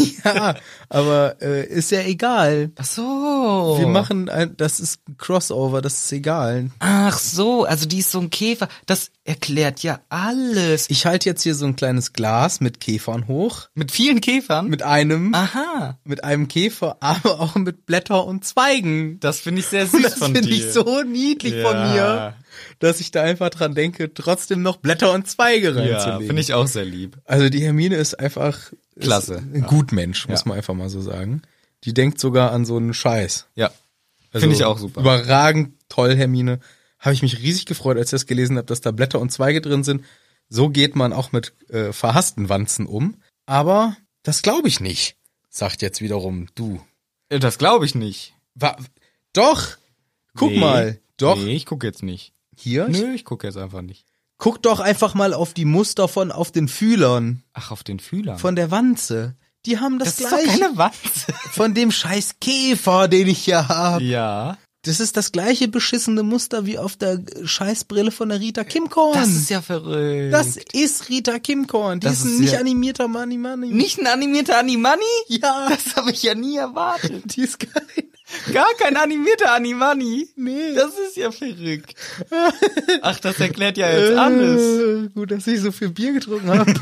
Speaker 1: [LAUGHS] ja, aber äh, ist ja egal.
Speaker 2: Ach so.
Speaker 1: Wir machen ein, das ist ein Crossover, das ist egal.
Speaker 2: Ach so, also die ist so ein Käfer. Das erklärt ja alles.
Speaker 1: Ich halte jetzt hier so ein kleines Glas mit Käfern hoch.
Speaker 2: Mit vielen Käfern?
Speaker 1: Mit einem,
Speaker 2: Ah. Aha.
Speaker 1: mit einem Käfer, aber auch mit Blätter und Zweigen.
Speaker 2: [LAUGHS] Das finde ich sehr süß
Speaker 1: Und das
Speaker 2: von
Speaker 1: finde
Speaker 2: dir.
Speaker 1: ich so niedlich von mir,
Speaker 2: Ja.
Speaker 1: dass ich da einfach dran denke, trotzdem noch Blätter und Zweige
Speaker 2: Ja,
Speaker 1: reinzulegen.
Speaker 2: finde ich auch sehr lieb.
Speaker 1: Also die Hermine ist einfach
Speaker 2: Klasse.
Speaker 1: Ist ein Gutmensch, muss
Speaker 2: Ja.
Speaker 1: man einfach mal so sagen. Die denkt sogar an so einen Scheiß.
Speaker 2: Ja.
Speaker 1: Also
Speaker 2: finde ich auch super.
Speaker 1: Überragend toll, Hermine. Habe ich mich riesig gefreut, als ich das gelesen habe, dass da Blätter und Zweige drin sind. So geht man auch mit äh, verhassten Wanzen um. Aber das glaube ich nicht, sagt jetzt wiederum du.
Speaker 2: Äh, Das glaube ich nicht.
Speaker 1: Wa doch, guck
Speaker 2: Nee.
Speaker 1: mal. Doch,
Speaker 2: Nee, ich gucke jetzt nicht.
Speaker 1: hier.
Speaker 2: Nö, ich gucke jetzt einfach nicht.
Speaker 1: Guck doch einfach mal auf die Muster von auf den Fühlern
Speaker 2: Ach, auf den Fühler.
Speaker 1: von der Wanze. Die haben das,
Speaker 2: das ist doch
Speaker 1: gleiche.
Speaker 2: keine [LAUGHS] Wanze.
Speaker 1: [LAUGHS] von dem scheiß Käfer, den ich hier habe.
Speaker 2: ja.
Speaker 1: Das ist das gleiche beschissene Muster wie auf der Scheißbrille von der Rita Kimkorn.
Speaker 2: Das ist ja verrückt.
Speaker 1: Das ist Rita Kimkorn. Die
Speaker 2: Das
Speaker 1: ist ein
Speaker 2: ist
Speaker 1: nicht
Speaker 2: ja-
Speaker 1: animierter Money Money.
Speaker 2: nicht ein animierter Animani?
Speaker 1: Ja.
Speaker 2: Das habe ich ja nie erwartet.
Speaker 1: Die ist geil.
Speaker 2: Gar kein animierter Animani. Nee. Das ist ja verrückt. Ach, das erklärt ja jetzt alles.
Speaker 1: Äh, Gut, dass ich so viel Bier getrunken
Speaker 2: [LAUGHS]
Speaker 1: habe.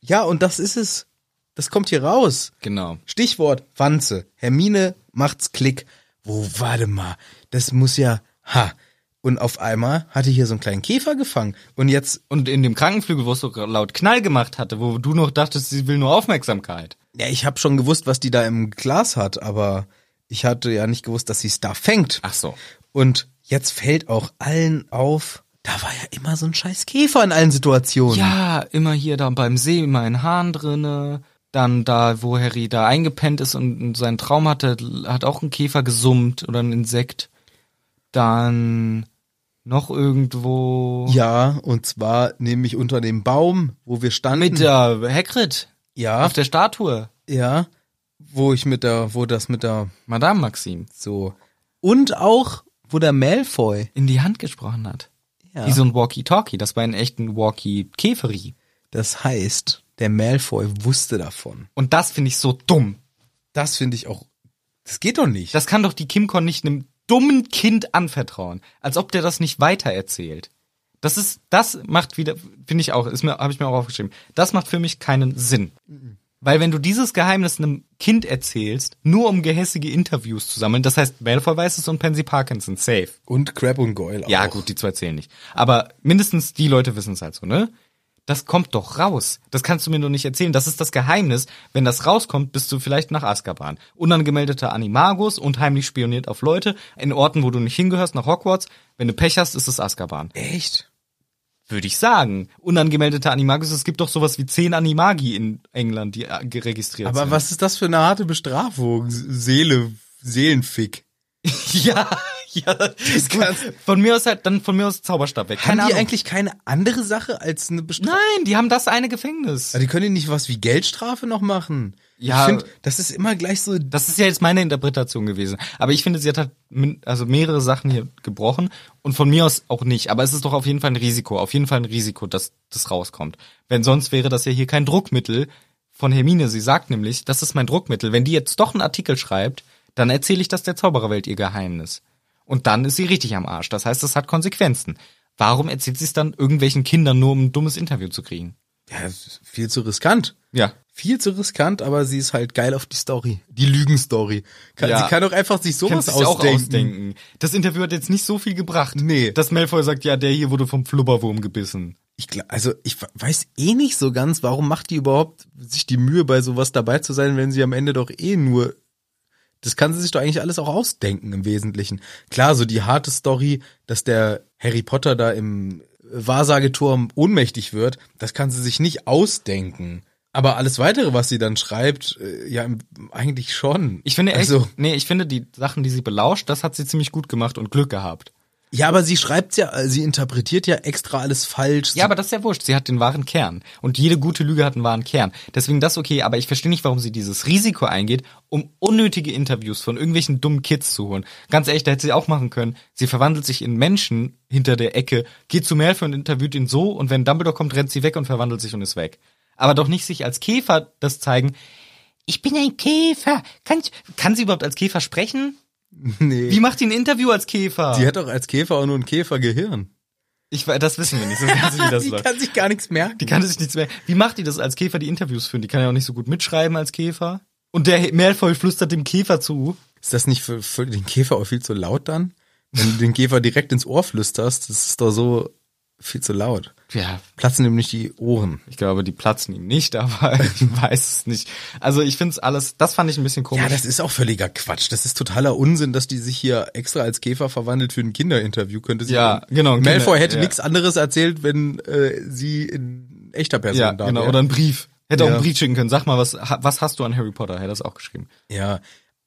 Speaker 1: ja, und das ist es. Das kommt hier raus.
Speaker 2: Genau.
Speaker 1: Stichwort Wanze. Hermine macht's Klick. Wo, warte mal, das muss ja, ha. Und auf einmal hatte hier so einen kleinen Käfer gefangen. Und jetzt,
Speaker 2: Und in dem Krankenflügel, wo es so laut Knall gemacht hatte, wo du noch dachtest, sie will nur Aufmerksamkeit.
Speaker 1: ja, ich habe schon gewusst, was die da im Glas hat, aber ich hatte ja nicht gewusst, dass sie es da fängt.
Speaker 2: Ach so.
Speaker 1: Und jetzt fällt auch allen auf, da war ja immer so ein scheiß Käfer in allen Situationen.
Speaker 2: Ja, immer hier da beim See, immer ein Hahn drinne. Dann da, wo Harry da eingepennt ist und seinen Traum hatte, hat auch ein Käfer gesummt oder ein Insekt. Dann noch irgendwo.
Speaker 1: Ja, und zwar nämlich unter dem Baum, wo wir standen.
Speaker 2: Mit der Hagrid
Speaker 1: ja,
Speaker 2: auf der Statue.
Speaker 1: ja, wo ich mit der, wo das mit der
Speaker 2: Madame Maxim.
Speaker 1: So. Und auch, wo der Malfoy.
Speaker 2: In die Hand gesprochen hat.
Speaker 1: Ja.
Speaker 2: Wie so ein Walkie-Talkie. Das war ein echten Walkie-Käferi.
Speaker 1: Das heißt, der Malfoy wusste davon.
Speaker 2: Und das finde ich so dumm.
Speaker 1: Das finde ich auch. Das geht doch nicht.
Speaker 2: Das kann doch die Kimcon nicht einem dummen Kind anvertrauen, als ob der das nicht weitererzählt. Das ist, das macht wieder, finde ich auch, ist mir, habe ich mir auch aufgeschrieben. Das macht für mich keinen Sinn. Weil wenn du dieses Geheimnis einem Kind erzählst, nur um gehässige Interviews zu sammeln, das heißt, Malfoy weiß es und Pansy Parkinson, safe.
Speaker 1: und Crab und Goyle auch.
Speaker 2: Ja, gut, die zwei zählen nicht. Aber mindestens die Leute wissen es halt so, ne? Das kommt doch raus. Das kannst du mir nur nicht erzählen. Das ist das Geheimnis. Wenn das rauskommt, bist du vielleicht nach Azkaban. Unangemeldeter Animagus und heimlich spioniert auf Leute in Orten, wo du nicht hingehörst, nach Hogwarts. Wenn du Pech hast, ist es Azkaban.
Speaker 1: Echt?
Speaker 2: Würde ich sagen. Unangemeldeter Animagus, es gibt doch sowas wie zehn Animagi in England, die äh, geregistriert
Speaker 1: Aber
Speaker 2: sind.
Speaker 1: was ist das für eine harte Bestrafung? Seele, Seelenfick.
Speaker 2: [LAUGHS] Ja, ja. gut.
Speaker 1: kannst-
Speaker 2: Von mir aus halt, dann von mir aus Zauberstab weg.
Speaker 1: Haben
Speaker 2: Keine
Speaker 1: die
Speaker 2: Ahnung.
Speaker 1: eigentlich keine andere Sache als eine Bestrafung?
Speaker 2: Nein, die haben das eine Gefängnis.
Speaker 1: Die können ja nicht was wie Geldstrafe noch machen.
Speaker 2: Ja.
Speaker 1: Ich finde, das ist immer gleich so.
Speaker 2: Das ist ja jetzt meine Interpretation gewesen. Aber ich finde, sie hat halt min- also mehrere Sachen hier gebrochen und von mir aus auch nicht. Aber es ist doch auf jeden Fall ein Risiko, auf jeden Fall ein Risiko, dass das rauskommt. Wenn sonst wäre das ja hier kein Druckmittel von Hermine. Sie sagt nämlich, das ist mein Druckmittel. Wenn die jetzt doch einen Artikel schreibt, dann erzähle ich das der Zaubererwelt ihr Geheimnis. Und dann ist sie richtig am Arsch. Das heißt, das hat Konsequenzen. Warum erzählt sie es dann irgendwelchen Kindern nur, um ein dummes Interview zu kriegen?
Speaker 1: Ja, das ist viel zu riskant.
Speaker 2: Ja.
Speaker 1: viel zu riskant, aber sie ist halt geil auf die Story. Die Lügenstory. Kann,
Speaker 2: Ja.
Speaker 1: Sie kann doch einfach sich sowas
Speaker 2: kannst du auch
Speaker 1: ausdenken.
Speaker 2: ausdenken. Das Interview hat jetzt nicht so viel gebracht.
Speaker 1: Nee.
Speaker 2: Dass Malfoy sagt, ja, der hier wurde vom Flubberwurm gebissen.
Speaker 1: Ich, gla- also ich we- weiß eh nicht so ganz, warum macht die überhaupt sich die Mühe, bei sowas dabei zu sein, wenn sie am Ende doch eh nur. Das kann sie sich doch eigentlich alles auch ausdenken im Wesentlichen. Klar, so die harte Story, dass der Harry Potter da im Wahrsageturm ohnmächtig wird, das kann sie sich nicht ausdenken. Aber alles weitere, was sie dann schreibt, äh, ja, im- eigentlich schon.
Speaker 2: Ich finde echt,
Speaker 1: Also,
Speaker 2: nee, ich finde die Sachen, die sie belauscht, das hat sie ziemlich gut gemacht und Glück gehabt.
Speaker 1: Ja, aber sie schreibt ja, äh, sie interpretiert ja extra alles falsch.
Speaker 2: Ja, aber das ist ja wurscht. Sie hat den wahren Kern. Und jede gute Lüge hat einen wahren Kern. Deswegen das okay, aber ich verstehe nicht, warum sie dieses Risiko eingeht, um unnötige Interviews von irgendwelchen dummen Kids zu holen. Ganz ehrlich, da hätte sie auch machen können. Sie verwandelt sich in Menschen hinter der Ecke, geht zu Malfoy und interviewt ihn so und wenn Dumbledore kommt, rennt sie weg und verwandelt sich und ist weg. aber doch nicht sich als Käfer das zeigen. Ich bin ein Käfer. Kann, ich, kann sie überhaupt als Käfer sprechen?
Speaker 1: [LAUGHS] Nee.
Speaker 2: Wie macht die ein Interview als Käfer?
Speaker 1: Die hat doch als Käfer auch nur ein Käfergehirn.
Speaker 2: ich, we- das wissen wir nicht
Speaker 1: [LAUGHS]
Speaker 2: so ganz, [LAUGHS] wie das
Speaker 1: die
Speaker 2: läuft.
Speaker 1: kann sich gar nichts merken.
Speaker 2: Die kann sich nichts mehr. Wie macht die das als Käfer, die Interviews führen? Die kann ja auch nicht so gut mitschreiben als Käfer. Und der Meervoll flüstert dem Käfer zu.
Speaker 1: Ist das nicht für, für den Käfer auch viel zu laut dann? Wenn du den Käfer direkt ins Ohr flüsterst, das ist doch so viel zu laut.
Speaker 2: Ja,
Speaker 1: Platzen nämlich die Ohren.
Speaker 2: ich glaube, die platzen ihm nicht, [LAUGHS] aber ich weiß es nicht. Also ich finde es alles, das fand ich ein bisschen komisch.
Speaker 1: Ja, das ist auch völliger Quatsch. Das ist totaler Unsinn, dass die sich hier extra als Käfer verwandelt für ein Kinderinterview könnte. Sie
Speaker 2: Ja, genau, ein
Speaker 1: Malfoy
Speaker 2: Kinder-
Speaker 1: hätte
Speaker 2: ja.
Speaker 1: nichts anderes erzählt, wenn äh, sie in echter Person
Speaker 2: ja,
Speaker 1: da
Speaker 2: genau.
Speaker 1: wäre.
Speaker 2: Oder ein Brief. Hätte auch
Speaker 1: Ja.
Speaker 2: einen Brief schicken können. Sag mal, was, ha- was hast du an Harry Potter? Hätte das auch geschrieben.
Speaker 1: Ja,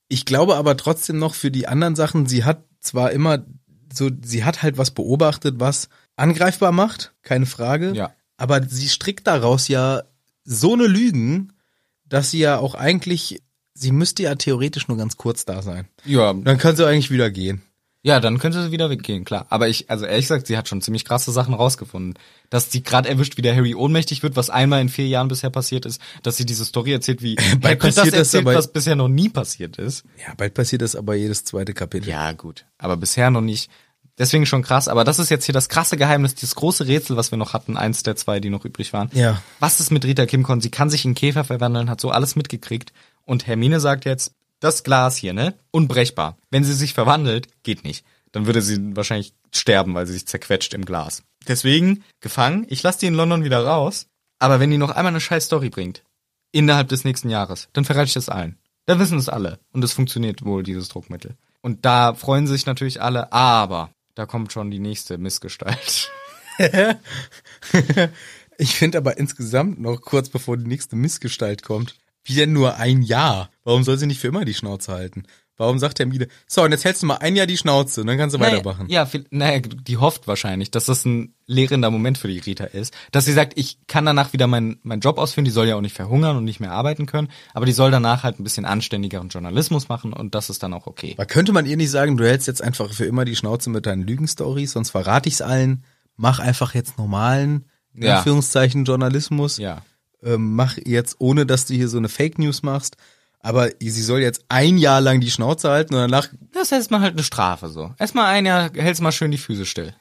Speaker 1: ich glaube aber trotzdem noch für die anderen Sachen, sie hat zwar immer so, sie hat halt was beobachtet, was angreifbar macht, keine Frage.
Speaker 2: Ja.
Speaker 1: Aber sie strickt daraus ja so eine Lügen, dass sie ja auch eigentlich, sie müsste ja theoretisch nur ganz kurz da sein.
Speaker 2: Ja,
Speaker 1: Dann kann sie eigentlich wieder gehen.
Speaker 2: Ja, dann könnte sie wieder weggehen, klar. Aber ich, also ehrlich gesagt, sie hat schon ziemlich krasse Sachen rausgefunden. Dass sie gerade erwischt, wie der Harry ohnmächtig wird, was einmal in vier Jahren bisher passiert ist, dass sie diese Story erzählt, wie Hagrid
Speaker 1: passiert das
Speaker 2: erzählt,
Speaker 1: aber-
Speaker 2: was bisher noch nie passiert ist.
Speaker 1: Ja, bald passiert das aber jedes zweite Kapitel.
Speaker 2: Ja, gut. Aber bisher noch nicht. Deswegen schon krass. Aber das ist jetzt hier das krasse Geheimnis, dieses große Rätsel, was wir noch hatten, eins der zwei, die noch übrig waren.
Speaker 1: Ja.
Speaker 2: Was ist mit Rita Kimcon? Sie kann sich in Käfer verwandeln, hat so alles mitgekriegt. Und Hermine sagt jetzt, das Glas hier, ne? Unbrechbar. Wenn sie sich verwandelt, geht nicht. Dann würde sie wahrscheinlich sterben, weil sie sich zerquetscht im Glas. Deswegen, gefangen, ich lasse die in London wieder raus. Aber wenn die noch einmal eine scheiß Story bringt, innerhalb des nächsten Jahres. Dann verrate ich das allen. Dann wissen es alle. Und es funktioniert wohl, dieses Druckmittel. Und da freuen sich natürlich alle, aber da kommt schon die nächste Missgestalt. [LAUGHS]
Speaker 1: Ich finde aber insgesamt noch kurz bevor die nächste Missgestalt kommt, wie denn nur ein Jahr? Warum soll sie nicht für immer die Schnauze halten? Warum sagt Hermine, so, und jetzt hältst du mal ein Jahr die Schnauze und dann kannst du weitermachen.
Speaker 2: Ja, viel, naja, die hofft wahrscheinlich, dass das ein lehrender Moment für die Rita ist. Dass sie sagt, ich kann danach wieder meinen meinen Job ausführen, die soll ja auch nicht verhungern und nicht mehr arbeiten können, aber die soll danach halt ein bisschen anständigeren Journalismus machen und das ist dann auch okay.
Speaker 1: Aber könnte man ihr nicht sagen, du hältst jetzt einfach für immer die Schnauze mit deinen Lügenstories, sonst verrate ich's allen. Mach einfach jetzt normalen, in
Speaker 2: Ja.
Speaker 1: Anführungszeichen, Journalismus.
Speaker 2: Ja.
Speaker 1: Ähm, mach jetzt, ohne dass du hier so eine Fake News machst. Aber sie soll jetzt ein Jahr lang die Schnauze halten und danach,
Speaker 2: Das heißt mal halt eine Strafe so. Erstmal ein Jahr hältst mal schön die Füße still.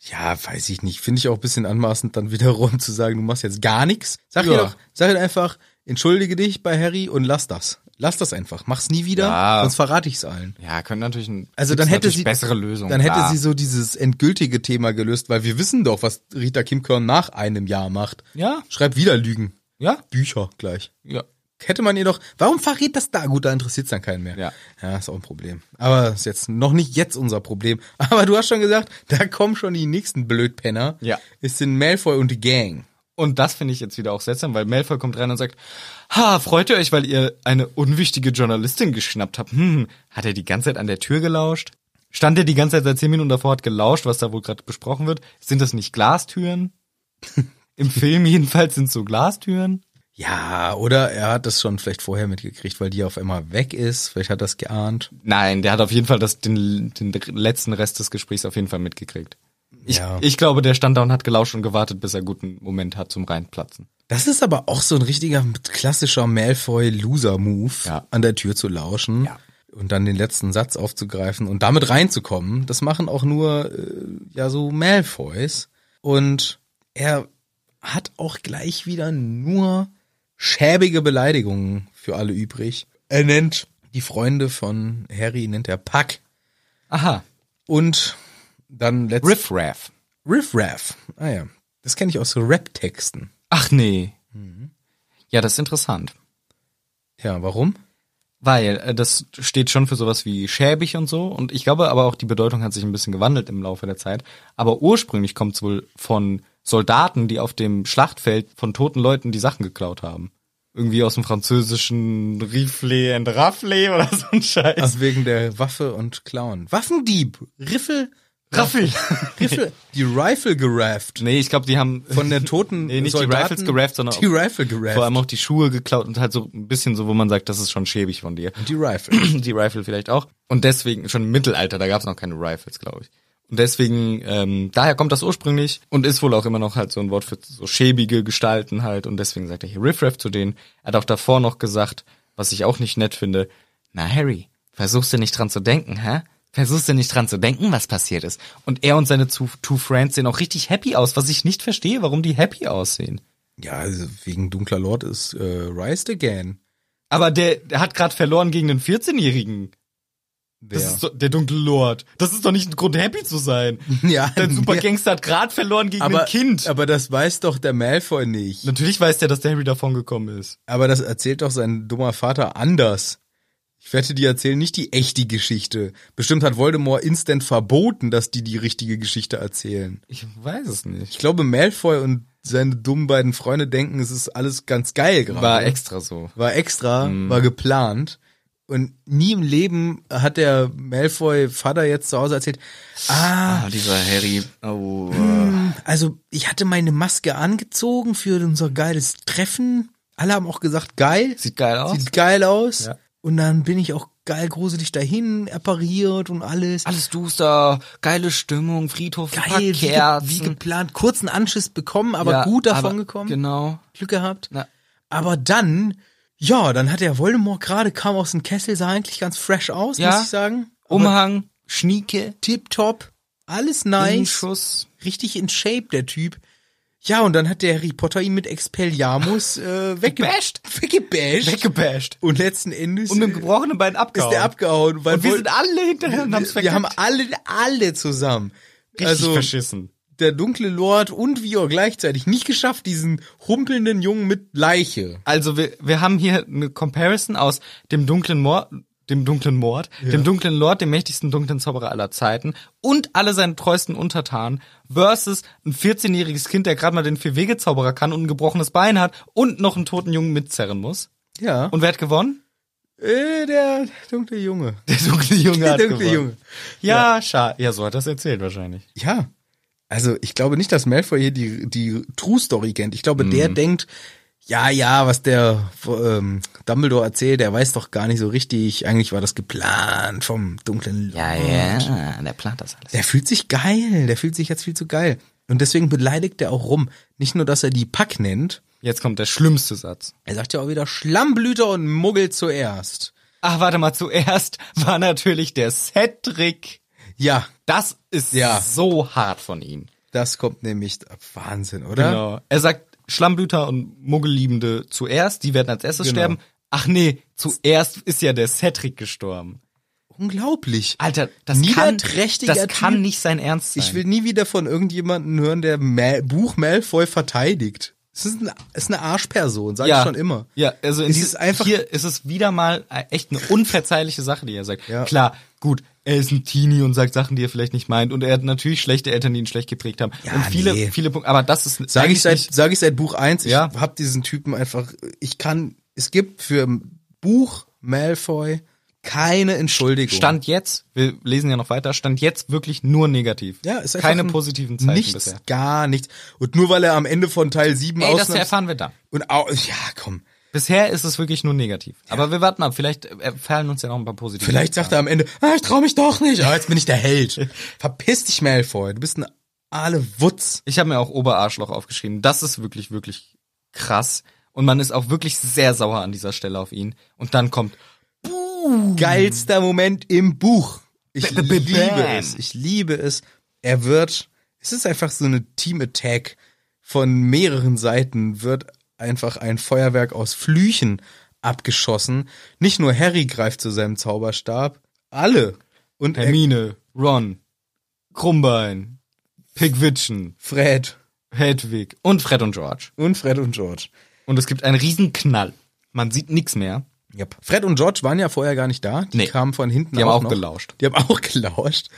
Speaker 1: ja, weiß ich nicht, finde ich auch ein bisschen anmaßend, dann wiederum [LAUGHS] zu sagen, du machst jetzt gar nichts. Sag ihr
Speaker 2: Ja.
Speaker 1: doch, sag ihr einfach, entschuldige dich bei Harry und lass das. Lass das einfach. Mach's nie wieder,
Speaker 2: Ja.
Speaker 1: sonst verrate ich's allen.
Speaker 2: Ja, können natürlich ein,
Speaker 1: Also
Speaker 2: gibt's
Speaker 1: dann hätte
Speaker 2: natürlich
Speaker 1: sie
Speaker 2: bessere Lösungen.
Speaker 1: Dann hätte
Speaker 2: klar.
Speaker 1: sie so dieses endgültige Thema gelöst, weil wir wissen doch, was Rita Kim Korn nach einem Jahr macht.
Speaker 2: Ja.
Speaker 1: Schreibt wieder Lügen.
Speaker 2: ja
Speaker 1: Bücher gleich.
Speaker 2: ja
Speaker 1: Hätte man ihr doch. Warum verrät das da? Gut, da interessiert's dann keinen mehr.
Speaker 2: Ja.
Speaker 1: Ja, ist auch ein Problem. Aber ist jetzt noch nicht jetzt unser Problem. [LAUGHS] Aber du hast schon gesagt, da kommen schon die nächsten Blödpenner.
Speaker 2: Ja.
Speaker 1: Ist in Malfoy und die Gang.
Speaker 2: und das finde ich jetzt wieder auch seltsam, weil Malfoy kommt rein und sagt, ha, freut ihr euch, weil ihr eine unwichtige Journalistin geschnappt habt? Hm, hat er die ganze Zeit an der Tür gelauscht? Stand er die ganze Zeit seit zehn Minuten davor, hat gelauscht, was da wohl gerade besprochen wird? Sind das nicht Glastüren? Im Film jedenfalls sind so Glastüren.
Speaker 1: Ja, oder er hat das schon vielleicht vorher mitgekriegt, weil die auf einmal weg ist. Vielleicht hat er das geahnt.
Speaker 2: Nein, der hat auf jeden Fall das, den, den letzten Rest des Gesprächs auf jeden Fall mitgekriegt. Ich,
Speaker 1: Ja.
Speaker 2: ich glaube, der stand da und hat gelauscht und gewartet, bis er guten Moment hat zum reinplatzen.
Speaker 1: Das ist aber auch so ein richtiger klassischer Malfoy-Loser-Move,
Speaker 2: Ja.
Speaker 1: an der Tür zu lauschen
Speaker 2: Ja.
Speaker 1: und dann den letzten Satz aufzugreifen und damit reinzukommen. Das machen auch nur äh, ja so Malfoys. Und er hat auch gleich wieder nur schäbige Beleidigungen für alle übrig. Er nennt die Freunde von Harry, nennt er Pack.
Speaker 2: Aha.
Speaker 1: Und dann letzt
Speaker 2: Riffraff.
Speaker 1: Riffraff. Ah ja, das kenne ich aus so Rap-Texten.
Speaker 2: Ach nee. Ja, das ist interessant.
Speaker 1: Ja, warum?
Speaker 2: Weil äh, das steht schon für sowas wie schäbig und so. Und ich glaube aber auch, die Bedeutung hat sich ein bisschen gewandelt im Laufe der Zeit. Aber ursprünglich kommt es wohl von Soldaten, die auf dem Schlachtfeld von toten Leuten die Sachen geklaut haben. Irgendwie aus dem französischen Rifle and Raffle oder so ein Scheiß.
Speaker 1: Also wegen der Waffe und Clown. Waffendieb, Riffel,
Speaker 2: Raffel. [LAUGHS]
Speaker 1: Riffel, die Rifle gerafft.
Speaker 2: nee, ich glaube, die haben
Speaker 1: Von der toten
Speaker 2: Nee, nicht die
Speaker 1: Soldaten,
Speaker 2: Rifles gerafft, sondern
Speaker 1: die Rifle gerafft.
Speaker 2: vor allem auch die Schuhe geklaut und halt so ein bisschen so, wo man sagt, das ist schon schäbig von dir.
Speaker 1: die Rifle.
Speaker 2: [CLEARS THROAT] die Rifle vielleicht auch. Und deswegen, schon im Mittelalter, da gab es noch keine Rifles, glaube ich. Und deswegen, ähm, daher kommt das ursprünglich und ist wohl auch immer noch halt so ein Wort für so schäbige Gestalten halt. Und deswegen sagt er hier Riffraff zu denen. Er hat auch davor noch gesagt, was ich auch nicht nett finde, na Harry, versuchst du nicht dran zu denken, hä? Versuchst du nicht dran zu denken, was passiert ist? Und er und seine Two, Two Friends sehen auch richtig happy aus, was ich nicht verstehe, warum die happy aussehen.
Speaker 1: Ja, also wegen Dunkler Lord ist äh, Rise Again.
Speaker 2: Aber der, der hat gerade verloren gegen den 14-Jährigen. Das
Speaker 1: Wer?
Speaker 2: ist doch, der dunkle Lord. Das ist doch nicht ein Grund, happy zu [LAUGHS] sein.
Speaker 1: [LAUGHS] Ja,
Speaker 2: Dein
Speaker 1: ja.
Speaker 2: Supergangster hat gerade verloren gegen
Speaker 1: aber,
Speaker 2: ein Kind.
Speaker 1: aber das weiß doch der Malfoy nicht.
Speaker 2: Natürlich weiß der, dass der Harry davongekommen ist.
Speaker 1: Aber das erzählt doch sein dummer Vater anders. Ich wette, die erzählen nicht die echte Geschichte. Bestimmt hat Voldemort instant verboten, dass die die richtige Geschichte erzählen.
Speaker 2: Ich weiß es nicht.
Speaker 1: Ich glaube, Malfoy und seine dummen beiden Freunde denken, es ist alles ganz geil gerade.
Speaker 2: War extra Mhm. so.
Speaker 1: War extra, war geplant. Und nie im Leben hat der Malfoy Vater jetzt zu Hause erzählt, ah,
Speaker 2: Ah, dieser Harry. Oh.
Speaker 1: also ich hatte meine Maske angezogen für unser geiles Treffen. Alle haben auch gesagt, geil.
Speaker 2: Sieht geil aus.
Speaker 1: Sieht geil aus.
Speaker 2: Ja.
Speaker 1: Und dann bin ich auch geil gruselig dahin appariert und alles.
Speaker 2: Alles duster, geile Stimmung, Friedhof,
Speaker 1: geil, wie, ge wie geplant. Kurzen Anschiss bekommen, aber gut davon gekommen.
Speaker 2: Genau.
Speaker 1: Glück gehabt.
Speaker 2: Na.
Speaker 1: Aber dann, ja, dann hat der Voldemort gerade, kam aus dem Kessel, sah eigentlich ganz fresh aus,
Speaker 2: Ja.
Speaker 1: muss ich sagen. Aber
Speaker 2: Umhang, Schnieke,
Speaker 1: Tipptopp, alles nice.
Speaker 2: Schuss.
Speaker 1: richtig in Shape, der Typ. Ja, und dann hat der Harry Potter ihn mit Expelliarmus
Speaker 2: [LAUGHS]
Speaker 1: äh, wegge
Speaker 2: Gebasht.
Speaker 1: weggebasht.
Speaker 2: Weggebashed.
Speaker 1: und letzten Endes
Speaker 2: Und mit dem
Speaker 1: äh,
Speaker 2: gebrochenen Bein
Speaker 1: ist
Speaker 2: abgehauen.
Speaker 1: der abgehauen. Weil
Speaker 2: Und wir
Speaker 1: Vol-
Speaker 2: sind alle hinterher und haben's
Speaker 1: Wir
Speaker 2: verkackt.
Speaker 1: haben alle, alle zusammen.
Speaker 2: Richtig
Speaker 1: also
Speaker 2: verschissen.
Speaker 1: der dunkle Lord und Vior gleichzeitig nicht geschafft, diesen humpelnden Jungen mit Leiche.
Speaker 2: Also wir, wir haben hier eine Comparison aus dem dunklen Mord, dem dunklen Mord, dem dunklen Lord, dem mächtigsten dunklen Zauberer aller Zeiten und alle seine treuesten Untertanen versus ein 14-jähriges Kind, der gerade mal den Vier-Wege-Zauberer kann und ein gebrochenes Bein hat und noch einen toten Jungen mitzerren muss.
Speaker 1: Ja.
Speaker 2: Und wer hat gewonnen?
Speaker 1: äh, der dunkle Junge.
Speaker 2: [LAUGHS] Der dunkle Junge
Speaker 1: Der
Speaker 2: hat
Speaker 1: dunkle
Speaker 2: gewonnen.
Speaker 1: Junge.
Speaker 2: Ja, schade. Ja, so hat das erzählt wahrscheinlich.
Speaker 1: Ja. Also ich glaube nicht, dass Malfoy hier die, die True Story kennt. Ich glaube,
Speaker 2: Mhm.
Speaker 1: der denkt, ja, ja, was der ähm, Dumbledore erzählt, der weiß doch gar nicht so richtig. Eigentlich war das geplant vom dunklen Lord.
Speaker 2: Ah, ja, der plant das alles.
Speaker 1: Der fühlt sich geil. Der fühlt sich jetzt viel zu geil. Und deswegen beleidigt er auch rum. Nicht nur, dass er die Pack nennt.
Speaker 2: Jetzt kommt der schlimmste Satz.
Speaker 1: Er sagt ja auch wieder Schlammblüter und Muggel zuerst.
Speaker 2: Ach, warte mal, zuerst [LAUGHS] war natürlich der Cedric.
Speaker 1: Ja,
Speaker 2: Das ist
Speaker 1: Ja.
Speaker 2: so hart von ihm.
Speaker 1: das kommt nämlich Wahnsinn, oder?
Speaker 2: Genau. Er sagt, Schlammblüter und Muggelliebende zuerst, die werden als erstes
Speaker 1: Genau.
Speaker 2: sterben. Ach nee, zuerst ist ja der Cedric gestorben.
Speaker 1: Unglaublich.
Speaker 2: Alter, das kann,
Speaker 1: Niederträchtiger
Speaker 2: das kann
Speaker 1: Typ.
Speaker 2: nicht sein Ernst sein.
Speaker 1: Ich will nie wieder von irgendjemandem hören, der Mal Buch Malfoy verteidigt. Es ist, ein, es ist eine Arschperson, sage ich schon immer.
Speaker 2: Ja, also in
Speaker 1: Es ist
Speaker 2: dieses,
Speaker 1: einfach-
Speaker 2: hier ist es wieder mal äh, echt eine unverzeihliche Sache, die er sagt.
Speaker 1: Ja.
Speaker 2: Klar, gut, er ist ein Teenie und sagt Sachen, die er vielleicht nicht meint und er hat natürlich schlechte Eltern, die ihn schlecht geprägt haben.
Speaker 1: Ja,
Speaker 2: und viele
Speaker 1: nee.
Speaker 2: viele Punkte, aber das ist
Speaker 1: Sage ich,
Speaker 2: eigentlich
Speaker 1: seit,
Speaker 2: nicht-
Speaker 1: sag ich seit Buch 1, ich
Speaker 2: Ja.
Speaker 1: hab diesen Typen einfach, ich kann, es gibt für Buch Malfoy keine Entschuldigung.
Speaker 2: Stand jetzt, wir lesen ja noch weiter, stand jetzt wirklich nur negativ.
Speaker 1: ja, ist einfach
Speaker 2: Keine
Speaker 1: ein-
Speaker 2: positiven Zeichen
Speaker 1: Nichts,
Speaker 2: bisher.
Speaker 1: gar nichts. Und nur weil er am Ende von Teil 7
Speaker 2: Ey, das
Speaker 1: ausnahms...
Speaker 2: erfahren wir dann.
Speaker 1: Und au ja, komm.
Speaker 2: Bisher ist es wirklich nur negativ. Aber wir warten ab, vielleicht erfallen uns ja noch ein paar positive.
Speaker 1: Vielleicht sagt er am Ende, ah, ich trau mich doch nicht, ah, jetzt bin ich der
Speaker 2: [LAUGHS]
Speaker 1: Held. Verpiss dich, Malfoy, du bist ein aale Wutz.
Speaker 2: Ich habe mir auch Oberarschloch aufgeschrieben. Das ist wirklich, wirklich krass. Und man ist auch wirklich sehr sauer an dieser Stelle auf ihn. Und dann kommt,
Speaker 1: geilster Moment im Buch. Ich
Speaker 2: Ba- ba- ba-
Speaker 1: liebe
Speaker 2: bam.
Speaker 1: es. Ich liebe es. Er wird, es ist einfach so eine Team-Attack von mehreren Seiten, wird einfach ein Feuerwerk aus Flüchen abgeschossen. Nicht nur Harry greift zu seinem Zauberstab, alle. Und er,
Speaker 2: Hermine, Ron, Krummbein, Pigwitchen,
Speaker 1: Fred
Speaker 2: Hedwig und Fred und George.
Speaker 1: und Fred und George.
Speaker 2: Und es gibt einen riesen Knall. Man sieht nichts mehr.
Speaker 1: Yep. Fred und George waren ja vorher gar nicht da. Die
Speaker 2: Nee.
Speaker 1: kamen von hinten
Speaker 2: Die haben auch
Speaker 1: noch.
Speaker 2: gelauscht.
Speaker 1: Die haben [LAUGHS] auch gelauscht.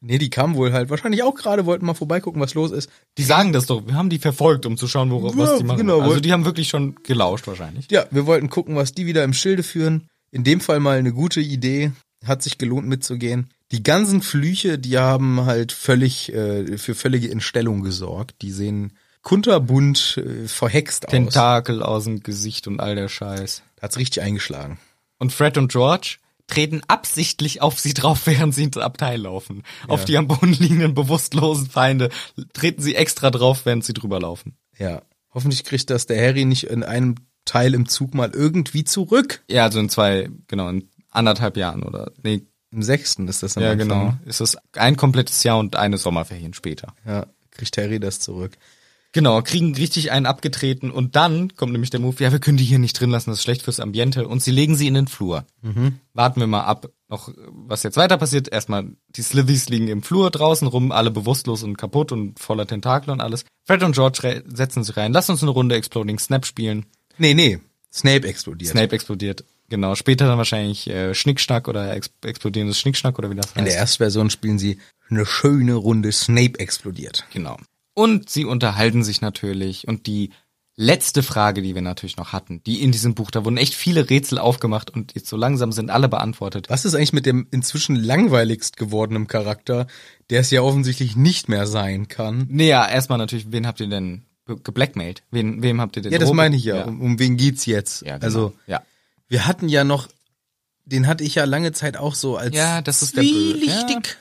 Speaker 1: Nee, die kamen wohl halt wahrscheinlich auch gerade, wollten mal vorbeigucken, was los ist.
Speaker 2: Die sagen das doch. Wir haben die verfolgt, um zu schauen, worauf, was
Speaker 1: Ja,
Speaker 2: die machen.
Speaker 1: genau.
Speaker 2: also die haben wirklich schon gelauscht wahrscheinlich.
Speaker 1: Ja, wir wollten gucken, was die wieder im Schilde führen. In dem Fall mal eine gute Idee. Hat sich gelohnt mitzugehen. Die ganzen Flüche, die haben halt völlig äh, für völlige Entstellung gesorgt. Die sehen kunterbunt äh, verhext aus.
Speaker 2: Tentakel aus dem Gesicht und all der Scheiß.
Speaker 1: Hat's richtig eingeschlagen.
Speaker 2: Und Fred und George, treten absichtlich auf sie drauf, [LAUGHS] während sie ins Abteil laufen. Auf die am Boden liegenden bewusstlosen Feinde treten sie extra drauf, während sie drüber laufen.
Speaker 1: Ja. Hoffentlich kriegt das der Harry nicht in einem Teil im Zug mal irgendwie zurück.
Speaker 2: Ja, also in zwei, genau, in anderthalb Jahren oder, nee,
Speaker 1: Im sechsten ist das am
Speaker 2: ja
Speaker 1: Anfang.
Speaker 2: genau,
Speaker 1: ne?
Speaker 2: ist das ein komplettes Jahr und eine Sommerferien später.
Speaker 1: Ja, kriegt Harry das zurück.
Speaker 2: Genau, kriegen richtig einen abgetreten und dann kommt nämlich der Move, ja, wir können die hier nicht drin lassen, das ist schlecht fürs Ambiente und sie legen sie in den Flur.
Speaker 1: Mhm.
Speaker 2: Warten wir mal ab, noch äh, was jetzt weiter passiert. Erstmal, die Slithys liegen im Flur draußen rum, alle bewusstlos und kaputt und voller Tentakel und alles. Fred und George re- setzen sich rein, lass uns eine Runde Exploding Snap spielen.
Speaker 1: Nee, nee. Snape explodiert.
Speaker 2: Snape explodiert. Genau, später dann wahrscheinlich äh, Schnickschnack oder ex explodierendes Schnickschnack oder wie das heißt.
Speaker 1: In der Erstversion spielen sie eine schöne Runde Snape explodiert.
Speaker 2: Genau. Und sie unterhalten sich natürlich. Und die letzte Frage, die wir natürlich noch hatten, die in diesem Buch, da wurden echt viele Rätsel aufgemacht und jetzt so langsam sind alle beantwortet.
Speaker 1: Was ist eigentlich mit dem inzwischen langweiligst gewordenen Charakter, der es ja offensichtlich nicht mehr sein kann?
Speaker 2: Naja, erstmal natürlich, wen habt ihr denn be- geblackmailt? Wen, wem habt ihr denn?
Speaker 1: Ja, das
Speaker 2: Robin-
Speaker 1: meine ich ja.
Speaker 2: Ja,
Speaker 1: Um, um wen geht's jetzt?
Speaker 2: ja genau.
Speaker 1: Also,
Speaker 2: ja.
Speaker 1: wir hatten ja noch, den hatte ich ja lange Zeit auch so als
Speaker 2: Ja, das ist der Bö-
Speaker 1: zwielichtig.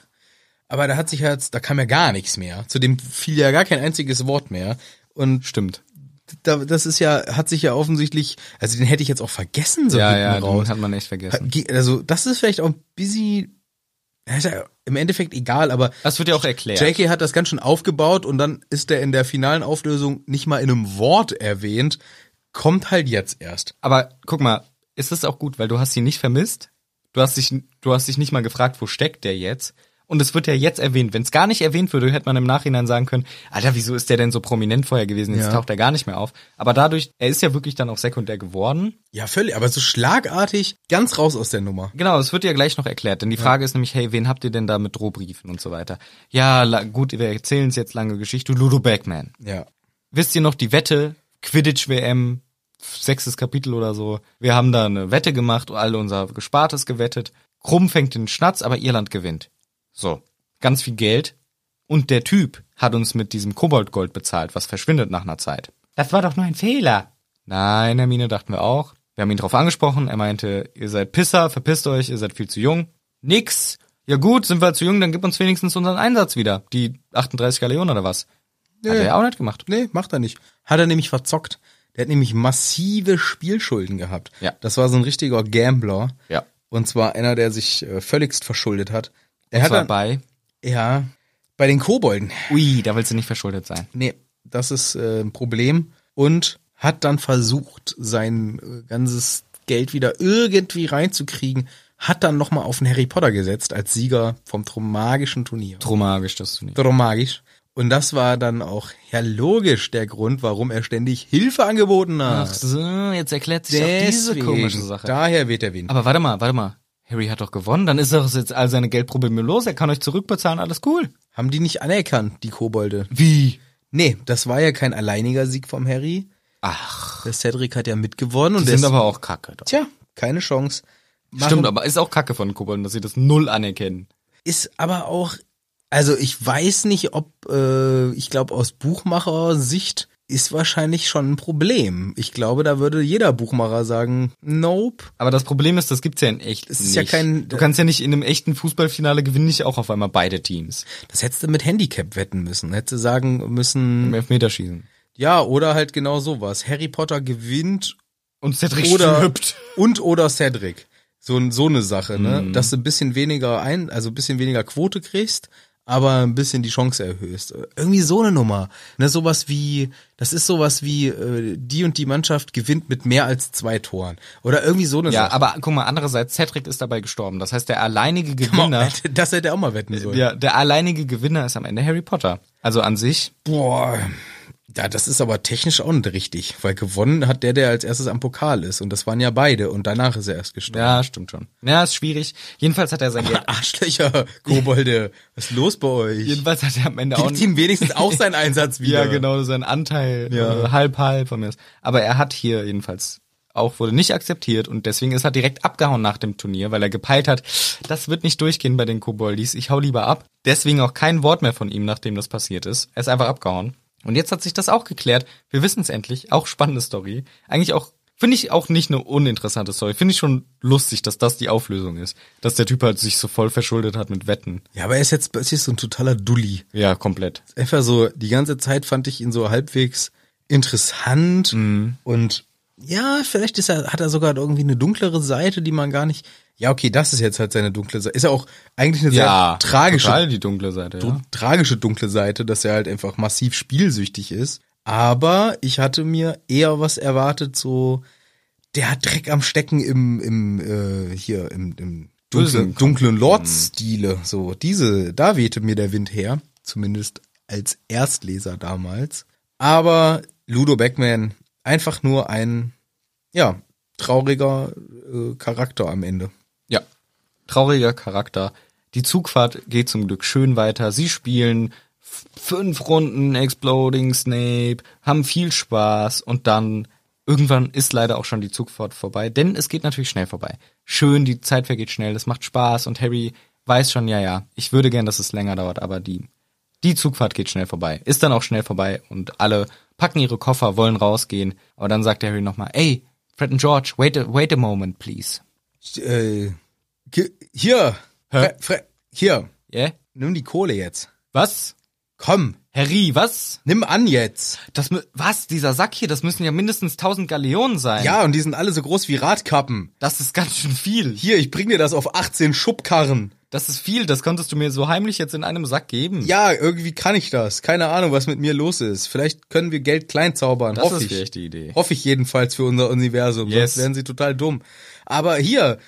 Speaker 1: Aber da hat sich ja jetzt, da kam ja gar nichts mehr. Zu dem fiel ja gar kein einziges Wort mehr. Und
Speaker 2: Stimmt.
Speaker 1: da, das ist ja, hat sich ja offensichtlich, also den hätte ich jetzt auch vergessen, so
Speaker 2: ja,
Speaker 1: hinten
Speaker 2: ja,
Speaker 1: raus.
Speaker 2: den hat man echt vergessen.
Speaker 1: Ge- Also, das ist vielleicht auch ein bisschen, ja, ist ja im Endeffekt egal, aber
Speaker 2: Das wird ja auch erklärt.
Speaker 1: JK hat das ganz schön aufgebaut und dann ist er in der finalen Auflösung nicht mal in einem Wort erwähnt. Kommt halt jetzt erst.
Speaker 2: Aber guck mal, ist das auch gut, weil du hast sie nicht vermisst. Du hast dich, du hast dich nicht mal gefragt, wo steckt der jetzt? Und es wird ja jetzt erwähnt. Wenn es gar nicht erwähnt würde, hätte man im Nachhinein sagen können, Alter, wieso ist der denn so prominent vorher gewesen? Jetzt
Speaker 1: Ja.
Speaker 2: taucht er gar nicht mehr auf. Aber dadurch, er ist ja wirklich dann auch sekundär geworden.
Speaker 1: Ja, völlig, aber so schlagartig ganz raus aus der Nummer.
Speaker 2: Genau, es wird ja gleich noch erklärt. Denn die Frage ist nämlich, hey, wen habt ihr denn da mit Drohbriefen und so weiter? Ja, la- gut, wir erzählen es jetzt lange Geschichte. Ludo Backman.
Speaker 1: Ja.
Speaker 2: wisst ihr noch die Wette? Quidditch WM, sechstes Kapitel oder so. Wir haben da eine Wette gemacht, alle unser Gespartes gewettet. Krumm fängt den Schnatz, aber Irland gewinnt. So. Ganz viel Geld. Und der Typ hat uns mit diesem Koboldgold bezahlt, was verschwindet nach einer Zeit. Das war doch nur ein Fehler. Nein, Hermine, dachten wir auch. Wir haben ihn drauf angesprochen. Er meinte, ihr seid Pisser, verpisst euch, ihr seid viel zu jung. Nix. Ja gut, sind wir zu jung, dann gib uns wenigstens unseren Einsatz wieder. Die 38 Galeonen oder was? Hat
Speaker 1: Nee.
Speaker 2: er ja auch nicht gemacht.
Speaker 1: Nee, macht er nicht. Hat er nämlich verzockt. Der hat nämlich massive Spielschulden gehabt.
Speaker 2: Ja.
Speaker 1: Das war so ein richtiger Gambler.
Speaker 2: Ja.
Speaker 1: Und zwar einer, der sich äh, völligst verschuldet hat. Er
Speaker 2: Und
Speaker 1: hat
Speaker 2: zwar
Speaker 1: dann,
Speaker 2: bei.
Speaker 1: ja, bei den Kobolden.
Speaker 2: Ui, da willst du nicht verschuldet sein.
Speaker 1: Nee, das ist äh, ein Problem. Und hat dann versucht, sein äh, ganzes Geld wieder irgendwie reinzukriegen. Hat dann nochmal auf den Harry Potter gesetzt als Sieger vom magischen Turnier.
Speaker 2: Tromagisch, dass du nicht.
Speaker 1: Drum magisch. Und das war dann auch, ja logisch, der Grund, warum er ständig Hilfe angeboten hat.
Speaker 2: Ach so, jetzt erklärt sich auch diese
Speaker 1: Deswegen.
Speaker 2: komische Sache.
Speaker 1: Daher wird er wen.
Speaker 2: Aber warte mal, warte mal. Harry hat doch gewonnen, dann ist doch jetzt all seine Geldprobleme los, er kann euch zurückbezahlen, alles cool.
Speaker 1: Haben die nicht anerkannt, die Kobolde?
Speaker 2: Wie?
Speaker 1: Nee, das war ja kein alleiniger Sieg vom Harry.
Speaker 2: Ach,
Speaker 1: Der Cedric hat ja mitgewonnen
Speaker 2: die
Speaker 1: und der
Speaker 2: sind
Speaker 1: ist,
Speaker 2: aber auch kacke. Doch.
Speaker 1: tja, keine Chance. Machen-
Speaker 2: Stimmt, aber ist auch kacke von den Kobolden, dass sie das null anerkennen.
Speaker 1: Ist aber auch, also ich weiß nicht, ob, äh, ich glaube aus Buchmacher-Sicht ist wahrscheinlich schon ein Problem. Ich glaube, da würde jeder Buchmacher sagen, nope.
Speaker 2: Aber das Problem ist, das gibt's ja in echt
Speaker 1: Es
Speaker 2: nicht.
Speaker 1: ist ja kein-
Speaker 2: du kannst ja nicht in einem echten Fußballfinale gewinnen, nicht auch auf einmal beide Teams.
Speaker 1: Das hättest du mit Handicap wetten müssen. Hättest du sagen
Speaker 2: Im
Speaker 1: müssen,
Speaker 2: Elfmeterschießen.
Speaker 1: ja, oder halt genau sowas. Harry Potter gewinnt
Speaker 2: Und Cedric
Speaker 1: oder
Speaker 2: stirbt.
Speaker 1: und oder Cedric. So, ein- so eine Sache, ne?
Speaker 2: Mhm.
Speaker 1: Dass du ein bisschen weniger ein, also ein bisschen weniger Quote kriegst, aber ein bisschen die Chance erhöhst. Irgendwie so eine Nummer. Ne, sowas wie, das ist sowas wie, äh, die und die Mannschaft gewinnt mit mehr als zwei Toren. Oder irgendwie so eine
Speaker 2: Ja,
Speaker 1: Sache.
Speaker 2: aber guck mal, andererseits, Cedric ist dabei gestorben. Das heißt, der alleinige Gewinner...
Speaker 1: Genau. Das hätte er auch mal wetten sollen.
Speaker 2: Ja, der alleinige Gewinner ist am Ende Harry Potter. Also an sich.
Speaker 1: Boah. Ja, das ist aber technisch auch nicht richtig, weil gewonnen hat der, der als erstes am Pokal ist. Und das waren ja beide. Und danach ist er erst gestorben.
Speaker 2: Ja, stimmt schon. Ja, ist schwierig. Jedenfalls hat er sein Geld.
Speaker 1: [LAUGHS] Arschlöcher, Kobolde. Was ist los bei euch?
Speaker 2: Jedenfalls hat er am Ende auch
Speaker 1: Gibt ihm wenigstens auch
Speaker 2: [LAUGHS]
Speaker 1: seinen Einsatz wieder.
Speaker 2: ja genau seinen Anteil
Speaker 1: Ja.
Speaker 2: äh, halb halb von mir. aus. Aber er hat hier jedenfalls auch wurde nicht akzeptiert und deswegen ist er direkt abgehauen nach dem Turnier, weil er gepeilt hat, das wird nicht durchgehen bei den Koboldis. Ich hau lieber ab. Deswegen auch kein Wort mehr von ihm, nachdem das passiert ist. Er ist einfach abgehauen. Und jetzt hat sich das auch geklärt. Wir wissen es endlich. Auch spannende Story. Eigentlich auch Finde ich auch nicht eine uninteressante Story. Finde ich schon lustig, dass das die Auflösung ist. Dass der Typ halt sich so voll verschuldet hat mit Wetten.
Speaker 1: Ja, aber er ist jetzt plötzlich so ein totaler Dulli.
Speaker 2: Ja, komplett.
Speaker 1: Einfach so, die ganze Zeit fand ich ihn so halbwegs interessant und ja, vielleicht ist er, hat er sogar irgendwie eine dunklere Seite, die man gar nicht. Ja, okay, das ist jetzt halt seine dunkle Seite. Ist ja auch eigentlich eine
Speaker 2: Ja,
Speaker 1: sehr tragische
Speaker 2: Total die dunkle Seite.
Speaker 1: dun-
Speaker 2: Ja.
Speaker 1: tragische dunkle Seite, dass er halt einfach massiv spielsüchtig ist. Aber ich hatte mir eher was erwartet, so der hat Dreck am Stecken im, im äh, hier im, im dunklen,
Speaker 2: Bösen.
Speaker 1: dunklen Lord-Stile. So diese, da wehte mir der Wind her, zumindest als Erstleser damals. Aber Ludo Beckman einfach nur ein ja trauriger äh, Charakter am Ende.
Speaker 2: ja. Trauriger Charakter. Die Zugfahrt geht zum Glück schön weiter. Sie spielen f- fünf Runden Exploding Snape, haben viel Spaß und dann irgendwann ist leider auch schon die Zugfahrt vorbei, denn es geht natürlich schnell vorbei. Schön, die Zeit vergeht schnell, das macht Spaß und Harry weiß schon, ja, ja, ich würde gern, dass es länger dauert, aber die Die Zugfahrt geht schnell vorbei, ist dann auch schnell vorbei und alle packen ihre Koffer, wollen rausgehen, aber dann sagt Harry nochmal, ey, Fred und George, wait a, wait a moment, please.
Speaker 1: Äh, ge- hier, Fre Fre hier,
Speaker 2: Yeah?
Speaker 1: nimm die Kohle jetzt.
Speaker 2: Was?
Speaker 1: Komm,
Speaker 2: Harry, was?
Speaker 1: nimm an jetzt.
Speaker 2: Das, mü- was? Dieser Sack hier, das müssen ja mindestens 1000 Galeonen sein.
Speaker 1: Ja, und die sind alle so groß wie Radkappen.
Speaker 2: Das ist ganz schön viel.
Speaker 1: Hier, ich bring dir das auf 18 Schubkarren.
Speaker 2: Das ist viel, das konntest du mir so heimlich jetzt in einem Sack geben.
Speaker 1: Ja, irgendwie kann ich das. Keine Ahnung, was mit mir los ist. Vielleicht können wir Geld klein zaubern.
Speaker 2: Das
Speaker 1: Hoffe
Speaker 2: ist
Speaker 1: ich.
Speaker 2: vielleicht die Idee.
Speaker 1: Hoffe ich jedenfalls für unser Universum.
Speaker 2: Yes.
Speaker 1: Sonst wären sie total dumm. Aber hier,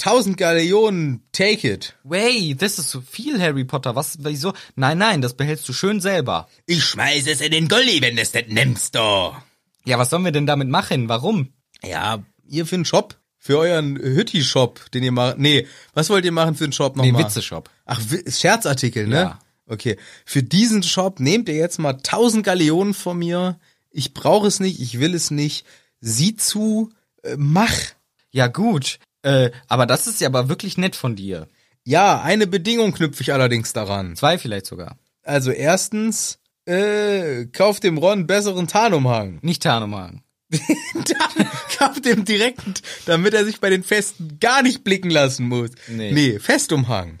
Speaker 1: 1000 Galeonen, take it.
Speaker 2: Wait, das ist zu viel, Harry Potter. Was, wieso? Nein, nein, das behältst du schön selber.
Speaker 1: Ich schmeiß es in den Gully, wenn du es nicht nimmst, du.
Speaker 2: Ja, was sollen wir denn damit machen? Warum?
Speaker 1: Ja, ihr für einen Shop. Für euren Hütti-Shop, den ihr macht. Nee, was wollt ihr machen für einen Shop nochmal?
Speaker 2: Nee, Witze-Shop.
Speaker 1: Ach, Wi- Scherzartikel, ne?
Speaker 2: Ja.
Speaker 1: Okay. Für diesen Shop nehmt ihr jetzt mal 1000 Galeonen von mir. Ich brauche es nicht, ich will es nicht. Sieh zu, äh, mach.
Speaker 2: Ja gut, äh, aber das ist ja aber wirklich nett von dir.
Speaker 1: Ja, eine Bedingung knüpfe ich allerdings daran.
Speaker 2: Zwei vielleicht sogar.
Speaker 1: Also erstens, äh, kauft dem Ron einen besseren Tarnumhang. [LAUGHS]
Speaker 2: Nicht Tarnumhang.
Speaker 1: Dann kauft dem direkten, damit er sich bei den Festen gar nicht blicken lassen muss.
Speaker 2: Nee.
Speaker 1: nee Festumhang.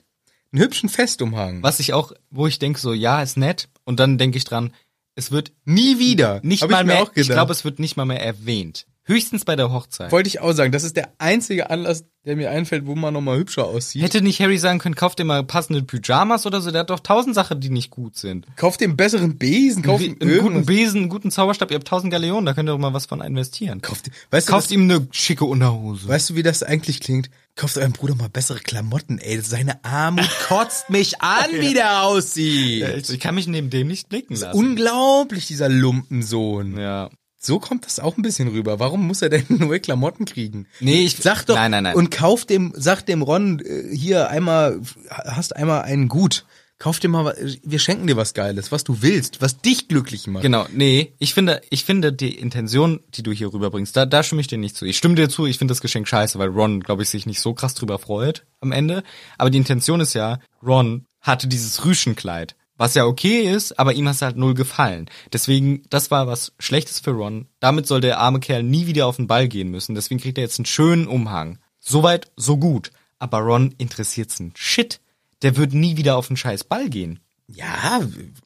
Speaker 1: Einen hübschen Festumhang.
Speaker 2: Was ich auch, wo ich denke so, ja, ist nett. Und dann denke ich dran, es wird
Speaker 1: Nie wieder.
Speaker 2: nicht
Speaker 1: Hab
Speaker 2: mal
Speaker 1: ich mir
Speaker 2: mehr,
Speaker 1: auch
Speaker 2: ich
Speaker 1: gedacht.
Speaker 2: glaube, es wird nicht mal mehr erwähnt. Höchstens bei der Hochzeit.
Speaker 1: Wollte ich auch sagen, das ist der einzige Anlass, der mir einfällt, wo man nochmal hübscher aussieht.
Speaker 2: Hätte nicht Harry sagen können, kauft dir mal passende Pyjamas oder so, der hat doch tausend Sachen, die nicht gut sind.
Speaker 1: Kauft den besseren Besen, kauft ihm
Speaker 2: Einen, einen guten
Speaker 1: irgendwas.
Speaker 2: Besen, einen guten Zauberstab, ihr habt tausend Galeonen, da könnt ihr doch mal was von investieren.
Speaker 1: Kauft, weißt, du,
Speaker 2: Kauft
Speaker 1: das,
Speaker 2: ihm eine schicke Unterhose.
Speaker 1: weißt du, wie das eigentlich klingt? Kauft eurem Bruder mal bessere Klamotten, ey. Seine
Speaker 2: [LAUGHS]
Speaker 1: Armut kotzt mich an, wie der aussieht.
Speaker 2: Ich kann mich neben dem nicht blicken lassen.
Speaker 1: Unglaublich, dieser Lumpensohn.
Speaker 2: Ja.
Speaker 1: So kommt das auch ein bisschen rüber. Warum muss er denn [LAUGHS] neue Klamotten kriegen?
Speaker 2: Nee, ich-
Speaker 1: sag doch
Speaker 2: Nein, nein, nein.
Speaker 1: und kauf dem sag dem Ron äh, hier einmal hast einmal einen gut. Kauf dir mal wa- wir schenken dir was geiles, was du willst, was dich glücklich macht.
Speaker 2: Genau, nee, ich finde, ich finde die Intention, die du hier rüberbringst, da, da stimme ich dir nicht zu. Ich stimme dir zu, ich finde das Geschenk scheiße, weil Ron, glaube ich, sich nicht so krass drüber freut am Ende. Aber die Intention ist ja, Ron hatte dieses Rüschenkleid, was ja okay ist, aber ihm hat es halt null gefallen. Deswegen, das war was Schlechtes für Ron. Damit soll der arme Kerl nie wieder auf den Ball gehen müssen. Deswegen kriegt er jetzt einen schönen Umhang. Soweit, so gut. Aber Ron interessiert's ein Shit. Der wird nie wieder auf den scheiß Ball gehen.
Speaker 1: Ja,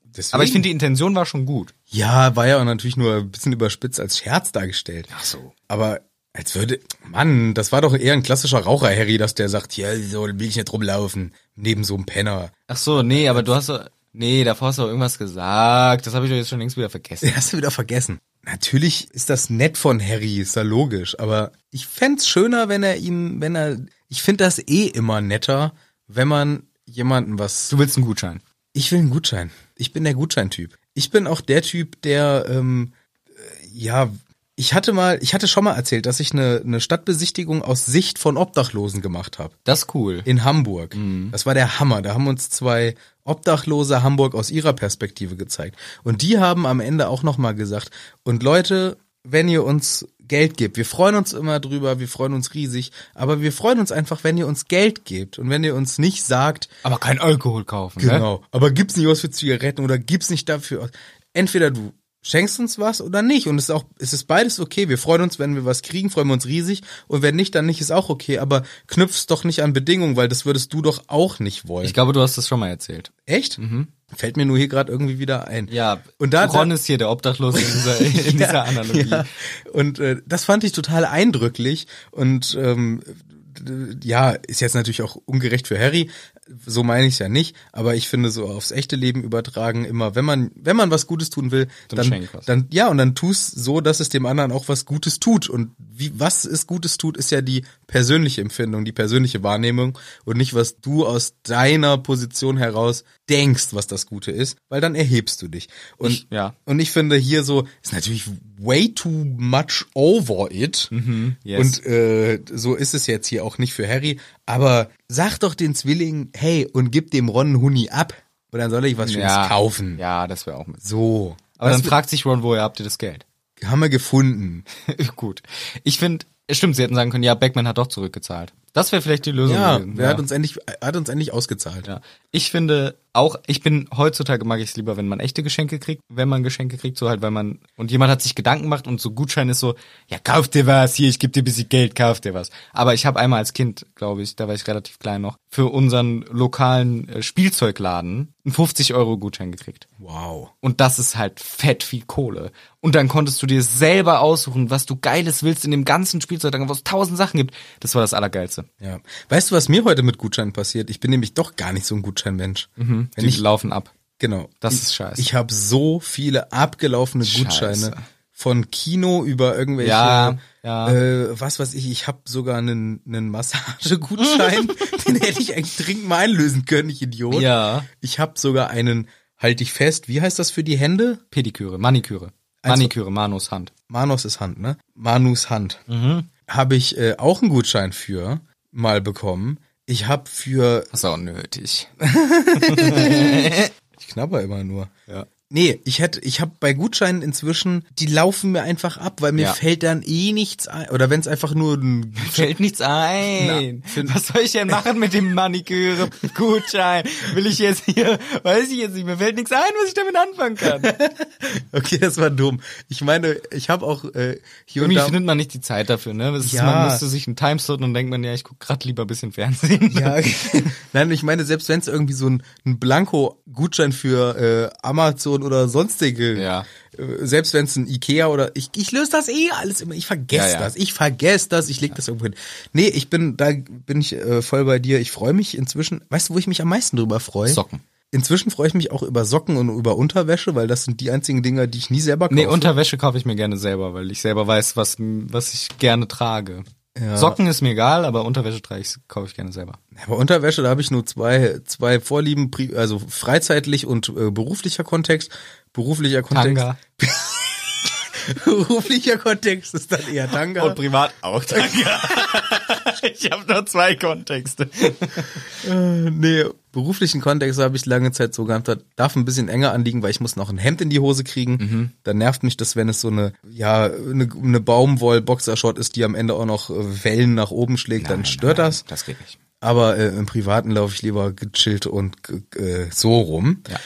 Speaker 1: deswegen.
Speaker 2: Aber ich finde, die Intention war schon gut.
Speaker 1: ja, war ja auch natürlich nur ein bisschen überspitzt als Scherz dargestellt. Ach
Speaker 2: so.
Speaker 1: Aber als würde Mann, das war doch eher ein klassischer Raucher Harry, dass der sagt, hier so will ich nicht rumlaufen neben so einem Penner.
Speaker 2: Ach so, nee, aber du hast doch- nee, davor hast du doch irgendwas gesagt. Das habe ich doch jetzt schon längst wieder vergessen.
Speaker 1: [LAUGHS] Hast du wieder vergessen. Natürlich ist das nett von Harry, ist ja logisch, aber ich fänd's schöner, wenn er ihm, wenn er, ich find das eh immer netter, wenn man jemanden was,
Speaker 2: Du willst einen Gutschein.
Speaker 1: ich will einen Gutschein. Ich bin der Gutscheintyp. Ich bin auch der Typ, der, ähm, äh, ja, ich hatte mal, ich hatte schon mal erzählt, dass ich eine, eine Stadtbesichtigung aus Sicht von Obdachlosen gemacht habe
Speaker 2: Das ist cool.
Speaker 1: in Hamburg. Das war der Hammer. Da haben uns zwei Obdachlose Hamburg aus ihrer Perspektive gezeigt. Und die haben am Ende auch nochmal gesagt, und Leute, wenn ihr uns Geld gebt, wir freuen uns immer drüber, wir freuen uns riesig, aber wir freuen uns einfach, wenn ihr uns Geld gebt und wenn ihr uns nicht sagt,
Speaker 2: Aber kein Alkohol kaufen, ne?
Speaker 1: Genau. Aber gibt's nicht was für Zigaretten oder gibt's nicht dafür? Entweder du schenkst uns was oder nicht. Und es ist auch, es ist beides okay. Wir freuen uns, wenn wir was kriegen, freuen wir uns riesig. Und wenn nicht, dann nicht, ist auch okay. Aber knüpf's doch nicht an Bedingungen, weil das würdest du doch auch nicht wollen.
Speaker 2: Ich glaube, du hast das schon mal erzählt.
Speaker 1: Echt? Fällt mir nur hier gerade irgendwie wieder ein.
Speaker 2: Ja,
Speaker 1: Und da,
Speaker 2: Ron ist hier der Obdachlose in dieser, [LAUGHS] in dieser
Speaker 1: [LAUGHS]
Speaker 2: Analogie.
Speaker 1: Ja. Und äh, das fand ich total eindrücklich und ähm, d- ja, ist jetzt natürlich auch ungerecht für Harry, so meine ich ja nicht, aber ich finde so aufs echte Leben übertragen immer, wenn man wenn man was Gutes tun will,
Speaker 2: Dann
Speaker 1: dann
Speaker 2: schenk was.
Speaker 1: dann ja und dann tust so, dass es dem anderen auch was Gutes tut und wie was es Gutes tut, ist ja die persönliche Empfindung, die persönliche Wahrnehmung und nicht was du aus deiner Position heraus denkst, was das Gute ist, weil dann erhebst du dich und
Speaker 2: Ich- ja.
Speaker 1: und ich finde hier so, ist natürlich way too much over it.
Speaker 2: yes.
Speaker 1: Und äh, so ist es jetzt hier auch nicht für Harry. Aber sag doch den Zwillingen, hey, und gib dem Ron einen Huni ab. Und dann soll ich was Schönes kaufen.
Speaker 2: Ja, das wäre auch mit.
Speaker 1: So.
Speaker 2: Aber
Speaker 1: das
Speaker 2: dann fragt sich Ron, woher habt ihr das Geld? [LAUGHS]
Speaker 1: haben wir gefunden.
Speaker 2: Gut. Ich finde, stimmt, sie hätten sagen können, ja, Beckman hat doch zurückgezahlt. Das wäre vielleicht die Lösung
Speaker 1: Ja,
Speaker 2: gewesen.
Speaker 1: er hat uns endlich, er hat uns endlich ausgezahlt.
Speaker 2: Ja. Ich finde auch, ich bin heutzutage mag ich es lieber, wenn man echte Geschenke kriegt, wenn man Geschenke kriegt, so halt, weil man und jemand hat sich Gedanken gemacht und so Gutschein ist so, ja, kauf dir was, hier, ich gebe dir ein bisschen Geld, kauf dir was. Aber ich habe einmal als Kind, glaube ich, da war ich relativ klein noch, für unseren lokalen äh, Spielzeugladen einen 50 Euro Gutschein gekriegt.
Speaker 1: Wow.
Speaker 2: Und das ist halt fett viel Kohle. Und dann konntest du dir selber aussuchen, was du Geiles willst in dem ganzen Spielzeug, wo es tausend Sachen gibt. Das war das Allergeilste.
Speaker 1: Ja. Weißt du, was mir heute mit Gutscheinen passiert? Ich bin nämlich doch gar nicht so ein Gutscheinmensch. Wenn
Speaker 2: Die
Speaker 1: ich
Speaker 2: laufen ab.
Speaker 1: Genau.
Speaker 2: Das
Speaker 1: Ich-
Speaker 2: ist scheiße.
Speaker 1: Ich habe so viele abgelaufene
Speaker 2: Scheiße.
Speaker 1: Gutscheine von Kino über irgendwelche,
Speaker 2: Ja, ja.
Speaker 1: Äh, was weiß ich, ich habe sogar einen, einen
Speaker 2: [LAUGHS]
Speaker 1: Massagegutschein, den hätte ich eigentlich dringend mal einlösen können, ich Idiot.
Speaker 2: Ja.
Speaker 1: Ich habe sogar einen, halt dich fest, wie heißt das für die Hände?
Speaker 2: Pediküre, Maniküre.
Speaker 1: Also-
Speaker 2: Maniküre, Manus Hand.
Speaker 1: Manos ist Hand, ne? Manus Hand.
Speaker 2: Mhm.
Speaker 1: Habe ich äh, auch einen Gutschein für mal bekommen. Ich habe für
Speaker 2: Das ist auch nötig.
Speaker 1: Ich knabber immer nur.
Speaker 2: Ja.
Speaker 1: Nee, ich hätte, ich habe bei Gutscheinen inzwischen, die laufen mir einfach ab, weil mir
Speaker 2: Ja.
Speaker 1: fällt dann eh nichts ein. Oder wenn es einfach nur ein [LAUGHS]
Speaker 2: Fällt nichts ein. Was soll ich denn machen mit
Speaker 1: [LAUGHS]
Speaker 2: dem Maniküre-Gutschein? Will ich jetzt hier, weiß ich jetzt nicht, mir fällt nichts ein, was ich damit anfangen kann.
Speaker 1: Okay, das war dumm. Ich meine, ich habe auch äh, hier und
Speaker 2: Irgendwie
Speaker 1: da.
Speaker 2: findet man nicht die Zeit dafür, ne? Das ist,
Speaker 1: Ja.
Speaker 2: Man müsste sich einen Timeslot und dann denkt man, ja, ich guck grad lieber ein bisschen Fernsehen. [LAUGHS]
Speaker 1: Ja, [LAUGHS] nein, ich meine, selbst wenn es irgendwie so ein, ein Blanko-Gutschein für äh, Amazon oder sonstige,
Speaker 2: Ja.
Speaker 1: äh, selbst wenn es ein Ikea oder ich, ich löse das eh alles immer, ich vergesse
Speaker 2: Ja, ja.
Speaker 1: das, ich vergesse das, ich leg das irgendwo hin. Nee, ich bin, da bin ich äh, voll bei dir. Ich freue mich inzwischen, weißt du, wo ich mich am meisten drüber freue?
Speaker 2: Socken.
Speaker 1: Inzwischen freue ich mich auch über Socken und über Unterwäsche, weil das sind die einzigen Dinger, die ich nie selber kaufe.
Speaker 2: Nee, Unterwäsche kaufe ich mir gerne selber, weil ich selber weiß, was, was ich gerne trage. Socken ist mir egal, aber Unterwäsche trage ich, kaufe ich gerne selber.
Speaker 1: Aber Unterwäsche, da habe ich nur zwei, zwei Vorlieben, pri- also freizeitlich und äh, beruflicher Kontext. Beruflicher Kontext.
Speaker 2: Tanga.
Speaker 1: Beruflicher Kontext ist dann eher Tanga.
Speaker 2: Und privat auch, danke. [LAUGHS] ich habe nur zwei Kontexte.
Speaker 1: nee, beruflichen Kontext habe ich lange Zeit so gehabt, das darf ein bisschen enger anliegen, weil ich muss noch ein Hemd in die Hose kriegen. Dann nervt mich das, wenn es so eine, ja, eine, eine Baumwoll-Boxershort ist, die am Ende auch noch äh, Wellen nach oben schlägt, dann stört das.
Speaker 2: Das geht nicht.
Speaker 1: Aber äh, im Privaten laufe ich lieber gechillt und ge- äh, so rum.
Speaker 2: Ja.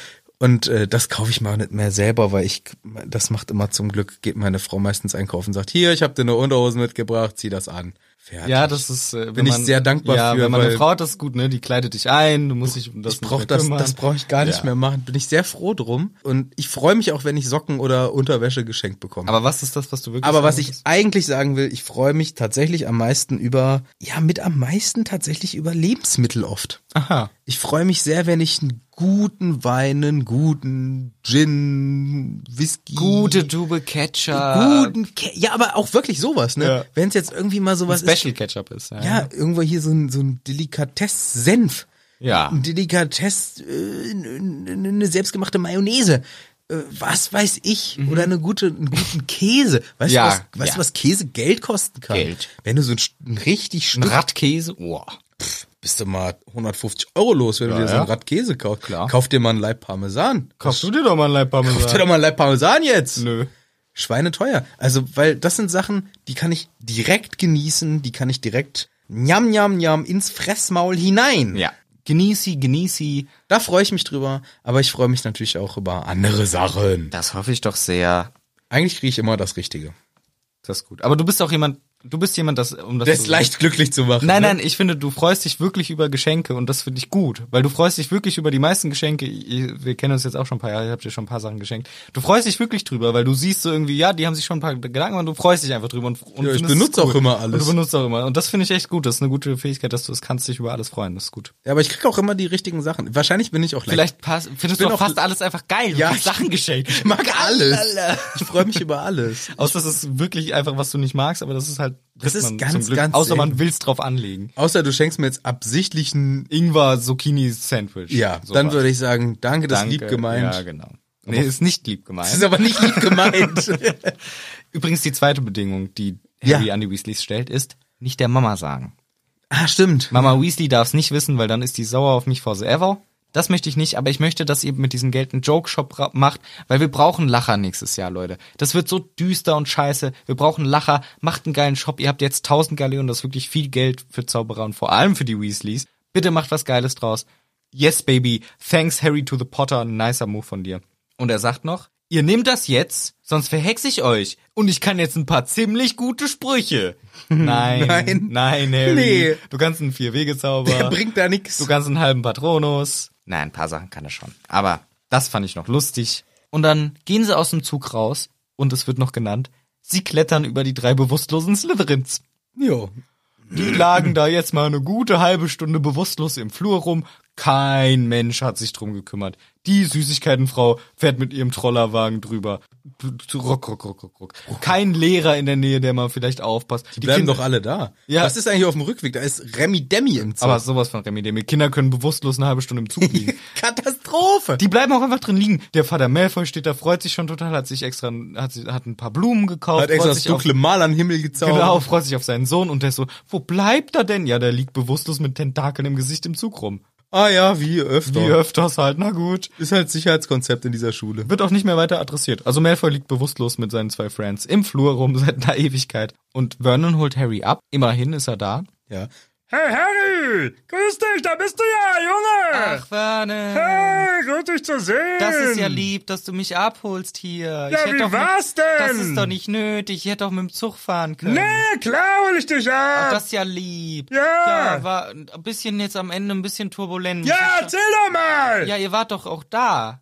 Speaker 1: Und äh, das kaufe ich mal nicht mehr selber, weil ich, das macht immer zum Glück, geht meine Frau meistens einkaufen, sagt, hier, ich habe dir eine Unterhose mitgebracht, zieh das an. Fertig.
Speaker 2: Ja, das ist, äh, wenn
Speaker 1: Bin ich
Speaker 2: man,
Speaker 1: sehr dankbar
Speaker 2: ja,
Speaker 1: für,
Speaker 2: Wenn man eine
Speaker 1: weil-
Speaker 2: Frau hat, das ist gut, ne? Die kleidet dich ein, du musst dich um das
Speaker 1: ich brauch das, das brauche ich gar nicht
Speaker 2: Ja.
Speaker 1: mehr machen. Bin ich sehr froh drum. Und ich freue mich auch, wenn ich Socken oder Unterwäsche geschenkt bekomme.
Speaker 2: Aber was ist das, was du wirklich
Speaker 1: Aber was
Speaker 2: sagen
Speaker 1: ich
Speaker 2: willst?
Speaker 1: eigentlich sagen will, ich freue mich tatsächlich am meisten über, ja, mit am meisten tatsächlich über Lebensmittel oft.
Speaker 2: Aha.
Speaker 1: Ich freue mich sehr, wenn ich einen guten Wein, einen guten Gin, Whisky.
Speaker 2: Gute Tube Ketchup.
Speaker 1: Guten, Ke- ja, aber auch wirklich sowas, ne?
Speaker 2: Ja.
Speaker 1: Wenn es jetzt irgendwie mal sowas ist.
Speaker 2: Special Ketchup ist.
Speaker 1: Ja, irgendwo hier so ein, so ein Delikatess-Senf.
Speaker 2: Ja.
Speaker 1: Ein Delikatess, äh, n- n- eine selbstgemachte Mayonnaise. Äh, Was weiß ich? Oder eine gute, einen guten Käse. Weißt
Speaker 2: Ja,
Speaker 1: du, was, weißt
Speaker 2: ja.
Speaker 1: du, was Käse Geld kosten kann?
Speaker 2: Geld.
Speaker 1: Wenn du so ein, St- ein richtig
Speaker 2: Ein
Speaker 1: Stück
Speaker 2: Radkäse. Oh.
Speaker 1: bist du mal 150 Euro los, wenn
Speaker 2: Ja,
Speaker 1: du dir so ein
Speaker 2: ja.
Speaker 1: Rad Käse kaufst.
Speaker 2: Klar.
Speaker 1: Kauf dir mal ein Leib Parmesan.
Speaker 2: Kaufst du dir doch mal ein Leib Parmesan?
Speaker 1: Kauf dir doch mal ein Leib Parmesan jetzt.
Speaker 2: Nö.
Speaker 1: Schweineteuer. Also, weil das sind Sachen, die kann ich direkt genießen, die kann ich direkt njam, njam, njam ins Fressmaul hinein.
Speaker 2: Ja. Genießi, genießi.
Speaker 1: Da freue ich mich drüber, aber ich freue mich natürlich auch über andere Sachen.
Speaker 2: Das hoffe ich doch sehr.
Speaker 1: Eigentlich kriege ich immer das Richtige.
Speaker 2: Das ist gut. Aber du bist auch jemand, du bist jemand, das, um das,
Speaker 1: Das ist
Speaker 2: zu-
Speaker 1: leicht glücklich zu machen.
Speaker 2: Nein,
Speaker 1: ne?
Speaker 2: nein, ich finde, du freust dich wirklich über Geschenke und das finde ich gut, weil du freust dich wirklich über die meisten Geschenke. Ich- Wir kennen uns jetzt auch schon ein paar Jahre, ich habe dir schon ein paar Sachen geschenkt. Du freust dich wirklich drüber, weil du siehst so irgendwie, ja, die haben sich schon ein paar Gedanken gemacht, du freust dich einfach drüber und, und
Speaker 1: Ja, ich
Speaker 2: findest es
Speaker 1: benutze auch immer alles.
Speaker 2: Und du benutzt auch immer und das finde ich echt gut, das ist eine gute Fähigkeit, dass du es kannst, dich über alles freuen, das ist gut.
Speaker 1: Ja, aber ich kriege auch immer die richtigen Sachen. Wahrscheinlich bin ich auch leicht.
Speaker 2: Vielleicht pass, findest
Speaker 1: bin
Speaker 2: du auch
Speaker 1: auch-
Speaker 2: fast alles einfach geil,
Speaker 1: Ja,
Speaker 2: du
Speaker 1: ich-
Speaker 2: kriegst Sachen
Speaker 1: [LAUGHS]
Speaker 2: geschenkt.
Speaker 1: Ich mag alles. Ich freue mich über alles.
Speaker 2: Außer das ist wirklich einfach, was du nicht magst, aber das ist halt
Speaker 1: Das
Speaker 2: kriegt
Speaker 1: ist
Speaker 2: man
Speaker 1: ganz,
Speaker 2: zum Glück,
Speaker 1: ganz
Speaker 2: außer man
Speaker 1: selten.
Speaker 2: will's drauf anlegen.
Speaker 1: Außer du schenkst mir jetzt absichtlich ein
Speaker 2: Ingwer Zucchini Sandwich.
Speaker 1: Ja,
Speaker 2: Sowas.
Speaker 1: dann würde ich sagen, danke, das ist
Speaker 2: Danke.
Speaker 1: lieb gemeint.
Speaker 2: Ja, genau. Nee, ist nicht lieb
Speaker 1: Das ist
Speaker 2: gemeint.
Speaker 1: aber nicht lieb gemeint.
Speaker 2: [LAUGHS] Übrigens die zweite Bedingung, die
Speaker 1: Ja.
Speaker 2: Harry an die Weasleys stellt, ist, nicht der Mama sagen.
Speaker 1: ah, stimmt.
Speaker 2: Mama Weasley darf es nicht wissen, weil dann ist die sauer auf mich forever. Das möchte ich nicht, aber ich möchte, dass ihr mit diesem Geld einen Joke-Shop ra- macht, weil wir brauchen Lacher nächstes Jahr, Leute. Das wird so düster und scheiße. Wir brauchen Lacher. Macht einen geilen Shop. Ihr habt jetzt 1000 Galeonen, das ist wirklich viel Geld für Zauberer und vor allem für die Weasleys. Bitte macht was Geiles draus. Yes, baby. Thanks, Harry to the Potter. Nicer Move von dir. Und er sagt noch, ihr nehmt das jetzt, sonst verhex ich euch. Und ich kann jetzt ein paar ziemlich
Speaker 1: [LAUGHS]
Speaker 2: gute Sprüche. Nein, nein,
Speaker 1: Nein.
Speaker 2: nein Harry.
Speaker 1: Nee.
Speaker 2: Du kannst einen
Speaker 1: Der
Speaker 2: Vier-Wege-Zauber.
Speaker 1: bringt da nichts.
Speaker 2: Du kannst einen halben Patronus. Nein, ein paar Sachen kann er schon. Aber das fand ich noch lustig. Und dann gehen sie aus dem Zug raus und es wird noch genannt, sie klettern über die drei bewusstlosen Slytherins.
Speaker 1: Jo.
Speaker 2: [CLEARS THROAT] Die lagen da jetzt mal eine gute halbe Stunde bewusstlos im Flur rum. Kein Mensch hat sich drum gekümmert. Die Süßigkeitenfrau fährt mit ihrem Trollerwagen drüber. Ruck, ruck, ruck, ruck, ruck. Kein Lehrer in der Nähe, der mal vielleicht aufpasst.
Speaker 1: Die bleiben
Speaker 2: Kinder-
Speaker 1: doch alle da.
Speaker 2: Ja.
Speaker 1: Was ist eigentlich auf dem Rückweg? Da ist Remy Demi im Zug.
Speaker 2: Aber sowas von Remi Demi. Kinder können bewusstlos eine halbe Stunde im Zug [LAUGHS] liegen.
Speaker 1: [LAUGHS] Katastrophe.
Speaker 2: Die bleiben auch einfach drin liegen. Der Vater Malfoy steht da, freut sich schon total, hat sich extra, hat, sich- hat ein paar Blumen gekauft.
Speaker 1: Hat extra
Speaker 2: freut
Speaker 1: das
Speaker 2: sich auf,
Speaker 1: dunkle Mal an den Himmel gezaubert.
Speaker 2: Genau, freut sich auf seinen Sohn und der so, wo bleibt er denn? Ja, der liegt bewusstlos mit Tentakeln im Gesicht im Zug rum.
Speaker 1: Ah ja, wie öfter.
Speaker 2: Wie öfters halt, na gut.
Speaker 1: Ist halt Sicherheitskonzept in dieser Schule.
Speaker 2: Wird auch nicht mehr weiter adressiert. Also Malfoy liegt bewusstlos mit seinen zwei Friends im Flur rum [LAUGHS] seit einer Ewigkeit. Und Vernon holt Harry ab. Immerhin ist er da.
Speaker 1: Ja.
Speaker 4: Hey Harry, grüß dich, da bist du ja, Junge.
Speaker 2: Vernon.
Speaker 4: Hey, gut dich zu sehen.
Speaker 2: Das ist ja lieb, dass du mich abholst hier.
Speaker 4: Ja, wie war's denn?
Speaker 2: Das ist doch nicht nötig. Ich hätte doch mit dem Zug fahren können.
Speaker 4: Nee, klar hol ich dich ab.
Speaker 2: Das ist ja lieb.
Speaker 4: Ah. Ja.
Speaker 2: ja. War ein bisschen jetzt am Ende ein bisschen turbulent.
Speaker 4: ja, erzähl doch mal.
Speaker 2: Ja, ihr wart doch auch da.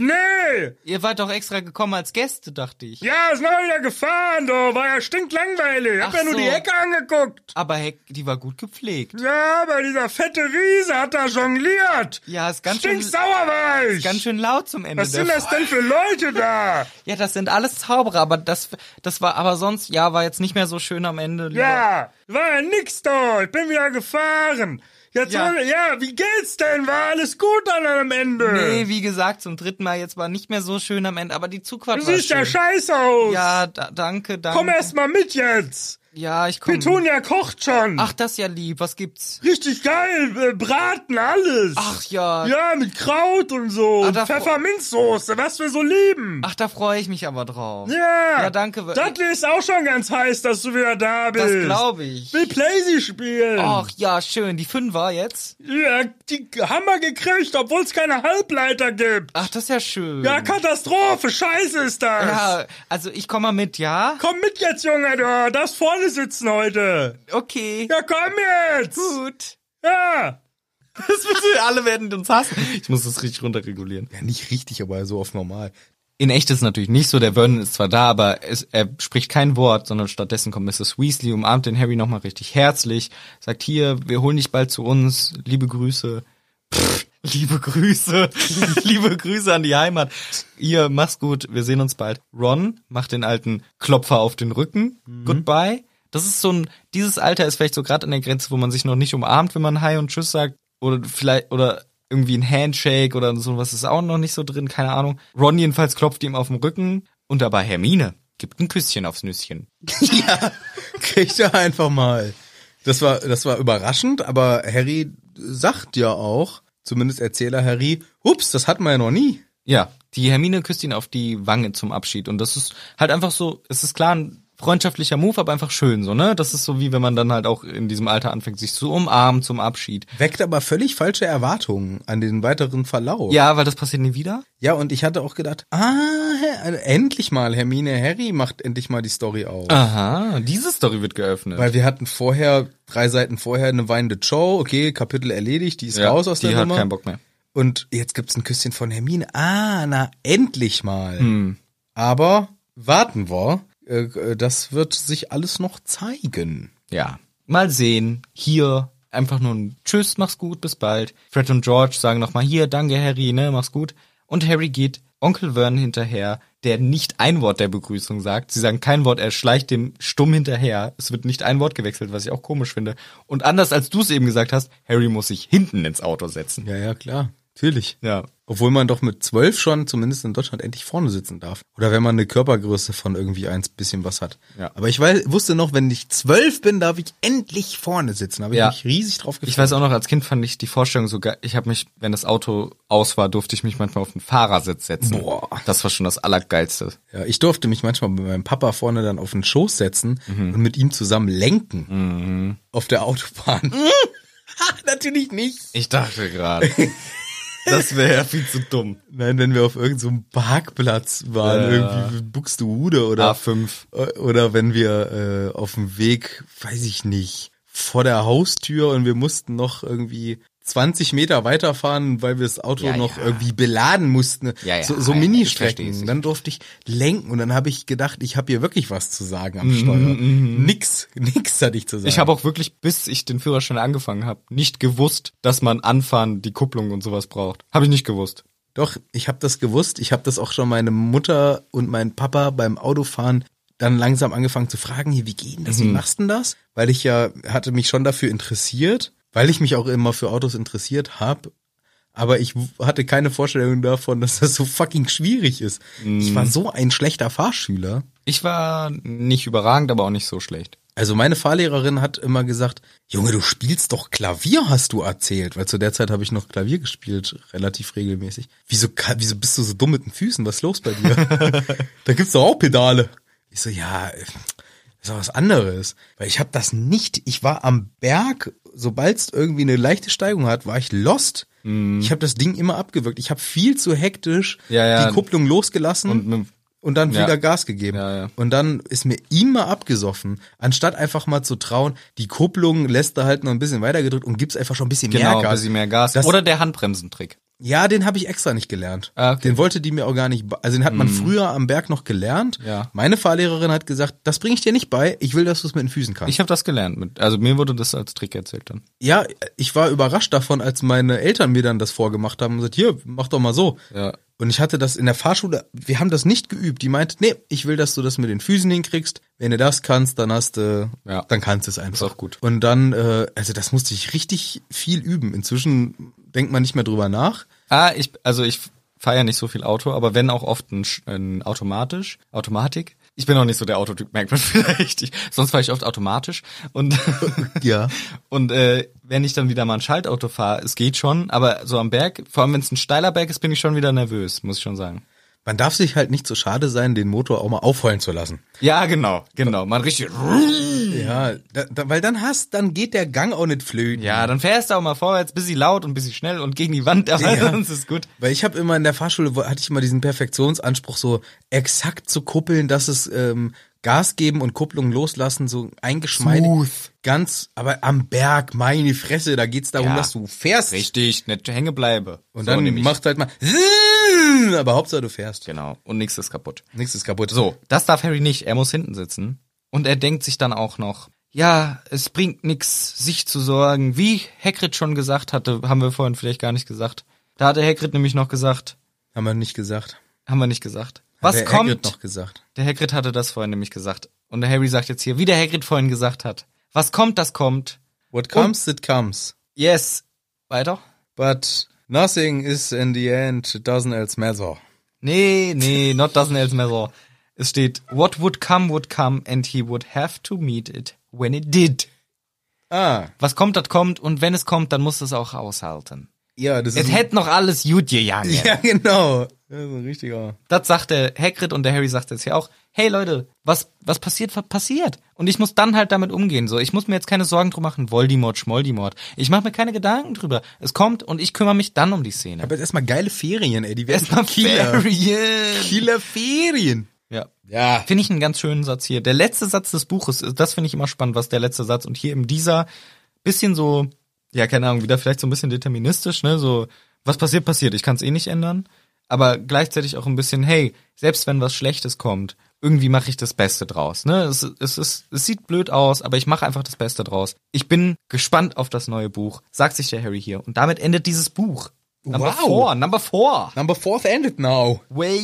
Speaker 4: Nee.
Speaker 2: Ihr wart doch extra gekommen als Gäste, dachte ich.
Speaker 4: Ja, ist noch wieder gefahren, du. War ja stinklangweilig. Hab
Speaker 2: Ach
Speaker 4: ja nur
Speaker 2: so.
Speaker 4: die Ecke angeguckt.
Speaker 2: Aber Heck, die war gut gepflegt.
Speaker 4: Ja, aber dieser fette Riese hat da jongliert.
Speaker 2: Ja, ist ganz schön,
Speaker 4: Stinksauer war ich.
Speaker 2: ganz schön laut zum Ende.
Speaker 4: Was
Speaker 2: der
Speaker 4: sind das denn für Leute da?
Speaker 2: Ja, das sind alles Zauberer, aber das, das war, aber sonst, ja, war jetzt nicht mehr so schön am Ende. lieber-
Speaker 4: Ja, war ja nix da. Ich bin wieder gefahren. Jetzt
Speaker 2: Ja.
Speaker 4: ja. ja, wie geht's denn? War alles gut dann am Ende?
Speaker 2: Nee, wie gesagt, zum dritten Mal jetzt war nicht mehr so schön am Ende, aber die Zugfahrt
Speaker 4: du
Speaker 2: war
Speaker 4: siehst
Speaker 2: schön.
Speaker 4: ja scheiße aus.
Speaker 2: Ja, da, danke, danke.
Speaker 4: Komm erst mal mit jetzt.
Speaker 2: Ja, ich komm.
Speaker 4: Petunia kocht schon.
Speaker 2: Hm. Ach, das ist ja lieb. Was gibt's?
Speaker 4: Richtig geil. Äh, Braten, alles.
Speaker 2: Ach ja.
Speaker 4: Ja, mit Kraut und so.
Speaker 2: Ah,
Speaker 4: und
Speaker 2: da-
Speaker 4: Pfefferminzsoße, was wir so lieben.
Speaker 2: Ach, da freue ich mich aber drauf.
Speaker 4: ja.
Speaker 2: Ja, danke.
Speaker 4: Dudley ist auch schon ganz heiß, dass du wieder da bist.
Speaker 2: Das glaube ich.
Speaker 4: Will Playsy spielen.
Speaker 2: Ach ja, schön. Die Fünfer jetzt?
Speaker 4: Ja, die haben wir gekriegt, obwohl es keine Halbleiter gibt.
Speaker 2: Ach, das ist ja schön.
Speaker 4: Ja, Katastrophe, scheiße ist das.
Speaker 2: Ah. Ja, also ich komme mal mit, ja?
Speaker 4: Komm mit jetzt, Junge, du darfst vorne sitzen heute.
Speaker 2: Okay.
Speaker 4: Ja, komm jetzt.
Speaker 2: Gut.
Speaker 4: Ja.
Speaker 2: Das wissen wir, alle werden uns hassen. Ich muss das richtig runterregulieren.
Speaker 1: ja. Nicht richtig, aber so auf normal.
Speaker 2: In echt ist es natürlich nicht so. Der Vernon ist zwar da, aber es, er spricht kein Wort, sondern stattdessen kommt Mrs. Weasley, umarmt den Harry nochmal richtig herzlich, sagt hier, wir holen dich bald zu uns, liebe Grüße. Pff, Liebe Grüße, liebe Grüße an die Heimat. Ihr, mach's gut, wir sehen uns bald. Ron macht den alten Klopfer auf den Rücken. Goodbye. Das ist so ein, dieses Alter ist vielleicht so gerade an der Grenze, wo man sich noch nicht umarmt, wenn man Hi und Tschüss sagt. Oder vielleicht, oder irgendwie ein Handshake oder sowas ist auch noch nicht so drin, keine Ahnung. Ron jedenfalls klopft ihm auf den Rücken und dabei Hermine gibt ein Küsschen aufs Nüsschen.
Speaker 1: [LAUGHS] Kriegt er einfach mal. Das war, das war überraschend, aber Harry sagt ja auch, zumindest Erzähler Harry, ups, das hatten wir ja noch nie.
Speaker 2: Ja, die Hermine küsst ihn auf die Wange zum Abschied und das ist halt einfach so, es ist klar ein freundschaftlicher Move, aber einfach schön so, ne? Das ist so wie wenn man dann halt auch in diesem Alter anfängt, sich zu umarmen zum Abschied.
Speaker 1: Weckt aber völlig falsche Erwartungen an den weiteren Verlauf.
Speaker 2: Ja, weil das passiert nie wieder.
Speaker 1: Ja, und ich hatte auch gedacht, ah, Herr- also endlich mal, Hermine Harry macht endlich mal die Story auf.
Speaker 2: Aha, diese Story wird geöffnet.
Speaker 1: Weil wir hatten vorher, drei Seiten vorher, eine weinende Joe, okay, Kapitel erledigt, die ist raus aus
Speaker 2: die
Speaker 1: der
Speaker 2: hat
Speaker 1: Nummer.
Speaker 2: keinen Bock mehr.
Speaker 1: Und jetzt gibt's ein Küsschen von Hermine. Ah, na, endlich mal.
Speaker 2: Hm.
Speaker 1: Aber warten wir. Äh, äh, Das wird sich alles noch zeigen.
Speaker 2: Ja. Mal sehen. Hier einfach nur ein Tschüss, mach's gut, bis bald. Fred und George sagen nochmal hier, danke Harry, ne, mach's gut. Und Harry geht Onkel Vernon hinterher, der nicht ein Wort der Begrüßung sagt. Sie sagen kein Wort, er schleicht dem stumm hinterher. Es wird nicht ein Wort gewechselt, was ich auch komisch finde. Und anders als du es eben gesagt hast, Harry muss sich hinten ins Auto setzen.
Speaker 1: Ja, ja, klar. Natürlich.
Speaker 2: Ja.
Speaker 1: Obwohl man doch mit zwölf schon, zumindest in Deutschland, endlich vorne sitzen darf. Oder wenn man eine Körpergröße von irgendwie eins bisschen was hat.
Speaker 2: Ja.
Speaker 1: Aber ich wei- wusste noch, wenn ich zwölf bin, darf ich endlich vorne sitzen. Da habe ich
Speaker 2: Ja.
Speaker 1: mich riesig drauf gefreut.
Speaker 2: Ich weiß auch noch, als Kind fand ich die Vorstellung so geil. Ich habe mich, wenn das Auto aus war, durfte ich mich manchmal auf den Fahrersitz setzen.
Speaker 1: Boah.
Speaker 2: Das war schon das Allergeilste.
Speaker 1: Ja, ich durfte mich manchmal mit meinem Papa vorne dann auf den Schoß setzen und mit ihm zusammen lenken. Auf der Autobahn. Mhm. Natürlich nicht.
Speaker 2: Ich dachte gerade. das wäre ja viel zu dumm.
Speaker 1: Nein, wenn wir auf irgendeinem Parkplatz waren,
Speaker 2: Ja.
Speaker 1: irgendwie Buxtehude oder
Speaker 2: A5.
Speaker 1: oder wenn wir äh, auf dem Weg, weiß ich nicht, vor der Haustür und wir mussten noch irgendwie 20 Meter weiterfahren, weil wir das Auto
Speaker 2: Ja,
Speaker 1: noch
Speaker 2: ja.
Speaker 1: irgendwie beladen mussten.
Speaker 2: Ja, ja,
Speaker 1: so so
Speaker 2: ja, ja, ich
Speaker 1: Ministrecken.
Speaker 2: versteh's, ich
Speaker 1: dann durfte ich lenken und dann habe ich gedacht, ich habe hier wirklich was zu sagen am Steuer. Nix, [LAUGHS] nix hatte ich zu sagen.
Speaker 2: Mhm, Ich habe auch wirklich, bis ich den Führerschein angefangen habe, nicht gewusst, dass man anfahren, die Kupplung und sowas braucht. Habe ich nicht gewusst.
Speaker 1: Doch, ich habe das gewusst. Ich habe das auch schon meine Mutter und mein Papa beim Autofahren dann langsam angefangen zu fragen, hier, wie geht denn das? Wie machst du denn das? Weil ich ja, hatte mich schon dafür interessiert, weil ich mich auch immer für Autos interessiert habe. Aber ich w- hatte keine Vorstellung davon, dass das so fucking schwierig ist. Ich war so ein schlechter Fahrschüler.
Speaker 2: Ich war nicht überragend, aber auch nicht so schlecht.
Speaker 1: Also meine Fahrlehrerin hat immer gesagt, Junge, du spielst doch Klavier, hast du erzählt. Weil zu der Zeit habe ich noch Klavier gespielt, relativ regelmäßig. Wieso, ka- wieso bist du so dumm mit den Füßen? Was ist los bei
Speaker 2: [LAUGHS]
Speaker 1: dir? da gibt's doch auch Pedale. Ich so, ja, das ist auch was anderes. Weil ich habe das nicht, ich war am Berg, sobald es irgendwie eine leichte Steigung hat, war ich lost. Ich habe das Ding immer abgewirkt. Ich habe viel zu hektisch
Speaker 2: Mhm. Ja, ja.
Speaker 1: die Kupplung losgelassen
Speaker 2: Und mit-
Speaker 1: und dann
Speaker 2: Ja.
Speaker 1: wieder Gas gegeben.
Speaker 2: Ja, ja.
Speaker 1: Und dann ist mir immer abgesoffen, anstatt einfach mal zu trauen, die Kupplung lässt er halt noch ein bisschen weiter gedrückt und gibt's einfach schon ein bisschen
Speaker 2: Genau,
Speaker 1: mehr Gas.
Speaker 2: bisschen mehr Gas.
Speaker 1: Das,
Speaker 2: Oder der Handbremsentrick.
Speaker 1: ja, den habe ich extra nicht gelernt.
Speaker 2: Ah, okay. Mhm.
Speaker 1: Den wollte die mir auch gar nicht, be- also den hat man früher am Berg noch gelernt.
Speaker 2: Ja.
Speaker 1: Meine Fahrlehrerin hat gesagt, das bringe ich dir nicht bei, ich will, dass du es mit den Füßen kannst.
Speaker 2: Ich habe das gelernt. Mit, also mir wurde das als Trick erzählt dann.
Speaker 1: ja, ich war überrascht davon, als meine Eltern mir dann das vorgemacht haben und gesagt, hier, mach doch mal so.
Speaker 2: Ja.
Speaker 1: Und ich hatte das in der Fahrschule, wir haben das nicht geübt. Die meinte, nee, ich will, dass du das mit den Füßen hinkriegst. Wenn du das kannst, dann hast du,
Speaker 2: Ja.
Speaker 1: dann kannst du es einfach.
Speaker 2: auch gut.
Speaker 1: Und dann, äh, also das musste ich richtig viel üben. Inzwischen denkt man nicht mehr drüber nach.
Speaker 2: Ah, ich, also ich fahre ja nicht so viel Auto, aber wenn auch oft ein, Sch- ein automatisch, Automatik. Ich bin auch nicht so der Autotyp, merkt man [LAUGHS] vielleicht. Ich, sonst fahre ich oft automatisch und [LAUGHS]
Speaker 1: Ja.
Speaker 2: Und äh, wenn ich dann wieder mal ein Schaltauto fahre, es geht schon, aber so am Berg, vor allem wenn es ein steiler Berg ist, bin ich schon wieder nervös, muss ich schon sagen.
Speaker 1: Man darf sich halt nicht so schade sein, den Motor auch mal aufheulen zu lassen.
Speaker 2: Ja, genau, genau. Man richtig. [LAUGHS]
Speaker 1: Ja, da, da, weil dann hast, dann geht der Gang auch nicht flöten.
Speaker 2: Ja, dann fährst du auch mal vorwärts, bisschen laut und bisschen schnell und gegen die Wand, aber
Speaker 1: Ja.
Speaker 2: [LAUGHS] sonst Also, ist gut.
Speaker 1: Weil ich habe immer in der Fahrschule, wo- hatte ich immer diesen Perfektionsanspruch, so exakt zu kuppeln, dass es ähm, Gas geben und Kupplung loslassen, so eingeschmeidet.
Speaker 2: Smooth.
Speaker 1: Ganz, aber am Berg, meine Fresse, da geht's darum,
Speaker 2: Ja.
Speaker 1: dass du fährst.
Speaker 2: Richtig, nicht hänge bleibe.
Speaker 1: Und
Speaker 2: So
Speaker 1: dann
Speaker 2: nämlich.
Speaker 1: machst halt mal, aber Hauptsache du fährst.
Speaker 2: genau und nichts ist kaputt.
Speaker 1: Nichts ist kaputt.
Speaker 2: So, das darf Harry nicht. Er muss hinten sitzen. Und er denkt sich dann auch noch, ja, es bringt nix, sich zu sorgen. Wie Hagrid schon gesagt hatte, haben wir vorhin vielleicht gar nicht gesagt. Da hatte Hagrid nämlich noch gesagt,
Speaker 1: Haben wir nicht gesagt.
Speaker 2: haben wir nicht gesagt. Was
Speaker 1: der
Speaker 2: kommt?
Speaker 1: Hagrid noch gesagt.
Speaker 2: Der Hagrid hatte das vorhin nämlich gesagt. Und der Harry sagt jetzt hier, wie der Hagrid vorhin gesagt hat. Was kommt, das kommt.
Speaker 1: What comes, it comes.
Speaker 2: Yes. Weiter?
Speaker 1: But nothing is in the end, it doesn't else matter.
Speaker 2: Nee, nee, not doesn't else matter. Es steht, what would come would come and he would have to meet it when it did.
Speaker 1: Ah,
Speaker 2: Was kommt, das kommt und wenn es kommt, dann muss es auch aushalten.
Speaker 1: ja, das [LAUGHS]
Speaker 2: Es
Speaker 1: ist.
Speaker 2: hätte noch alles gut gegangen.
Speaker 1: ja, genau. Das ist ein richtiger.
Speaker 2: Das sagt der Hagrid und der Harry sagt jetzt hier auch. hey Leute, was, was passiert, was passiert. Und ich muss dann halt damit umgehen. So, ich muss mir jetzt keine Sorgen drum machen, Voldemort, Schmoldemort. Ich mache mir keine Gedanken drüber. Es kommt und ich kümmere mich dann um die Szene.
Speaker 1: Aber jetzt erstmal geile Ferien, ey. Die werden
Speaker 2: Erstmal
Speaker 1: Kieler.
Speaker 2: Ferien.
Speaker 1: Kieler Ferien.
Speaker 2: Ja.
Speaker 1: Ja.
Speaker 2: Finde ich einen ganz schönen Satz hier. Der letzte Satz des Buches, äh, das finde ich immer spannend, was der letzte Satz und hier eben dieser bisschen so, ja, keine Ahnung, wieder vielleicht so ein bisschen deterministisch, ne, so, was passiert, passiert, ich kann es eh nicht ändern, aber gleichzeitig auch ein bisschen, hey, selbst wenn was Schlechtes kommt, irgendwie mache ich das Beste draus, ne, es, es, es, es sieht blöd aus, aber ich mache einfach das Beste draus. Ich bin gespannt auf das neue Buch, sagt sich der Harry hier und damit endet dieses Buch. Number
Speaker 1: Wow.
Speaker 2: four, number four.
Speaker 1: Number fourth ended now.
Speaker 2: Way.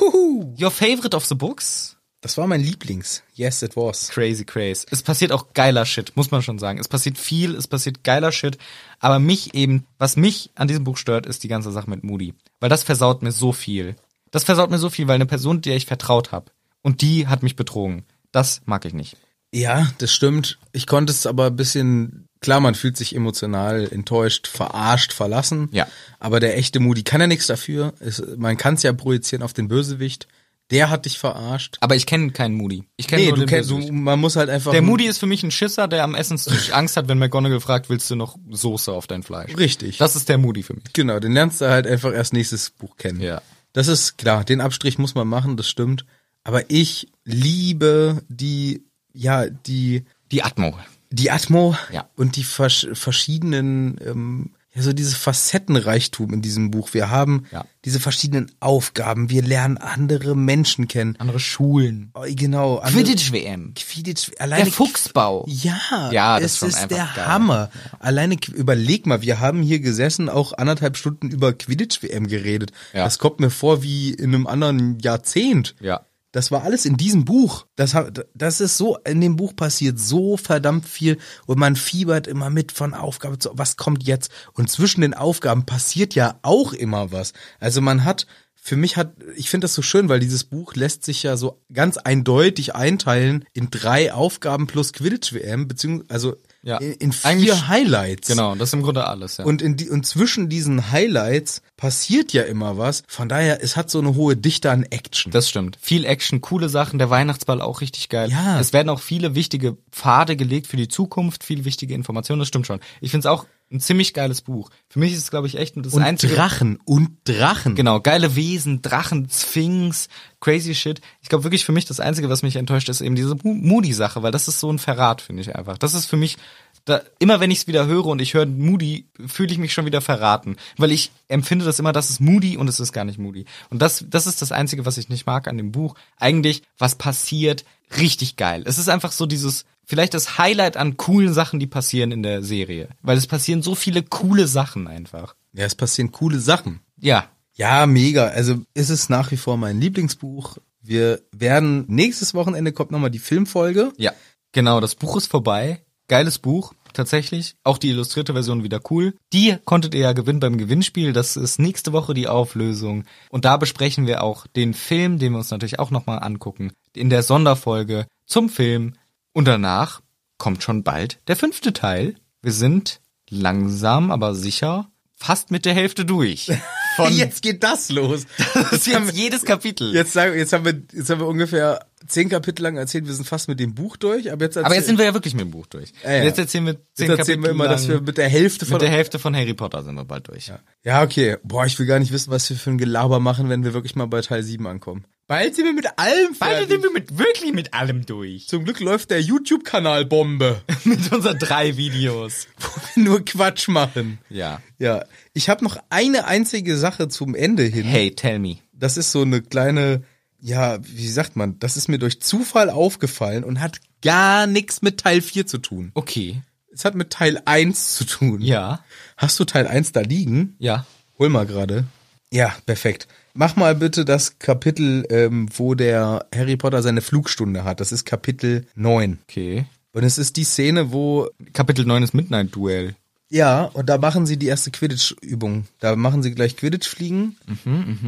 Speaker 1: Huhuhu.
Speaker 2: Your favorite of the books?
Speaker 1: Das war mein Lieblings. Yes, it was.
Speaker 2: Crazy, crazy. Es passiert auch geiler Shit, muss man schon sagen. Es passiert viel, es passiert geiler Shit. Aber mich eben, was mich an diesem Buch stört, ist die ganze Sache mit Moody. Weil das versaut mir so viel. Das versaut mir so viel, weil eine Person, der ich vertraut habe, und die hat mich betrogen. Das mag ich nicht.
Speaker 1: Ja, das stimmt. Ich konnte es aber ein bisschen, klar, man fühlt sich emotional enttäuscht, verarscht, verlassen.
Speaker 2: Ja.
Speaker 1: Aber der echte Moody kann ja nichts dafür. Es, man kann es ja projizieren auf den Bösewicht. Der hat dich verarscht.
Speaker 2: Aber ich kenne keinen Moody. Ich kenne
Speaker 1: Nee,
Speaker 2: nur
Speaker 1: du
Speaker 2: den
Speaker 1: kennst, du,
Speaker 2: Bösewicht.
Speaker 1: man muss halt einfach.
Speaker 2: Der Moody ist für mich ein Schisser, der am Essenstisch [LAUGHS] Angst hat, wenn McGonagall fragt, willst du noch Soße auf dein Fleisch?
Speaker 1: Richtig.
Speaker 2: Das ist der Moody für mich.
Speaker 1: Genau, den lernst du halt einfach erst nächstes Buch kennen.
Speaker 2: Ja.
Speaker 1: Das ist klar, den Abstrich muss man machen, das stimmt. Aber ich liebe die, ja, die,
Speaker 2: Die Atmo.
Speaker 1: die Atmo
Speaker 2: Ja.
Speaker 1: und die versch verschiedenen, ähm, ja, so diese Facettenreichtum in diesem Buch. Wir haben
Speaker 2: Ja.
Speaker 1: diese verschiedenen Aufgaben, wir lernen andere Menschen kennen.
Speaker 2: Andere Schulen.
Speaker 1: Oh, Genau. andere-
Speaker 2: Quidditch-WM.
Speaker 1: Quidditch,
Speaker 2: Der
Speaker 1: alleine
Speaker 2: Fuchsbau.
Speaker 1: ja,
Speaker 2: Ja, das ist
Speaker 1: es
Speaker 2: schon
Speaker 1: ist,
Speaker 2: einfach
Speaker 1: der
Speaker 2: geil.
Speaker 1: Hammer. Alleine, Qu- überleg mal, wir haben hier gesessen, auch anderthalb Stunden über Quidditch-WM geredet.
Speaker 2: Ja.
Speaker 1: Das kommt mir vor wie in einem anderen Jahrzehnt.
Speaker 2: Ja.
Speaker 1: Das war alles in diesem Buch. Das, ha- das ist so, in dem Buch passiert so verdammt viel und man fiebert immer mit von Aufgabe zu, was kommt jetzt? Und zwischen den Aufgaben passiert ja auch immer was. Also man hat, für mich hat, ich finde das so schön, weil dieses Buch lässt sich ja so ganz eindeutig einteilen in drei Aufgaben plus Quidditch-WM, beziehungsweise, also
Speaker 2: Ja.
Speaker 1: in, in vier
Speaker 2: Eigentlich-
Speaker 1: Highlights.
Speaker 2: Genau, das ist im Grunde alles, ja.
Speaker 1: Und, in die, und zwischen diesen Highlights passiert ja immer was. Von daher, es hat so eine hohe Dichte an Action.
Speaker 2: Das stimmt. Viel Action, coole Sachen, der Weihnachtsball auch richtig geil.
Speaker 1: Ja.
Speaker 2: Es werden auch viele wichtige Pfade gelegt für die Zukunft, viele wichtige Informationen, das stimmt schon. Ich finde es auch ein ziemlich geiles Buch. Für mich ist es, glaube ich, echt das
Speaker 1: und
Speaker 2: einzige.
Speaker 1: Drachen und Drachen.
Speaker 2: Genau, geile Wesen, Drachen, Sphinx, crazy shit. Ich glaube wirklich für mich das Einzige, was mich enttäuscht, ist eben diese Mo- Moody-Sache, weil das ist so ein Verrat, finde ich einfach. Das ist für mich, da, immer wenn ich es wieder höre und ich höre Moody, fühle ich mich schon wieder verraten, weil ich empfinde das immer, das ist Moody und es ist gar nicht Moody. Und das, das ist das Einzige, was ich nicht mag an dem Buch. Eigentlich, was passiert, richtig geil. Es ist einfach so dieses, vielleicht das Highlight an coolen Sachen, die passieren in der Serie, weil es passieren so viele coole Sachen einfach.
Speaker 1: Ja, es passieren coole Sachen.
Speaker 2: Ja,
Speaker 1: Ja, mega. Also es ist nach wie vor mein Lieblingsbuch. Wir werden nächstes Wochenende kommt nochmal die Filmfolge.
Speaker 2: Ja, genau, das Buch ist vorbei. Geiles Buch, tatsächlich. Auch die illustrierte Version wieder cool. Die konntet ihr ja gewinnen beim Gewinnspiel. Das ist nächste Woche die Auflösung. Und da besprechen wir auch den Film, den wir uns natürlich auch nochmal angucken. In der Sonderfolge zum Film. Und danach kommt schon bald der fünfte Teil. Wir sind langsam, aber sicher fast mit der
Speaker 1: [LAUGHS]
Speaker 2: Hälfte durch. Von
Speaker 1: Jetzt geht [LAUGHS] das los.
Speaker 2: das ist jetzt jedes Kapitel.
Speaker 1: Jetzt, sagen, jetzt, haben wir, jetzt haben wir ungefähr zehn Kapitel lang erzählt, wir sind fast mit dem Buch durch. Aber jetzt,
Speaker 2: aber jetzt sind wir ja wirklich mit dem Buch durch.
Speaker 1: Ja, ja.
Speaker 2: Jetzt erzählen wir zehn
Speaker 1: jetzt erzählen
Speaker 2: Kapitel
Speaker 1: wir immer,
Speaker 2: lang.
Speaker 1: dass wir mit der Hälfte von...
Speaker 2: Mit der Hälfte von Harry Potter sind wir bald durch.
Speaker 1: ja, okay. Boah, ich will gar nicht wissen, was wir für ein Gelaber machen, wenn wir wirklich mal bei Teil 7 ankommen. Bald sind wir mit allem fertig.
Speaker 2: wir mit, wirklich mit allem durch.
Speaker 1: Zum Glück läuft der YouTube-Kanal Bombe,
Speaker 2: [LAUGHS] mit unseren drei Videos.
Speaker 1: wo wir [LAUGHS] nur Quatsch machen.
Speaker 2: Ja.
Speaker 1: Ja, ich habe noch eine einzige Sache zum Ende hin.
Speaker 2: Hey, tell me.
Speaker 1: Das ist so eine kleine, ja, wie sagt man, das ist mir durch Zufall aufgefallen und hat gar nichts mit Teil 4 zu tun.
Speaker 2: Okay.
Speaker 1: Es hat mit Teil 1 zu tun.
Speaker 2: Ja.
Speaker 1: Hast du Teil 1 da liegen?
Speaker 2: Ja.
Speaker 1: Hol mal gerade. Ja, perfekt. Mach mal bitte das Kapitel, ähm, wo der Harry Potter seine Flugstunde hat. Das ist Kapitel 9.
Speaker 2: Okay.
Speaker 1: Und es ist die Szene, wo
Speaker 2: Kapitel 9 ist Midnight Duel.
Speaker 1: Ja, und da machen sie die erste Quidditch-Übung. Da machen sie gleich Quidditch fliegen.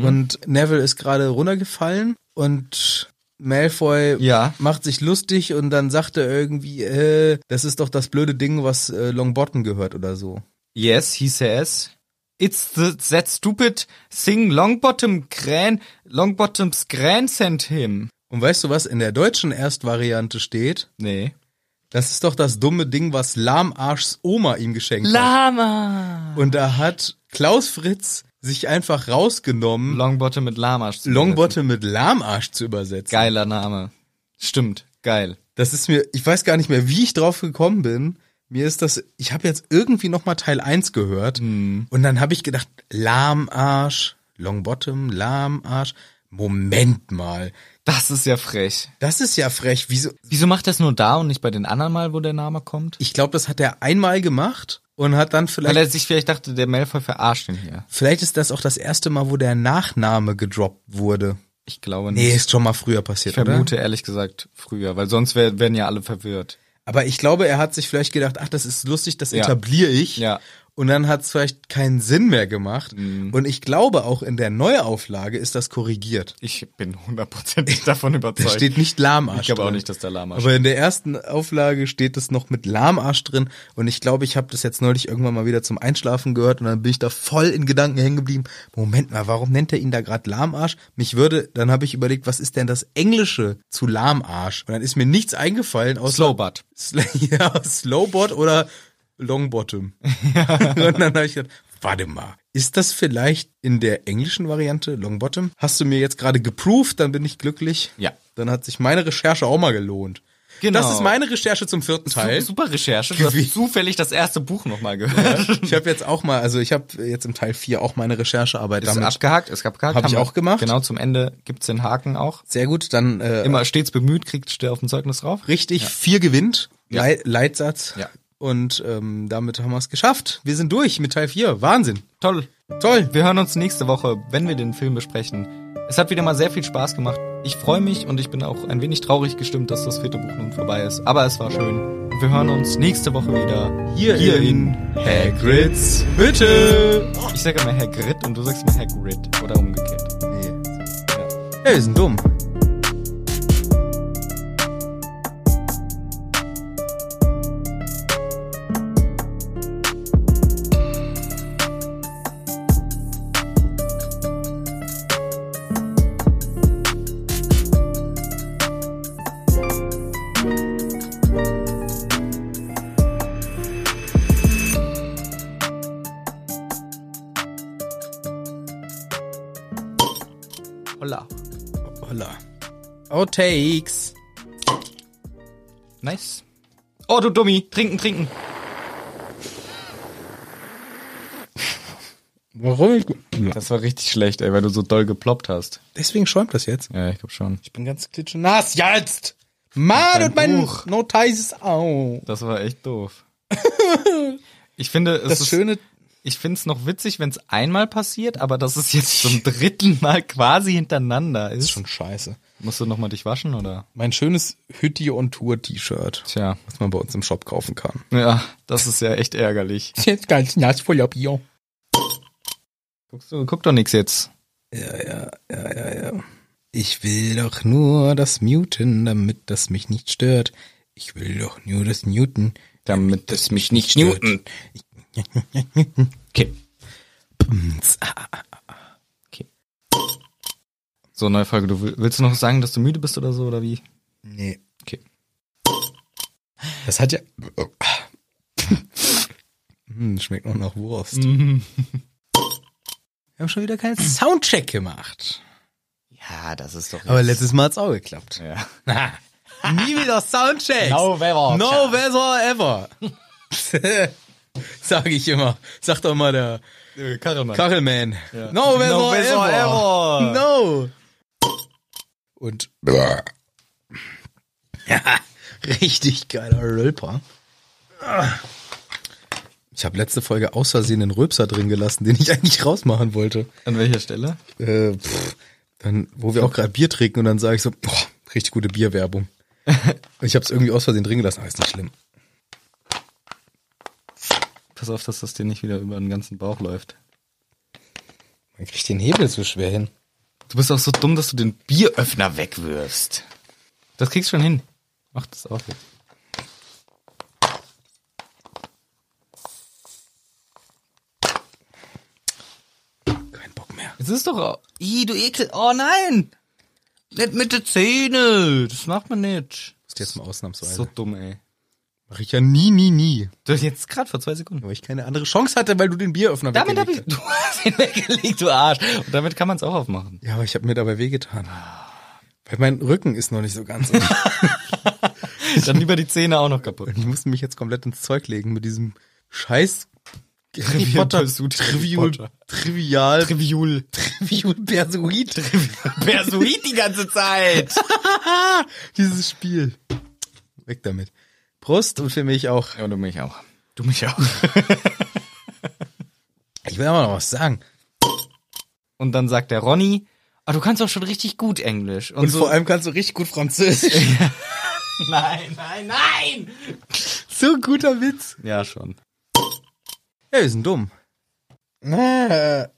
Speaker 1: Und Neville ist gerade runtergefallen und Malfoy
Speaker 2: Ja.
Speaker 1: macht sich lustig und dann sagt er irgendwie, äh, das ist doch das blöde Ding, was äh, Longbottom gehört oder so.
Speaker 2: Yes, he says. It's the, that stupid thing Longbottom Gran, Longbottom's Gran sent him.
Speaker 1: Und weißt du, was in der deutschen Erstvariante steht?
Speaker 2: Nee.
Speaker 1: Das ist doch das dumme Ding, was Lahmarschs Oma ihm geschenkt hat.
Speaker 2: Lama!
Speaker 1: Und da hat Klaus Fritz sich einfach rausgenommen,
Speaker 2: Longbottom mit Lama. zu
Speaker 1: Longbottom mit Lahmarsch zu übersetzen.
Speaker 2: übersetzen. Geiler Name. Stimmt, geil.
Speaker 1: Das ist mir, ich weiß gar nicht mehr, wie ich drauf gekommen bin. Mir ist das, ich habe jetzt irgendwie nochmal Teil 1 gehört
Speaker 2: Mhm.
Speaker 1: und dann habe ich gedacht, Lahmarsch, Longbottom, Lahmarsch. Moment mal,
Speaker 2: Das ist ja frech.
Speaker 1: das ist ja frech. Wieso?
Speaker 2: Wieso macht das nur da und nicht bei den anderen Mal, wo der Name kommt?
Speaker 1: Ich glaube, das hat er einmal gemacht und hat dann
Speaker 2: Weil
Speaker 1: vielleicht,
Speaker 2: er sich vielleicht dachte, der Malfoy verarscht ihn hier.
Speaker 1: vielleicht ist das auch das erste Mal, wo der Nachname gedroppt wurde.
Speaker 2: Ich glaube nicht.
Speaker 1: Nee, ist schon mal früher
Speaker 2: ich
Speaker 1: passiert, oder?
Speaker 2: vermute ehrlich gesagt früher, weil sonst wär, wären ja alle verwirrt.
Speaker 1: Aber ich glaube, er hat sich vielleicht gedacht, ach, das ist lustig, das
Speaker 2: Ja.
Speaker 1: etabliere ich.
Speaker 2: Ja. Mhm.
Speaker 1: Und dann hat es vielleicht keinen Sinn mehr gemacht. Und ich glaube, auch in der Neuauflage ist das korrigiert.
Speaker 2: Ich bin
Speaker 1: [LAUGHS]
Speaker 2: hundertprozentig davon
Speaker 1: Da
Speaker 2: überzeugt.
Speaker 1: steht nicht Lahmarsch
Speaker 2: ich glaube auch
Speaker 1: drin.
Speaker 2: nicht, dass der Lama
Speaker 1: Aber in der ersten Auflage steht es noch mit Lahmarsch drin. Und ich glaube, ich habe das jetzt neulich irgendwann mal wieder zum Einschlafen gehört. Und dann bin ich da voll in Gedanken hängen geblieben. Moment mal, warum nennt er ihn da gerade Lahmarsch? Mich würde, dann habe ich überlegt, was ist denn das Englische zu Lahmarsch? Und dann ist mir nichts eingefallen, außer
Speaker 2: Slowbutt.
Speaker 1: Sl- [LAUGHS] ja, Slowbot oder Longbottom. Und dann habe ich gedacht, warte mal, ist das vielleicht in der englischen Variante Longbottom? Hast du mir jetzt gerade geproved, dann bin ich glücklich.
Speaker 2: Ja.
Speaker 1: Dann hat sich meine Recherche auch mal gelohnt.
Speaker 2: Genau.
Speaker 1: Das ist meine Recherche zum vierten Teil.
Speaker 2: Super Recherche. Du
Speaker 1: Gewi-
Speaker 2: hast zufällig das erste Buch nochmal gehört. [LAUGHS]
Speaker 1: Ich habe jetzt auch mal, also ich habe jetzt im Teil 4 auch meine Recherchearbeit
Speaker 2: Ist
Speaker 1: damit.
Speaker 2: abgehakt, ist abgehakt.
Speaker 1: Hab
Speaker 2: haben
Speaker 1: ich
Speaker 2: wir-
Speaker 1: auch gemacht.
Speaker 2: Genau, zum Ende gibt's den Haken auch.
Speaker 1: Sehr gut, dann äh,
Speaker 2: Immer stets bemüht, kriegt der auf dem Zeugnis drauf.
Speaker 1: richtig, vier gewinnt.
Speaker 2: Ja.
Speaker 1: Lei- Leitsatz.
Speaker 2: Ja.
Speaker 1: Und ähm, damit haben wir es geschafft. Wir sind durch mit Teil 4. Wahnsinn.
Speaker 2: Toll.
Speaker 1: Toll.
Speaker 2: Wir hören uns nächste Woche, wenn wir den Film besprechen. Es hat wieder mal sehr viel Spaß gemacht. Ich freue mich und ich bin auch ein wenig traurig gestimmt, dass das vierte Buch nun vorbei ist. Aber es war schön. Und wir hören uns nächste Woche wieder
Speaker 1: Hier in
Speaker 2: Hagrids.
Speaker 1: Bitte.
Speaker 2: Ich sage immer Hagrid und du sagst immer Hagrid oder umgekehrt.
Speaker 1: Nee. Ja, wir sind dumm.
Speaker 2: Holla.
Speaker 1: Holla. Outtakes.
Speaker 2: Nice. Oh, du Dummi. Trinken, trinken.
Speaker 1: Warum? Ich
Speaker 2: Das war richtig schlecht, ey, weil du so doll geploppt hast.
Speaker 1: Deswegen schäumt das jetzt.
Speaker 2: Ja, ich glaube schon.
Speaker 1: Ich bin ganz klitschenass. Jetzt! Mann, und mein
Speaker 2: Buch.
Speaker 1: Notice ist auch.
Speaker 2: Das war echt doof. [LAUGHS] ich finde, es
Speaker 1: Das
Speaker 2: ist,
Speaker 1: Schöne,
Speaker 2: ich finde es noch witzig, wenn es einmal passiert, aber dass es jetzt zum [LAUGHS] dritten Mal quasi hintereinander ist.
Speaker 1: schon scheiße.
Speaker 2: Musst du nochmal dich waschen, oder?
Speaker 1: Mein schönes Hütti on Tour T-Shirt,
Speaker 2: Tja.
Speaker 1: was man bei uns im Shop kaufen kann.
Speaker 2: Ja, das ist ja echt ärgerlich.
Speaker 1: Ist [LAUGHS] jetzt ganz nass voller Bier.
Speaker 2: Guckst du, guck doch nix jetzt.
Speaker 1: Ja, ja, ja, ja, ja. Ich will doch nur das muten, damit das mich nicht stört. Ich will doch nur das Newton.
Speaker 2: Damit es mich nicht newton. Okay. okay. So, neue Frage. Du will- willst du noch sagen, dass du müde bist oder so, oder wie?
Speaker 1: Nee.
Speaker 2: Okay.
Speaker 1: Das hat ja. oh. [LAUGHS] Hm, schmeckt noch nach Wurst. Wir haben schon wieder keinen Soundcheck gemacht.
Speaker 2: Ja, Ah, das ist doch.
Speaker 1: Aber letztes Mal hat's auch geklappt.
Speaker 2: Ja.
Speaker 1: [LAUGHS] Nie wieder Soundchecks.
Speaker 2: November.
Speaker 1: No weather ever. [LAUGHS] Sag ich immer. Sag doch mal der
Speaker 2: Karrenmann.
Speaker 1: Kachelman. No weather,
Speaker 2: No weather
Speaker 1: ever.
Speaker 2: ever.
Speaker 1: No. Und. Ja, [LAUGHS] richtig geiler Rölper. Ich habe letzte Folge aus Versehen den Rülpser drin gelassen, den ich [LAUGHS] eigentlich rausmachen wollte.
Speaker 2: An welcher Stelle?
Speaker 1: Äh, pff, dann, wo wir auch gerade Bier trinken und dann sage ich so, boah, richtig gute
Speaker 2: [LAUGHS]
Speaker 1: Bierwerbung. Und Ich habe es irgendwie aus Versehen drin gelassen, aber ist nicht schlimm.
Speaker 2: Pass auf, dass das dir nicht wieder über den ganzen Bauch läuft.
Speaker 1: Man kriegt den Hebel so schwer hin.
Speaker 2: Du bist auch so dumm, dass du den Bieröffner wegwirfst. Das kriegst du schon hin. Mach das auch jetzt.
Speaker 1: Kein Bock mehr.
Speaker 2: Es ist doch. Ih, du Ekel. Oh nein! Nicht mit den Zähnen. Das macht man nicht.
Speaker 1: Ist jetzt mal ausnahmsweise.
Speaker 2: So dumm, ey.
Speaker 1: Mach ich ja nie, nie, nie.
Speaker 2: Du jetzt gerade vor zwei Sekunden.
Speaker 1: Weil ich keine andere Chance hatte, weil du den Bieröffner
Speaker 2: Damit habe ich. [LAUGHS]
Speaker 1: weggelegt
Speaker 2: Du hast ihn weggelegt, du Arsch. Und damit kann man es auch aufmachen.
Speaker 1: hast. Ja, aber ich habe mir dabei wehgetan. Weil mein Rücken ist noch nicht so [LAUGHS] ganz. Und
Speaker 2: Dann lieber die Zähne auch noch kaputt.
Speaker 1: ich musste mich jetzt komplett ins Zeug legen mit diesem scheiß Harry
Speaker 2: Trivial
Speaker 1: Potter,
Speaker 2: Pursuit,
Speaker 1: Trivial,
Speaker 2: Harry Potter.
Speaker 1: [LAUGHS] Trivial,
Speaker 2: Triviul.
Speaker 1: Trivial Persuit.
Speaker 2: Persuit die ganze Zeit.
Speaker 1: [LAUGHS] Dieses Spiel. Weg damit. Prost und für mich auch.
Speaker 2: Ja, und du mich auch. Du mich auch.
Speaker 1: Ich will aber noch was sagen.
Speaker 2: Und dann sagt der Ronny, ah, du kannst doch schon richtig gut Englisch. Und,
Speaker 1: Und
Speaker 2: so,
Speaker 1: vor allem kannst du richtig gut Französisch.
Speaker 2: [LAUGHS] nein, nein, nein.
Speaker 1: so ein guter Witz.
Speaker 2: Ja, schon.
Speaker 1: Ja, wir sind dumm. Ah,